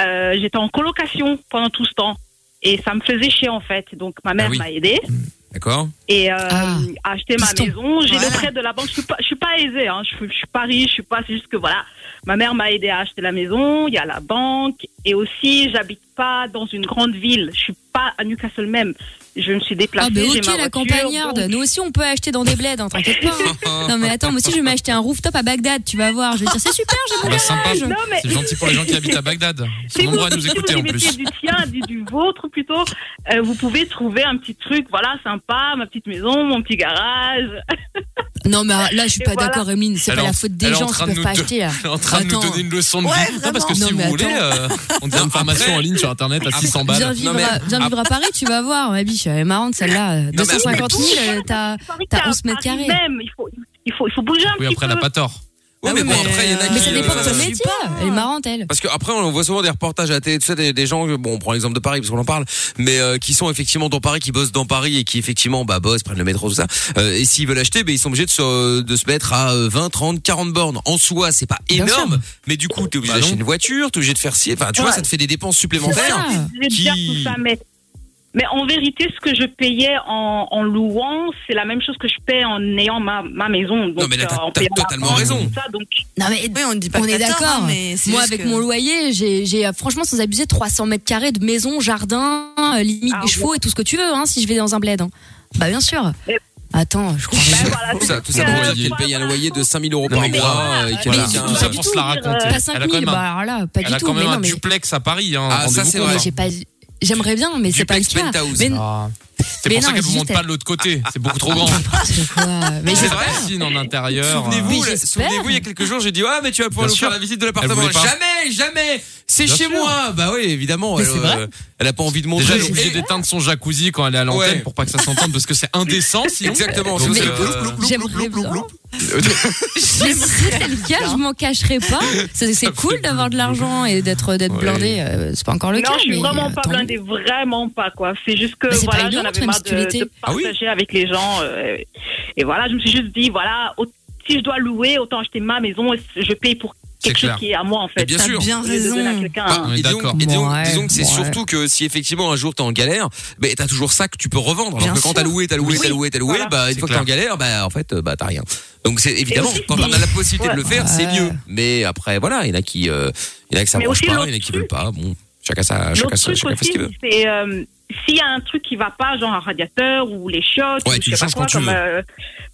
S11: euh, j'étais en colocation pendant tout ce temps. Et ça me faisait chier en fait. Donc ma mère
S3: Ah oui.
S11: m'a aidée
S3: D'accord
S11: et euh,
S5: Ah,
S11: a acheté ma maison. J'ai le prêt de la banque. Je suis pas, je suis pas aisée. Hein. Je, suis- je suis pas riche. Je suis pas. C'est juste que voilà, ma mère m'a aidée à acheter la maison. Il y a la banque et aussi j'habite pas dans une grande ville. Je suis pas à Newcastle même. Je me suis déplacée.
S5: Ah bah
S11: j'ai
S5: ok
S11: ma
S5: la
S11: voiture,
S5: campagnarde.
S11: donc-
S5: Nous aussi on peut acheter dans des bleds, hein, t'inquiète pas. hein. *laughs* Non mais attends, moi aussi je vais m'acheter un rooftop à Bagdad, tu vas voir. Je vais dire c'est super, j'ai mon
S6: Bah, sympa.
S5: garage.
S6: C'est gentil pour les gens qui habitent à Bagdad. Ils
S11: *laughs*
S6: sont
S11: Si vous,
S6: nombreux à nous
S11: si vous
S6: écouter en
S11: y
S6: plus.
S11: mettez du tien, du, du vôtre plutôt, euh, vous pouvez trouver un petit truc, voilà, sympa, ma petite maison, mon petit garage.
S5: Non mais Ah, là je suis
S11: Et
S5: pas
S11: voilà.
S5: d'accord Emine, c'est
S6: Elle
S5: pas
S6: est
S5: la
S6: en-
S5: faute des
S6: elle est en
S5: gens qui
S6: train de
S5: peuvent
S6: nous
S5: pas
S6: do-
S5: acheter là.
S6: Elle est en train de nous
S5: Attends.
S6: donner une leçon de
S5: Ouais,
S6: vie. Non, parce que
S5: vraiment.
S6: si
S5: Non,
S6: vous
S5: mais
S6: voulez,
S5: attends.
S6: euh, on dit une formation en ligne sur internet à 600 balles.
S5: Viens vivre,
S6: Non, Ah, mais- ah.
S5: à, viens vivre à Paris, tu vas voir, ma biche, elle est marrante celle-là.
S6: mais-
S5: 250 000,
S11: Mais-
S5: euh, t'as t'as 11 mètres carrés.
S11: Même, il faut, il faut, il faut bouger un
S6: Oui,
S11: petit
S6: après, elle
S11: peu.
S6: n'a pas tort.
S3: Ouais, mais, bon, après, il y en a
S5: Mais
S3: qui,
S5: ça dépend de
S3: euh,
S5: ton métier, elle est marrante elle.
S3: Parce que après, on voit souvent des reportages à la télé, tout ça, des, des gens, bon, on prend l'exemple de Paris parce qu'on en parle, mais euh, qui sont effectivement dans Paris, qui bossent dans Paris et qui effectivement, bah, bossent, prennent le métro, tout ça. Euh, et s'ils veulent acheter, ben ils sont obligés de se, de se mettre à euh, 20, 30, 40 bornes. En soi, c'est pas
S6: Bien
S3: énorme, mais du coup, t'es obligé
S6: Bah
S3: d'acheter
S6: non.
S3: une voiture, t'es obligé de faire ci, enfin, tu vois,
S11: Ouais.
S3: ça te fait des dépenses
S11: C'est
S3: supplémentaires.
S11: ça, j'ai bien tout ça, mais, mais en vérité, ce que je payais en, en louant, c'est la même chose que je paie en ayant ma, ma maison. Donc,
S3: Non, mais là, t'as-
S11: euh, en
S3: t'as
S11: payant la
S3: totalement
S11: banque,
S3: raison.
S11: tout ça, donc,
S5: Non mais on,
S4: pas que
S5: est
S4: t'as tort,
S5: d'accord.
S4: hein, mais c'est
S5: Moi
S4: juste
S5: avec
S4: que-
S5: mon loyer, j'ai j'ai, euh, franchement sans abuser 300 mètres carrés de maison, jardin, euh, limite des chevaux et tout ce que tu veux hein, si je vais dans un bled. hein. Bah bien sûr. Attends, je crois.
S6: Bah
S3: Tout ça, tout ça pour dire qu'il paye un loyer de 5000 euros par
S6: mais
S3: mois euh,
S6: voilà.
S3: et
S6: Mais
S3: qu'elle a
S6: du
S3: qu'un-
S6: tout ça pour se la raconter.
S5: Pas
S6: Elle a quand
S5: 5000,
S6: même un-
S5: bah alors là, pas
S6: Elle
S5: du
S6: a
S5: tout.
S6: quand même
S5: mais
S6: un
S5: non, mais-
S6: duplex à Paris. hein,
S3: Ah, ça,
S6: rendez-vous
S3: c'est
S6: compte,
S3: vrai.
S5: mais
S6: hein.
S5: j'ai pas. J'aimerais bien, mais c'est pas le
S6: Duplex
S5: cas.
S6: penthouse.
S5: Mais- *laughs*
S6: Ah. C'est
S5: Mais
S6: pour ça
S5: non,
S6: qu'elle vous
S5: juste
S6: montre
S5: elle-
S6: pas de l'autre côté. C'est beaucoup trop grand.
S3: *laughs*
S5: Mais
S6: c'est vrai, piscine en intérieur.
S3: Souvenez-vous,
S6: euh,
S3: là, souvenez-vous, il y a quelques jours, j'ai dit, ah, mais tu vas pouvoir
S6: Bien
S3: nous
S6: sûr.
S3: faire la visite de
S6: Elle
S3: l'appartement.
S6: voulait pas.
S3: Jamais, jamais, c'est
S6: Bien
S3: chez
S6: sûr.
S3: moi. Bah oui, évidemment,
S6: Mais
S3: elle,
S6: c'est vrai.
S3: euh, elle a pas envie de montrer.
S6: Déjà, elle est obligée d'éteindre son jacuzzi quand elle est à l'antenne
S3: Ouais.
S6: pour pas que ça s'entende parce que c'est indécent sinon.
S3: Exactement,
S6: Donc,
S3: sinon, c'est
S6: euh,
S3: le ploup, ploup,
S5: J'aimerais bien. Mais *laughs* si c'est le cas, je m'en cacherai pas. C'est c'est cool d'avoir de l'argent et d'être d'être blindé. euh, C'est pas encore le
S11: non,
S5: cas.
S11: je suis
S5: mais,
S11: vraiment
S5: euh,
S11: pas
S5: tant mieux.
S11: blindée, vraiment pas quoi. C'est juste que
S5: Bah, c'est pas
S11: voilà,
S5: une
S11: j'en
S5: honte,
S11: avais
S5: même
S11: marre
S5: si tu
S11: de,
S5: l'étais.
S11: de
S3: Ah
S11: partager avec les gens. euh, et voilà, je me suis juste dit voilà, au- si je dois louer, autant acheter ma maison. et Je paye pour quelque
S3: clair.
S11: chose qui est à moi en fait.
S3: Et bien sûr.
S11: Au lieu de donner à quelqu'un. hein.
S3: Bah, et disons, et disons- disons que c'est
S5: ouais.
S3: surtout que si effectivement un jour t'es en galère, bah, t'as toujours ça que tu peux revendre. Alors
S6: Bien
S3: que quand
S6: sûr.
S3: t'as loué, t'as loué, t'as
S6: Oui,
S3: loué, t'as loué,
S6: voilà.
S3: bah,
S6: C'est
S3: une fois que t'es en
S6: clair.
S3: galère, bah, en fait, euh, bah, t'as rien. Donc c'est évidemment,
S6: aussi,
S3: quand on a la possibilité de le
S6: Ouais.
S3: faire, c'est
S6: Ouais.
S3: mieux. Mais après, voilà, il y en a qui, euh, il y en a que ça
S6: Mais
S3: branche
S6: aussi
S3: pas, il y en a
S6: l'autre
S3: qui veulent pas, bon. Chacun sa, chacun
S11: L'autre
S3: sa,
S11: truc
S3: chacun fait ce
S11: aussi,
S3: qu'il veut.
S11: c'est euh, s'il y a un truc qui va pas, genre un radiateur ou les chiottes,
S3: Ouais,
S11: ou je
S3: tu le
S11: sais pas
S3: changes
S11: quoi,
S3: quand tu
S11: comme,
S3: veux.
S11: euh,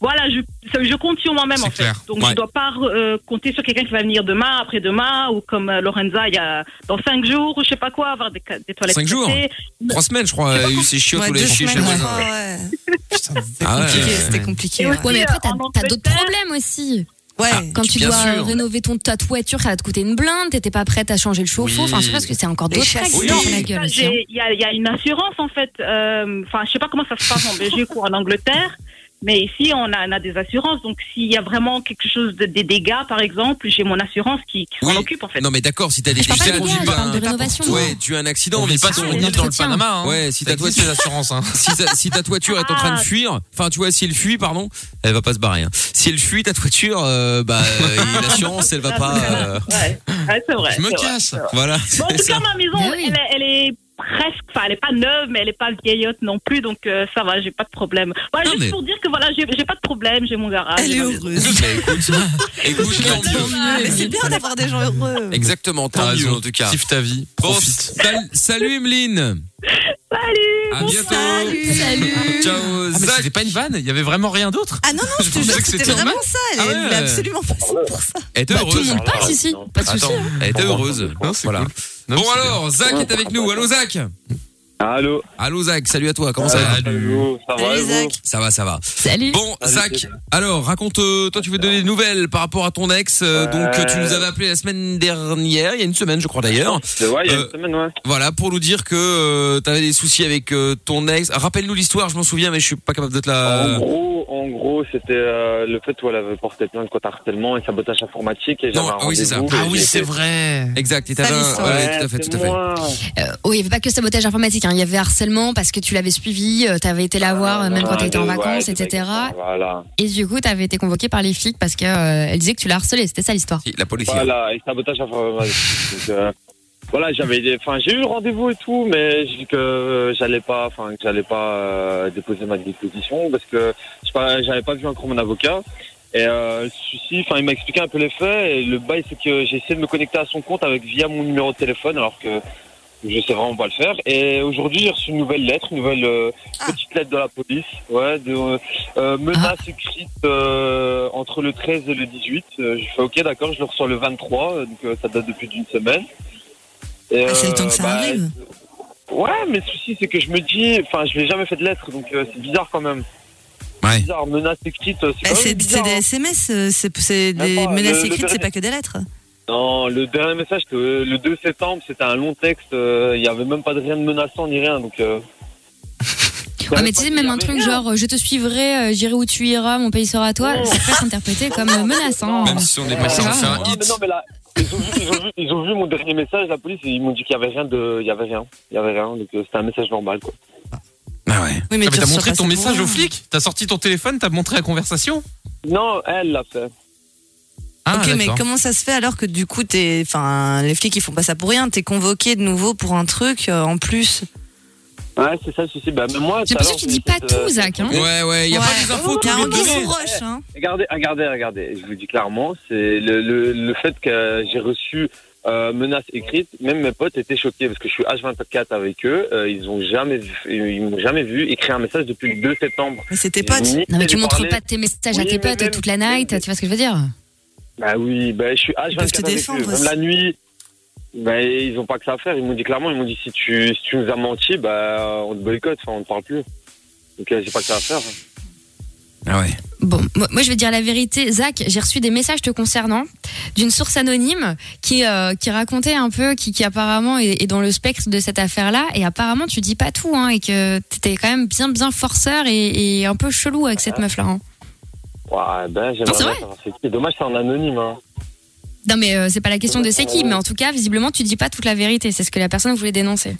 S11: voilà, je, ça- je compte sur moi-même
S3: C'est
S11: en fait.
S3: clair.
S11: Donc
S3: Ouais.
S11: je dois pas euh, compter sur quelqu'un qui va venir demain, après-demain, ou comme euh, Lorenza, il y a dans cinq jours, ou je sais pas quoi, avoir des, ca- des toilettes.
S3: 5 jours hein.
S11: cassées.
S3: Trois semaines, je crois, euh, a eu ses chiottes ou les chier chez le voisin. Ah ouais.
S4: C'était compliqué. hein.
S5: Ouais,
S4: ouais.
S5: mais après,
S11: euh,
S5: t'as t'as d'autres problèmes aussi. Ah,
S4: Ouais.
S5: Quand tu
S4: bien
S5: dois
S4: sûr.
S5: rénover ton, ta toiture, ça va te coûter une blinde, t'étais pas prête à changer le chauffe-eau. Enfin, je sais pas, parce que c'est encore d'autres frais qui
S11: Oui.
S5: te font la gueule
S11: Ça,
S5: aussi, hein.
S11: j'ai- Il y, a- il y a une assurance en fait. Euh, Enfin, je sais pas comment ça se passe en Belgique ou en Angleterre, mais ici on a, on a des assurances. Donc s'il y a vraiment quelque chose de des dégâts, par exemple, j'ai mon assurance qui, qui s'en occupe en fait.
S3: Non mais d'accord, si t'as des
S11: Je parle pas de
S3: puces,
S11: dégâts,
S3: tu
S11: je
S3: vas-
S11: parle de rénovation,
S3: Ouais,
S11: moi.
S3: tu as un accident,
S6: On
S3: mais
S6: vit pas
S3: si
S6: sur
S3: ton-
S6: une île dans le Panama, hein.
S3: Ouais, si
S6: Ça
S3: ta
S6: existe,
S3: toiture
S6: les assurances, hein.
S3: si, ta, si ta toiture est en train de fuir, enfin tu vois, si elle fuit, pardon, elle va pas se barrer. hein. Si elle fuit ta toiture, euh, bah euh, et l'assurance, elle
S10: *laughs*
S3: va pas. euh,
S11: Ouais, ouais, c'est vrai.
S3: Je me
S11: c'est vrai,
S3: casse.
S11: c'est vrai.
S3: Voilà.
S11: Bon, en tout
S3: c'est
S11: cas,
S3: ça.
S11: ma maison,
S5: Ben
S11: elle, est- elle est presque, enfin, elle est pas neuve, mais elle est pas vieillotte non plus, donc euh, ça va, j'ai pas de problème. Voilà,
S3: Non,
S11: juste
S3: mais-
S11: pour dire que voilà, j'ai j'ai pas de problème, j'ai mon garage. j'ai ma maison.
S3: Bah, écoute, écoute, tant mieux.
S4: Mais c'est bien d'avoir des gens heureux.
S3: Exactement, t'as raison en tout cas. Kiffe ta vie, profite. salut Emeline.
S11: Salut.
S3: À bientôt.
S4: Salut. Salut.
S3: Ciao.
S6: Ah, mais c'était pas une vanne, il y avait vraiment rien d'autre.
S4: Ah non, non, je te jure, c'était vraiment ça. Elle
S6: Ah
S4: elle
S6: ouais.
S4: voulait absolument pas ça pour ça.
S3: Elle était
S6: Bah, tout
S3: heureuse.
S6: le monde passe ici, pas de souci,
S3: Attends,
S6: hein.
S3: Elle était heureuse. Voilà.
S6: Non,
S3: Bon
S6: c'est
S3: alors, Zach est avec nous. Allô Zach. Allô. Allô Zach, salut à toi. Comment ça va
S13: Ça va, et vous
S3: Ça va, ça va. Bon, Zach, alors raconte, euh, toi tu veux donner des nouvelles par rapport à ton ex. euh,
S13: Ouais.
S3: Donc euh, tu nous avais appelé la semaine dernière, il y a une semaine je crois d'ailleurs.
S13: Ouais, il y a une
S3: semaine, ouais. Voilà, pour nous dire que euh, t'avais des soucis avec euh, ton ex. Rappelle-nous l'histoire, je m'en souviens, mais je suis pas capable de te
S13: En
S3: la.
S13: gros, en gros, c'était euh, le fait où elle avait porté plainte contre harcèlement et sabotage informatique et j'avais un
S3: ah oui, c'est ça.
S13: rendez-vous et j'ai été-
S3: vrai. Exact, et t'avais
S13: Ça,
S3: un-
S13: l'histoire.
S3: ouais, tout à fait, tout à fait.
S5: Euh, oui, il n'y avait pas que sabotage informatique, hein. il y avait harcèlement parce que tu l'avais suivi, euh, t'avais été la voir euh, même quand
S13: Ah,
S5: t'étais en
S13: ouais,
S5: vacances,
S13: ouais,
S5: etc.
S13: Voilà.
S5: Et du coup, t'avais été convoqué par les flics parce que euh, elle disait que tu l'as harcelé, c'était ça l'histoire.
S3: La police.
S13: Voilà, et sabotage informatique. Donc, euh, voilà, j'avais des- enfin, j'ai eu le rendez-vous et tout, mais j'ai dit que j'allais pas, enfin, que j'allais pas euh, déposer ma déposition parce que je sais pas, j'avais pas vu encore mon avocat. Et euh, celui-ci, enfin, il m'a expliqué un peu les faits. Et le bail, c'est que j'ai essayé de me connecter à son compte avec via mon numéro de téléphone, alors que je sais vraiment pas le faire. Et aujourd'hui, j'ai reçu une nouvelle lettre, une nouvelle euh,
S4: Ah.
S13: petite lettre de la police, ouais, de euh, euh, menace écrite euh, entre le 13 et le 18. Euh, je fais OK, d'accord, je le reçois le 23, euh, donc euh, ça date de plus d'une semaine. Et,
S4: Ah, c'est le temps que ça
S13: euh, bah,
S4: arrive.
S13: Ouais, mais le souci, c'est que je me dis, enfin, je n'ai jamais fait de lettre, donc euh, c'est bizarre quand même.
S3: Ouais.
S13: Bizarre, menace écrite, euh, c'est
S4: Eh,
S13: quand
S4: C'est
S13: même
S4: c'est
S13: bizarre.
S4: des
S13: hein.
S4: SMS, euh, c'est c'est des
S13: Même pas, le-
S4: menaces
S13: le
S4: écrites, c'est
S13: dernier-
S4: pas que des lettres.
S13: Non, le dernier message, c'était, euh, le 2 septembre, c'était un long texte, euh, il y n'y avait même pas de rien de menaçant ni rien, donc. euh,
S5: Ouais, Ah, mais tu sais, même un truc genre euh, je te suivrai, euh, j'irai où tu iras, mon pays sera à toi,
S13: Oh.
S5: ça peut s'interpréter comme euh, menace. Hein.
S3: Même si on est pas
S5: Tu
S4: Ah,
S5: vois.
S3: on fait un
S13: Non, mais non, mais là, ils ont, vu, ils, ont vu, ils ont vu mon dernier message, la police, et ils m'ont dit qu'il y avait rien de, il y avait rien, il y avait rien, donc euh, c'était un message normal, quoi.
S4: Oui,
S13: mais
S6: Ah, mais
S13: tu
S6: t'as
S13: reçois
S6: montré
S13: pas
S6: ton
S13: ça
S6: message
S13: pour
S6: au
S13: rien.
S6: flic T'as sorti ton téléphone, t'as montré la conversation
S13: Non, elle l'a fait.
S6: Ah,
S4: ok, mais
S6: d'accord.
S4: comment ça se fait alors que du coup, t'es, enfin, les flics ils font pas ça pour rien, t'es convoqué de nouveau pour un truc euh, en plus.
S13: Ouais, c'est ça le souci. Bah, mais moi,
S4: J'ai
S13: tout à
S4: l'impression
S13: l'heure,
S4: que tu dis
S13: j'ai
S4: pas
S13: fait,
S4: tout,
S13: euh,
S4: Zach, hein.
S3: Ouais, ouais, y a pas des infos, tout
S4: T'es un
S3: le monde
S4: anguille
S3: donné.
S4: sous roche, hein.
S13: Eh, Regardez, regardez, regardez. Je vous dis clairement, c'est le, le, le fait que j'ai reçu euh, menace écrite. Même mes potes étaient choqués parce que je suis H24 avec eux. Euh, ils ont jamais, vu, ils m'ont jamais vu écrire un message depuis le 2 septembre.
S4: Mais c'était
S13: pas.
S5: Non, mais tu montres pas tes messages à
S13: Oui,
S5: tes
S13: mais
S5: potes
S13: même-
S5: toute la night, tu vois ce que je veux dire
S13: Bah oui, bah, je suis
S5: peuvent
S13: H24
S5: te
S13: avec
S5: défendre
S13: eux. Même
S5: aussi.
S13: la nuit. Bah, ils ont pas que ça à faire. Ils m'ont dit clairement, ils m'ont dit si tu, si tu nous as menti, bah on te boycotte, enfin on ne parle plus. Donc euh, j'ai pas que ça à faire.
S3: Ah ouais.
S5: Bon, moi, moi, je vais te dire la vérité, Zach, j'ai reçu des messages te concernant d'une source anonyme qui, euh, qui racontait un peu, qui, qui apparemment est, est dans le spectre de cette affaire-là, et apparemment tu dis pas tout, hein, et que t'étais quand même bien bien forceur et, et un peu chelou avec cette meuf-là. hein.
S13: Ouais, ben j'aimerais bien savoir c'est qui. Dommage, c'est en anonyme. Hein.
S5: Non mais euh, c'est pas la question de c'est qui, mais en tout cas visiblement tu dis pas toute la vérité, c'est ce que la personne voulait dénoncer.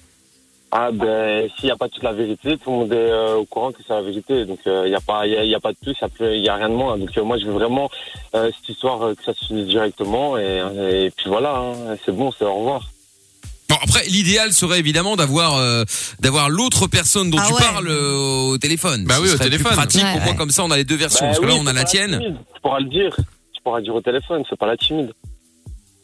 S13: Ah ben, s'il n'y a pas toute la vérité, tout le monde est euh, au courant que c'est la vérité. Donc il n'y a pas, il y a, y a pas de plus, il n'y a rien de moins. Donc euh, moi je veux vraiment euh, cette histoire euh, que ça se finisse directement et, et puis voilà, hein. c'est bon, c'est au revoir.
S3: Bon après l'idéal serait évidemment d'avoir euh, d'avoir l'autre personne dont
S13: Ah
S3: tu
S13: ouais.
S3: parles euh, au téléphone.
S6: Bah
S3: Ce
S6: oui, au
S3: serait plus
S6: téléphone.
S3: pratique
S6: Ouais,
S3: pour moi
S6: ouais.
S3: comme ça on a les deux versions
S13: Bah
S3: parce que là
S13: oui,
S3: on
S13: c'est
S3: a la
S13: pas
S3: tienne.
S13: timide. Tu pourras le dire, tu pourras le dire au téléphone, c'est pas la timide.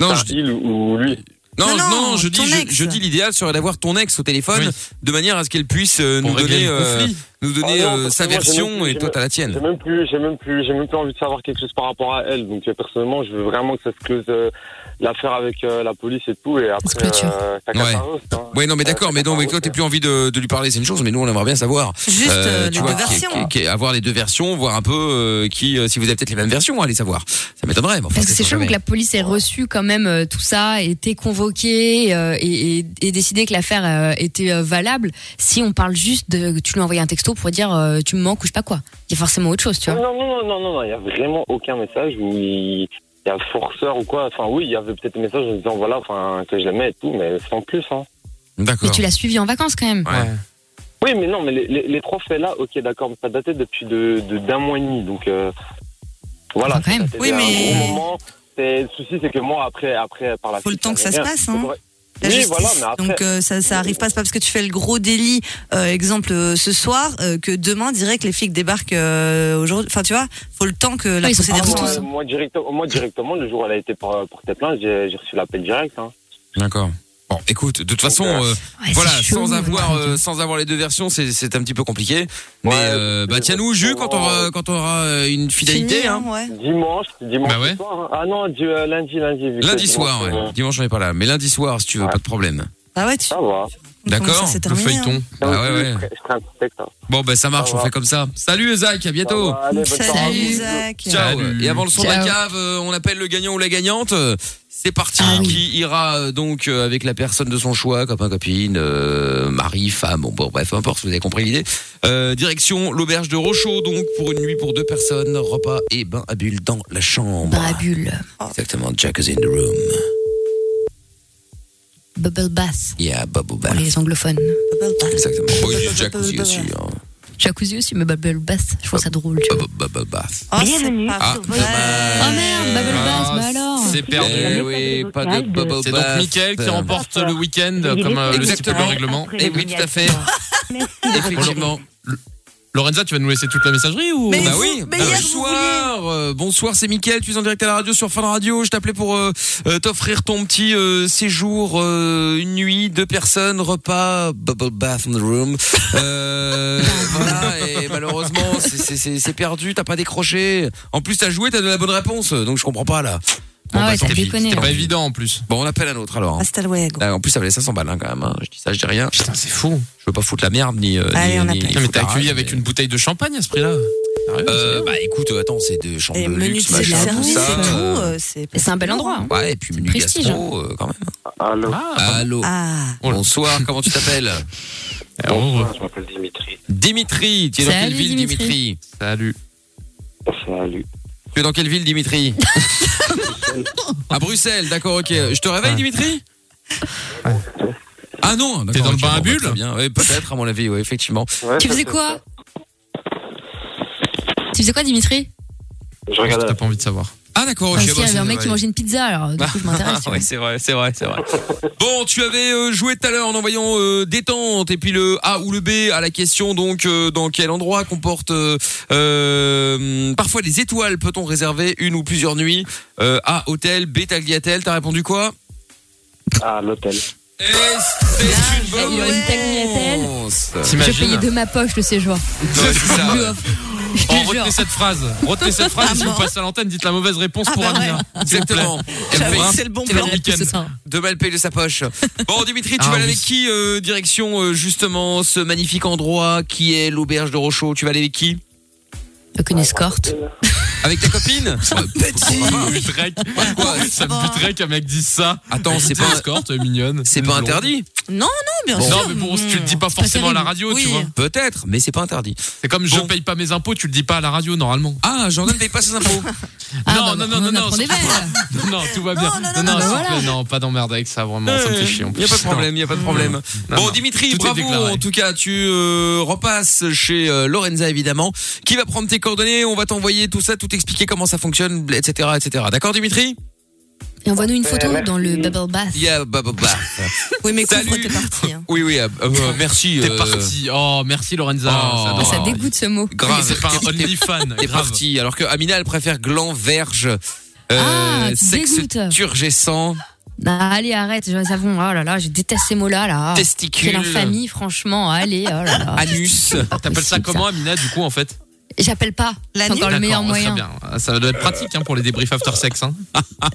S3: Non,
S13: je dis ou lui.
S3: Non, non,
S4: Non,
S3: non, je dis,
S4: ton
S3: je,
S4: ex.
S3: je dis l'idéal serait d'avoir ton ex au téléphone de manière à ce qu'elle puisse euh, nous,
S13: régler
S3: donner,
S13: le
S3: euh,
S13: conflit.
S3: nous donner
S13: Oh non,
S3: euh,
S13: parce
S3: sa
S13: que moi, j'ai même
S3: version
S13: plus- hein.
S3: et
S13: j'ai
S3: toi
S13: même-
S3: t'as la tienne.
S13: J'ai même plus, j'ai même plus, j'ai même plus envie de savoir quelque chose par rapport à elle. Donc euh, personnellement, je veux vraiment que ça se close euh, l'affaire avec euh, la police et tout. Et après, euh, ça casse
S3: Ouais.
S13: un os, hein.
S3: Ouais, non, mais d'accord, mais non, mais toi, t'es plus envie de, de lui parler, c'est une chose, mais nous, on aimerait bien savoir.
S13: Juste, euh,
S3: tu
S13: les deux
S3: qui-
S13: versions.
S3: qui- qui- avoir les deux versions, voir un peu euh, qui, euh, si vous avez peut-être les mêmes versions, allez savoir. Ça m'étonnerait, mais enfin,
S5: Parce que c'est
S3: sait
S5: chelou
S3: jamais.
S5: que la police ait reçu quand même euh, tout ça, ait été convoquée euh, et, et- et décidé que l'affaire euh, était euh, valable. Si on parle juste de, tu lui as envoyé un texto pour dire euh, tu me manques ou je sais pas quoi. Il y a forcément autre chose, tu vois.
S13: Non, non, non, non, non, non, il n'y a vraiment aucun message où il il y a forceur ou quoi. Enfin, oui, il y avait peut-être un message en disant voilà, enfin, que j'aimais et tout, mais sans plus, hein.
S3: D'accord.
S5: Mais tu l'as suivi en vacances quand même.
S13: Oui, mais non, mais les, les, les trois faits là, ok, d'accord, mais ça datait depuis de de- d'un mois et demi, donc euh, voilà.
S5: quand même.
S4: Ah, Oui, mais-
S13: Un gros moment. C'est- Le souci, c'est que moi, après, après, par la
S4: Faut le temps que ça se passe, hein. La
S13: Oui,
S4: justice.
S13: voilà, mais après.
S4: Donc euh, ça, ça arrive pas, c'est pas parce que tu fais le gros délit, euh, exemple euh, ce soir, euh, que demain direct les flics débarquent euh, aujourd'hui. Enfin tu vois, faut le temps que la procédure euh,
S13: Ah,
S4: se
S13: moi,
S4: passe.
S13: moi, directe- moi, directement, le jour où elle a été por- portée plainte, j'ai j'ai reçu l'appel direct. Hein.
S3: D'accord. Bon, écoute, de toute façon, euh, voilà, sans avoir, euh, sans avoir les deux versions, c'est, c'est un petit peu compliqué. Mais euh, bah tiens-nous au jus quand on aura, quand on aura euh, une fidélité. hein.
S13: Dimanche, dimanche
S3: Bah ouais.
S13: soir. hein. Ah non, du- euh, lundi, lundi. vu que
S3: Lundi
S13: dimanche,
S3: soir, ouais.
S13: euh,
S3: dimanche on n'est pas là, mais lundi soir, si tu veux, pas de problème.
S4: Ah ouais, tu...
S13: Ça va.
S3: D'accord. Le
S4: hein
S3: feuilleton. Ah ouais, ouais. Bon, ben ça marche, on fait comme ça. Salut Zach, à bientôt.
S13: Bah,
S4: Salut Zach.
S3: Ciao. Et avant le son de la
S4: Ciao.
S3: cave, euh, on appelle le gagnant ou la gagnante. Euh, C'est parti, qui ira euh, donc euh, avec la personne de son choix, copain, copine, euh, mari, femme, bon, bon, bref, peu importe, vous avez compris l'idée. Euh, direction l'auberge de Rochaud, donc pour une nuit pour deux personnes, repas et bain à bulles dans la chambre.
S5: Bain à bulles.
S3: Exactement, Jack is in the room.
S5: Bubble bath.
S3: Yeah, Bobo
S5: Pour les anglophones.
S3: Exactement. Bon, il y a Jack aussi, aussi, hein.
S5: Jacuzzi aussi, mais bubble bath, je trouve ça drôle. tu vois.
S3: Bubble bath.
S5: Oh, Bienvenue.
S3: Ah,
S5: Oh merde, bubble bath, bah alors.
S6: Ah, C'est perdu.
S3: Eh oui, pas de bubble Bah,
S6: C'est donc
S3: bath.
S6: Mickaël qui remporte le week-end
S3: Il est
S6: comme euh, le stipule
S3: Exactement.
S6: le règlement. Eh
S3: Et oui, tout à fait. Effectivement.
S6: Lorenza, tu vas nous laisser toute la messagerie ou
S3: bah oui, bonsoir, euh, bonsoir, c'est Mickaël, tu es en direct à la radio sur Fan Radio, je t'appelais pour euh, euh, t'offrir ton petit euh, séjour, euh, une nuit, deux personnes, repas, bubble bath in the room. Euh, voilà, et malheureusement, c'est- c'est- c'est c'est perdu, t'as pas décroché. En plus, t'as joué, t'as donné la bonne réponse, donc je comprends pas là.
S5: Ah ouais,
S3: bah, tant
S5: t'as
S3: pis.
S5: déconné,
S3: C'était
S5: là.
S3: pas évident en plus. Bon, on appelle un autre alors. hein.
S4: hein. Hasta luego.
S3: Ah, en plus, ça valait 500 balles hein, quand même. hein. Je dis ça, je dis rien. Putain, c'est fou. Je veux pas foutre la merde ni. euh,
S4: Allez,
S3: ni-
S4: on
S3: ni-
S4: appelle.
S3: ni
S6: Non, mais
S3: foutre
S6: t'as
S3: la
S6: accueilli
S3: rage,
S6: avec
S3: mais-
S6: une bouteille de champagne à ce prix-là.
S3: Euh, bah écoute, euh, attends, c'est de chambre
S4: Et
S3: de
S4: menu
S3: luxe,
S4: de
S3: machin, tout
S4: service
S3: ça.
S4: et tout,
S3: euh,
S4: euh, c'est
S5: C'est un bel endroit. hein.
S3: Ouais, et puis menu
S5: prestige,
S3: gastro euh, quand même. Ah,
S13: Allô.
S3: Allô.
S5: Ah.
S4: Ah.
S3: Bonsoir, comment tu t'appelles
S13: je m'appelle Dimitri.
S3: Dimitri, tu es dans
S13: Salut,
S3: quelle ville Dimitri,
S13: Dimitri.
S3: Salut.
S13: Salut.
S3: Tu es dans quelle ville
S5: *laughs*
S3: Dimitri À Bruxelles, d'accord, ok. Je te
S6: Ah.
S3: réveille Dimitri Ah non, t'es dans le bain à bulles bien. ouais, peut-être à mon avis, ouais, effectivement.
S5: Tu faisais quoi Tu faisais quoi, Dimitri
S13: Je regarde.
S6: T'as pas envie de savoir.
S3: Ah d'accord, ok.
S5: Parce qu'il y
S3: bah,
S5: avait
S3: c'est-
S5: un mec qui
S3: ouais.
S5: mangeait une pizza, alors du coup, je
S3: *laughs*
S5: m'intéresse.
S3: Ah ouais, c'est vrai, c'est vrai, c'est vrai. Bon, tu avais euh, joué tout à l'heure en envoyant euh, détente et puis le A ou le B à la question donc euh, dans quel endroit comporte euh, euh, parfois des étoiles peut-on réserver une ou plusieurs nuits Euh, A hôtel, B tagliatelle, t'as répondu quoi
S13: À l'hôtel.
S3: Ah,
S5: Il y aurait une tagliatelle. Je
S6: T'imagines
S5: payais de ma poche le séjour.
S6: Ouais, c'est ça.
S5: Je te
S6: Oh,
S5: jure.
S6: retenez cette phrase. Retenez cette phrase et si vous passez à l'antenne, dites la mauvaise
S3: Ah
S6: réponse
S3: bah
S6: pour Amina. S'il vous plaît.
S3: Exactement. *laughs*
S6: Elle
S3: J'avoue
S6: fera
S3: que c'est le bon
S6: tout leur
S3: plan.
S6: week-end.
S3: C'est ça. De mal paye de sa poche. Bon, Dimitri, tu
S6: Ah
S3: vas aller
S6: oui.
S3: avec qui euh, direction euh, justement ce magnifique endroit qui est l'auberge de Rochaud Tu vas aller avec qui
S5: Aucune escorte.
S13: Euh.
S3: Avec ta copine Quoi
S6: Ça me buterait qu'un mec dise ça.
S3: Attends, c'est pas-
S6: escorte mignonne.
S3: C'est pas
S6: blonde.
S3: interdit.
S4: Non, non, bien
S6: Non,
S4: sûr.
S6: mais bon, si tu le dis pas
S4: C'est
S6: forcément à la
S4: terrible.
S6: radio,
S4: Oui.
S6: tu vois.
S3: Peut-être, mais c'est pas interdit.
S6: C'est comme je paye pas mes impôts, tu le dis pas à la radio normalement.
S3: Ah, Jordan paye pas ses impôts.
S1: Ah,
S5: Ah, bah,
S6: non,
S1: bah,
S6: non, non, non, non, surtout pas. non, tout va bien. Non, non, s'il te plaît, non, pas d'emmerde avec ça, vraiment, ça me fait chier.
S3: Il n'y Euh, a pas de problème, il a pas de problème. Bon, Dimitri, bravo. En tout cas, tu euh, repasses chez euh, Lorenza, évidemment, qui va prendre tes coordonnées. On va t'envoyer tout ça, tout expliquer comment ça fonctionne, etc. etc. D'accord, Dimitri
S5: Et envoie-nous une photo dans le bubble bath.
S3: Yeah, bah, bah,
S5: *laughs*
S3: bah.
S4: Oui, mais
S3: Salut.
S5: hein.
S3: Oui, oui, euh, euh, merci.
S6: T'es
S3: euh,
S6: parti. Oh, merci Lorenza.
S3: Oh.
S6: adore.
S5: Ça dégoûte ce mot.
S3: Grave.
S6: C'est pas un
S3: T'es- t'es-
S6: OnlyFan,
S3: *laughs* T'es
S6: grave.
S3: parti. Alors que Amina, elle préfère gland verge. Euh,
S5: Ah, tu
S3: sexe
S5: dégoûtes.
S3: turgescent.
S5: Ah, allez, arrête, je- ça va, oh là là, je déteste ces mots-là, là.
S6: Testicule.
S5: Quelle infamie, franchement, allez, oh là là.
S6: Anus. Ah, T'appelles ça comment, Amina, du coup, en fait
S5: J'appelle pas, c'est encore le
S6: D'accord,
S3: oh,
S5: meilleur
S6: très
S5: moyen.
S6: bien. Ça doit être pratique hein, pour les débriefs after
S5: *laughs*
S6: sex. Hein.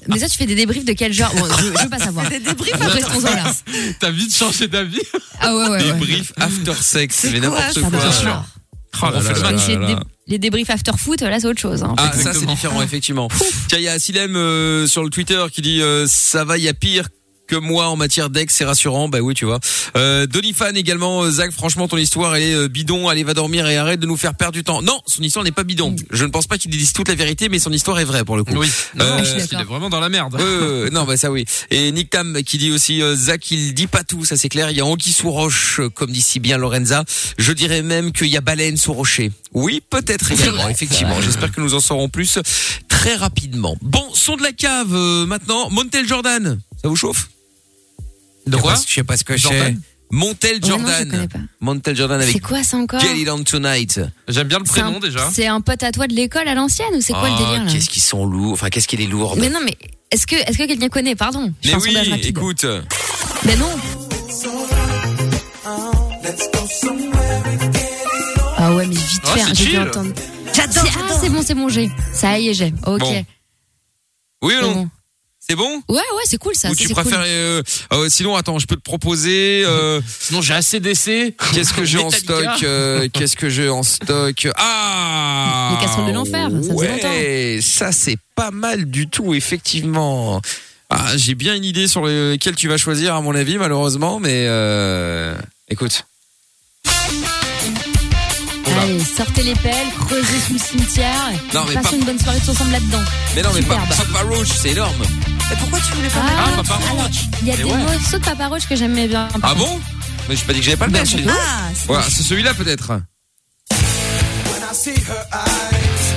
S5: Mais ça, tu fais des débriefs de quel genre Bon, je, je veux pas
S3: *laughs*
S5: savoir. Des
S6: *laughs*
S5: débriefs là.
S6: T'as vite changé d'avis.
S5: Ah ouais, ouais, ouais.
S3: Débrief after sex, mais n'importe
S5: ça
S3: quoi.
S5: Bien sûr.
S3: Oh là
S6: On fait
S3: là
S6: le
S3: là
S6: match.
S3: là là.
S5: Les débriefs after foot, là, c'est autre chose. hein, en
S3: Ah,
S5: fait.
S3: ça c'est différent, effectivement. Tiens, il y a Silem euh, sur le Twitter qui dit euh, ça va, il y a pire que moi en matière d'ex, c'est rassurant. Bah oui, tu vois. Euh, Dolifan également, euh, Zach, franchement, ton histoire elle est euh, bidon. Allez, va dormir et arrête de nous faire perdre du temps. Non, son histoire n'est pas
S6: Mm.
S3: bidon. Je ne pense pas qu'il dise toute la vérité, mais son histoire est vraie pour le coup.
S6: Oui. Non,
S3: Euh,
S6: je suis d'accord. Il est vraiment dans
S3: *laughs*
S6: la merde.
S3: Euh, euh, non, bah ça oui. Et Nick Tam qui dit aussi euh, Zach, il dit pas tout, ça c'est clair. Il y a Anguille sous roche, euh, comme dit si bien Lorenza. Je dirais même qu'il y a baleine sous rocher. Oui, peut-être également, effectivement. J'espère que nous en saurons plus très rapidement. Bon, son de la cave euh, maintenant. Montel Jordan, ça vous chauffe De
S6: quoi
S3: Je sais pas ce que c'est.
S6: Jordan
S3: Montel
S5: Ouais, Oh, non, je
S3: Jordan.
S5: connais pas.
S3: Montel Jordan avec
S5: C'est quoi ça encore
S3: Get It On Tonight.
S6: J'aime bien le
S5: C'est un- C'est un pote à toi de l'école à l'ancienne ou c'est quoi le délire là
S3: Ah, Qu'est-ce qu'ils sont lourds, enfin qu'est-ce qu'il est lourd.
S5: Mais non, mais est-ce que, est-ce que quelqu'un connaît Pardon. je
S3: Mais
S5: fais un
S3: oui,
S5: sondage rapide.
S3: écoute.
S5: Mais non. Ah ouais, mais vite
S3: Ah,
S5: fait,
S3: c'est
S5: j'ai dû
S3: chill.
S5: entendre. J'adore. Ah, c'est bon, c'est bon, j'ai. Ça y est, j'ai. Ok.
S3: Bon. Oui ou non C'est bon
S5: Ouais, ouais, c'est cool ça.
S3: Ou
S5: ça,
S3: tu
S5: c'est
S3: préfères
S5: cool.
S3: euh, euh, Sinon, attends, je peux te proposer. euh,
S6: *laughs* Sinon, j'ai ACDC.
S3: Qu'est-ce que j'ai en stock
S6: Metallica.
S3: euh, Qu'est-ce que j'ai en stock Ah
S6: Les casseroles de l'enfer, ça faisait
S3: ouais, Ça, c'est pas mal du tout, effectivement. Ah, j'ai bien une idée sur lequel tu vas choisir, à mon avis, malheureusement, mais euh, écoute.
S5: Allez, sortez les pelles, creusez sous le cimetière.
S3: Non, mais
S5: passez
S3: pas-
S5: une bonne soirée tous ensemble là-dedans.
S3: Mais non, mais pas,
S5: Superbe.
S3: Papa Roach, c'est énorme.
S5: Et pourquoi tu voulais pas
S3: Ah, Papa Roach.
S5: Il y a
S3: Mais
S5: des
S3: ouais.
S5: morceaux de Papa Roach que j'aimais bien.
S3: Ah bon Mais j'ai pas dit que j'avais pas le
S5: Bah,
S3: même. j'ai dit-
S5: ah, c'est-
S3: Voilà, c'est celui-là peut-être.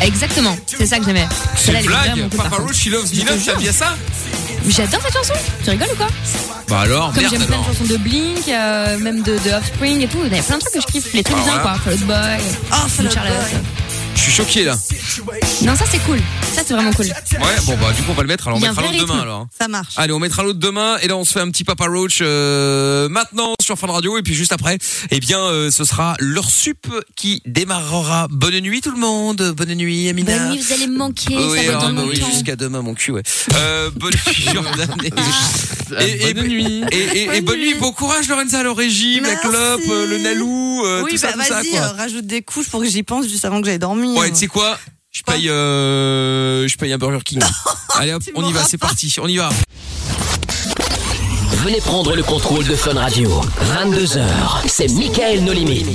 S5: Exactement, c'est ça que j'aimais.
S3: C'est
S5: Celle-là,
S3: une
S5: elle est vraiment
S3: blague.
S5: cool, par
S3: Papa
S5: contre.
S3: Roach, she loves me love, t'as bien ça
S5: Mais J'adore cette chanson. Tu rigoles ou quoi
S3: Bah alors,
S5: Comme
S3: merde
S5: j'aime plein de
S3: alors.
S5: chansons de Blink, euh, même de, de Offspring et tout. Il y a plein de trucs que je kiffe. Les trucs
S3: Ah,
S5: bien quoi.
S3: voilà.
S5: Fall Out Boy. Oh, Charlotte.
S3: Je suis choqué là.
S5: Non, ça c'est cool. Ça c'est vraiment cool.
S3: Ouais, bon bah du coup on va le mettre, alors on
S5: Il y a un
S3: mettra
S5: vrai
S3: l'autre
S5: rythme.
S3: demain alors.
S4: Ça marche.
S3: Allez, on mettra l'autre demain et là on se fait un petit Papa Roach euh, maintenant sur Fun Radio et puis juste après, eh bien euh, ce sera leur sup qui démarrera. Bonne nuit tout le monde, bonne nuit Amina.
S5: Bonne nuit, vous allez me manquer.
S3: Oui,
S5: ça va
S3: alors,
S5: dans
S3: bah
S5: mon
S3: oui,
S5: temps.
S3: jusqu'à demain mon cul ouais. Euh, *laughs* bonne nuit Jordan et, et- et-
S6: Bonne nuit.
S3: et, et- et
S6: Bonne
S3: bonne Ah, nuit,
S6: nuit.
S3: bon courage Lorenza, le régime,
S4: Merci.
S3: la clope, euh, le nalou, euh,
S4: oui,
S3: tout ça,
S4: bah
S3: tout ça
S4: vas-y,
S3: quoi.
S4: euh, rajoute des couches pour que j'y pense juste avant que j'aille dormir.
S3: Ouais, tu sais quoi Je paye, euh, je paye un Burger King. Allez hop, on y va, c'est parti, on y va.
S1: Venez prendre le contrôle de Fun Radio. 22h, c'est Michael No Limit.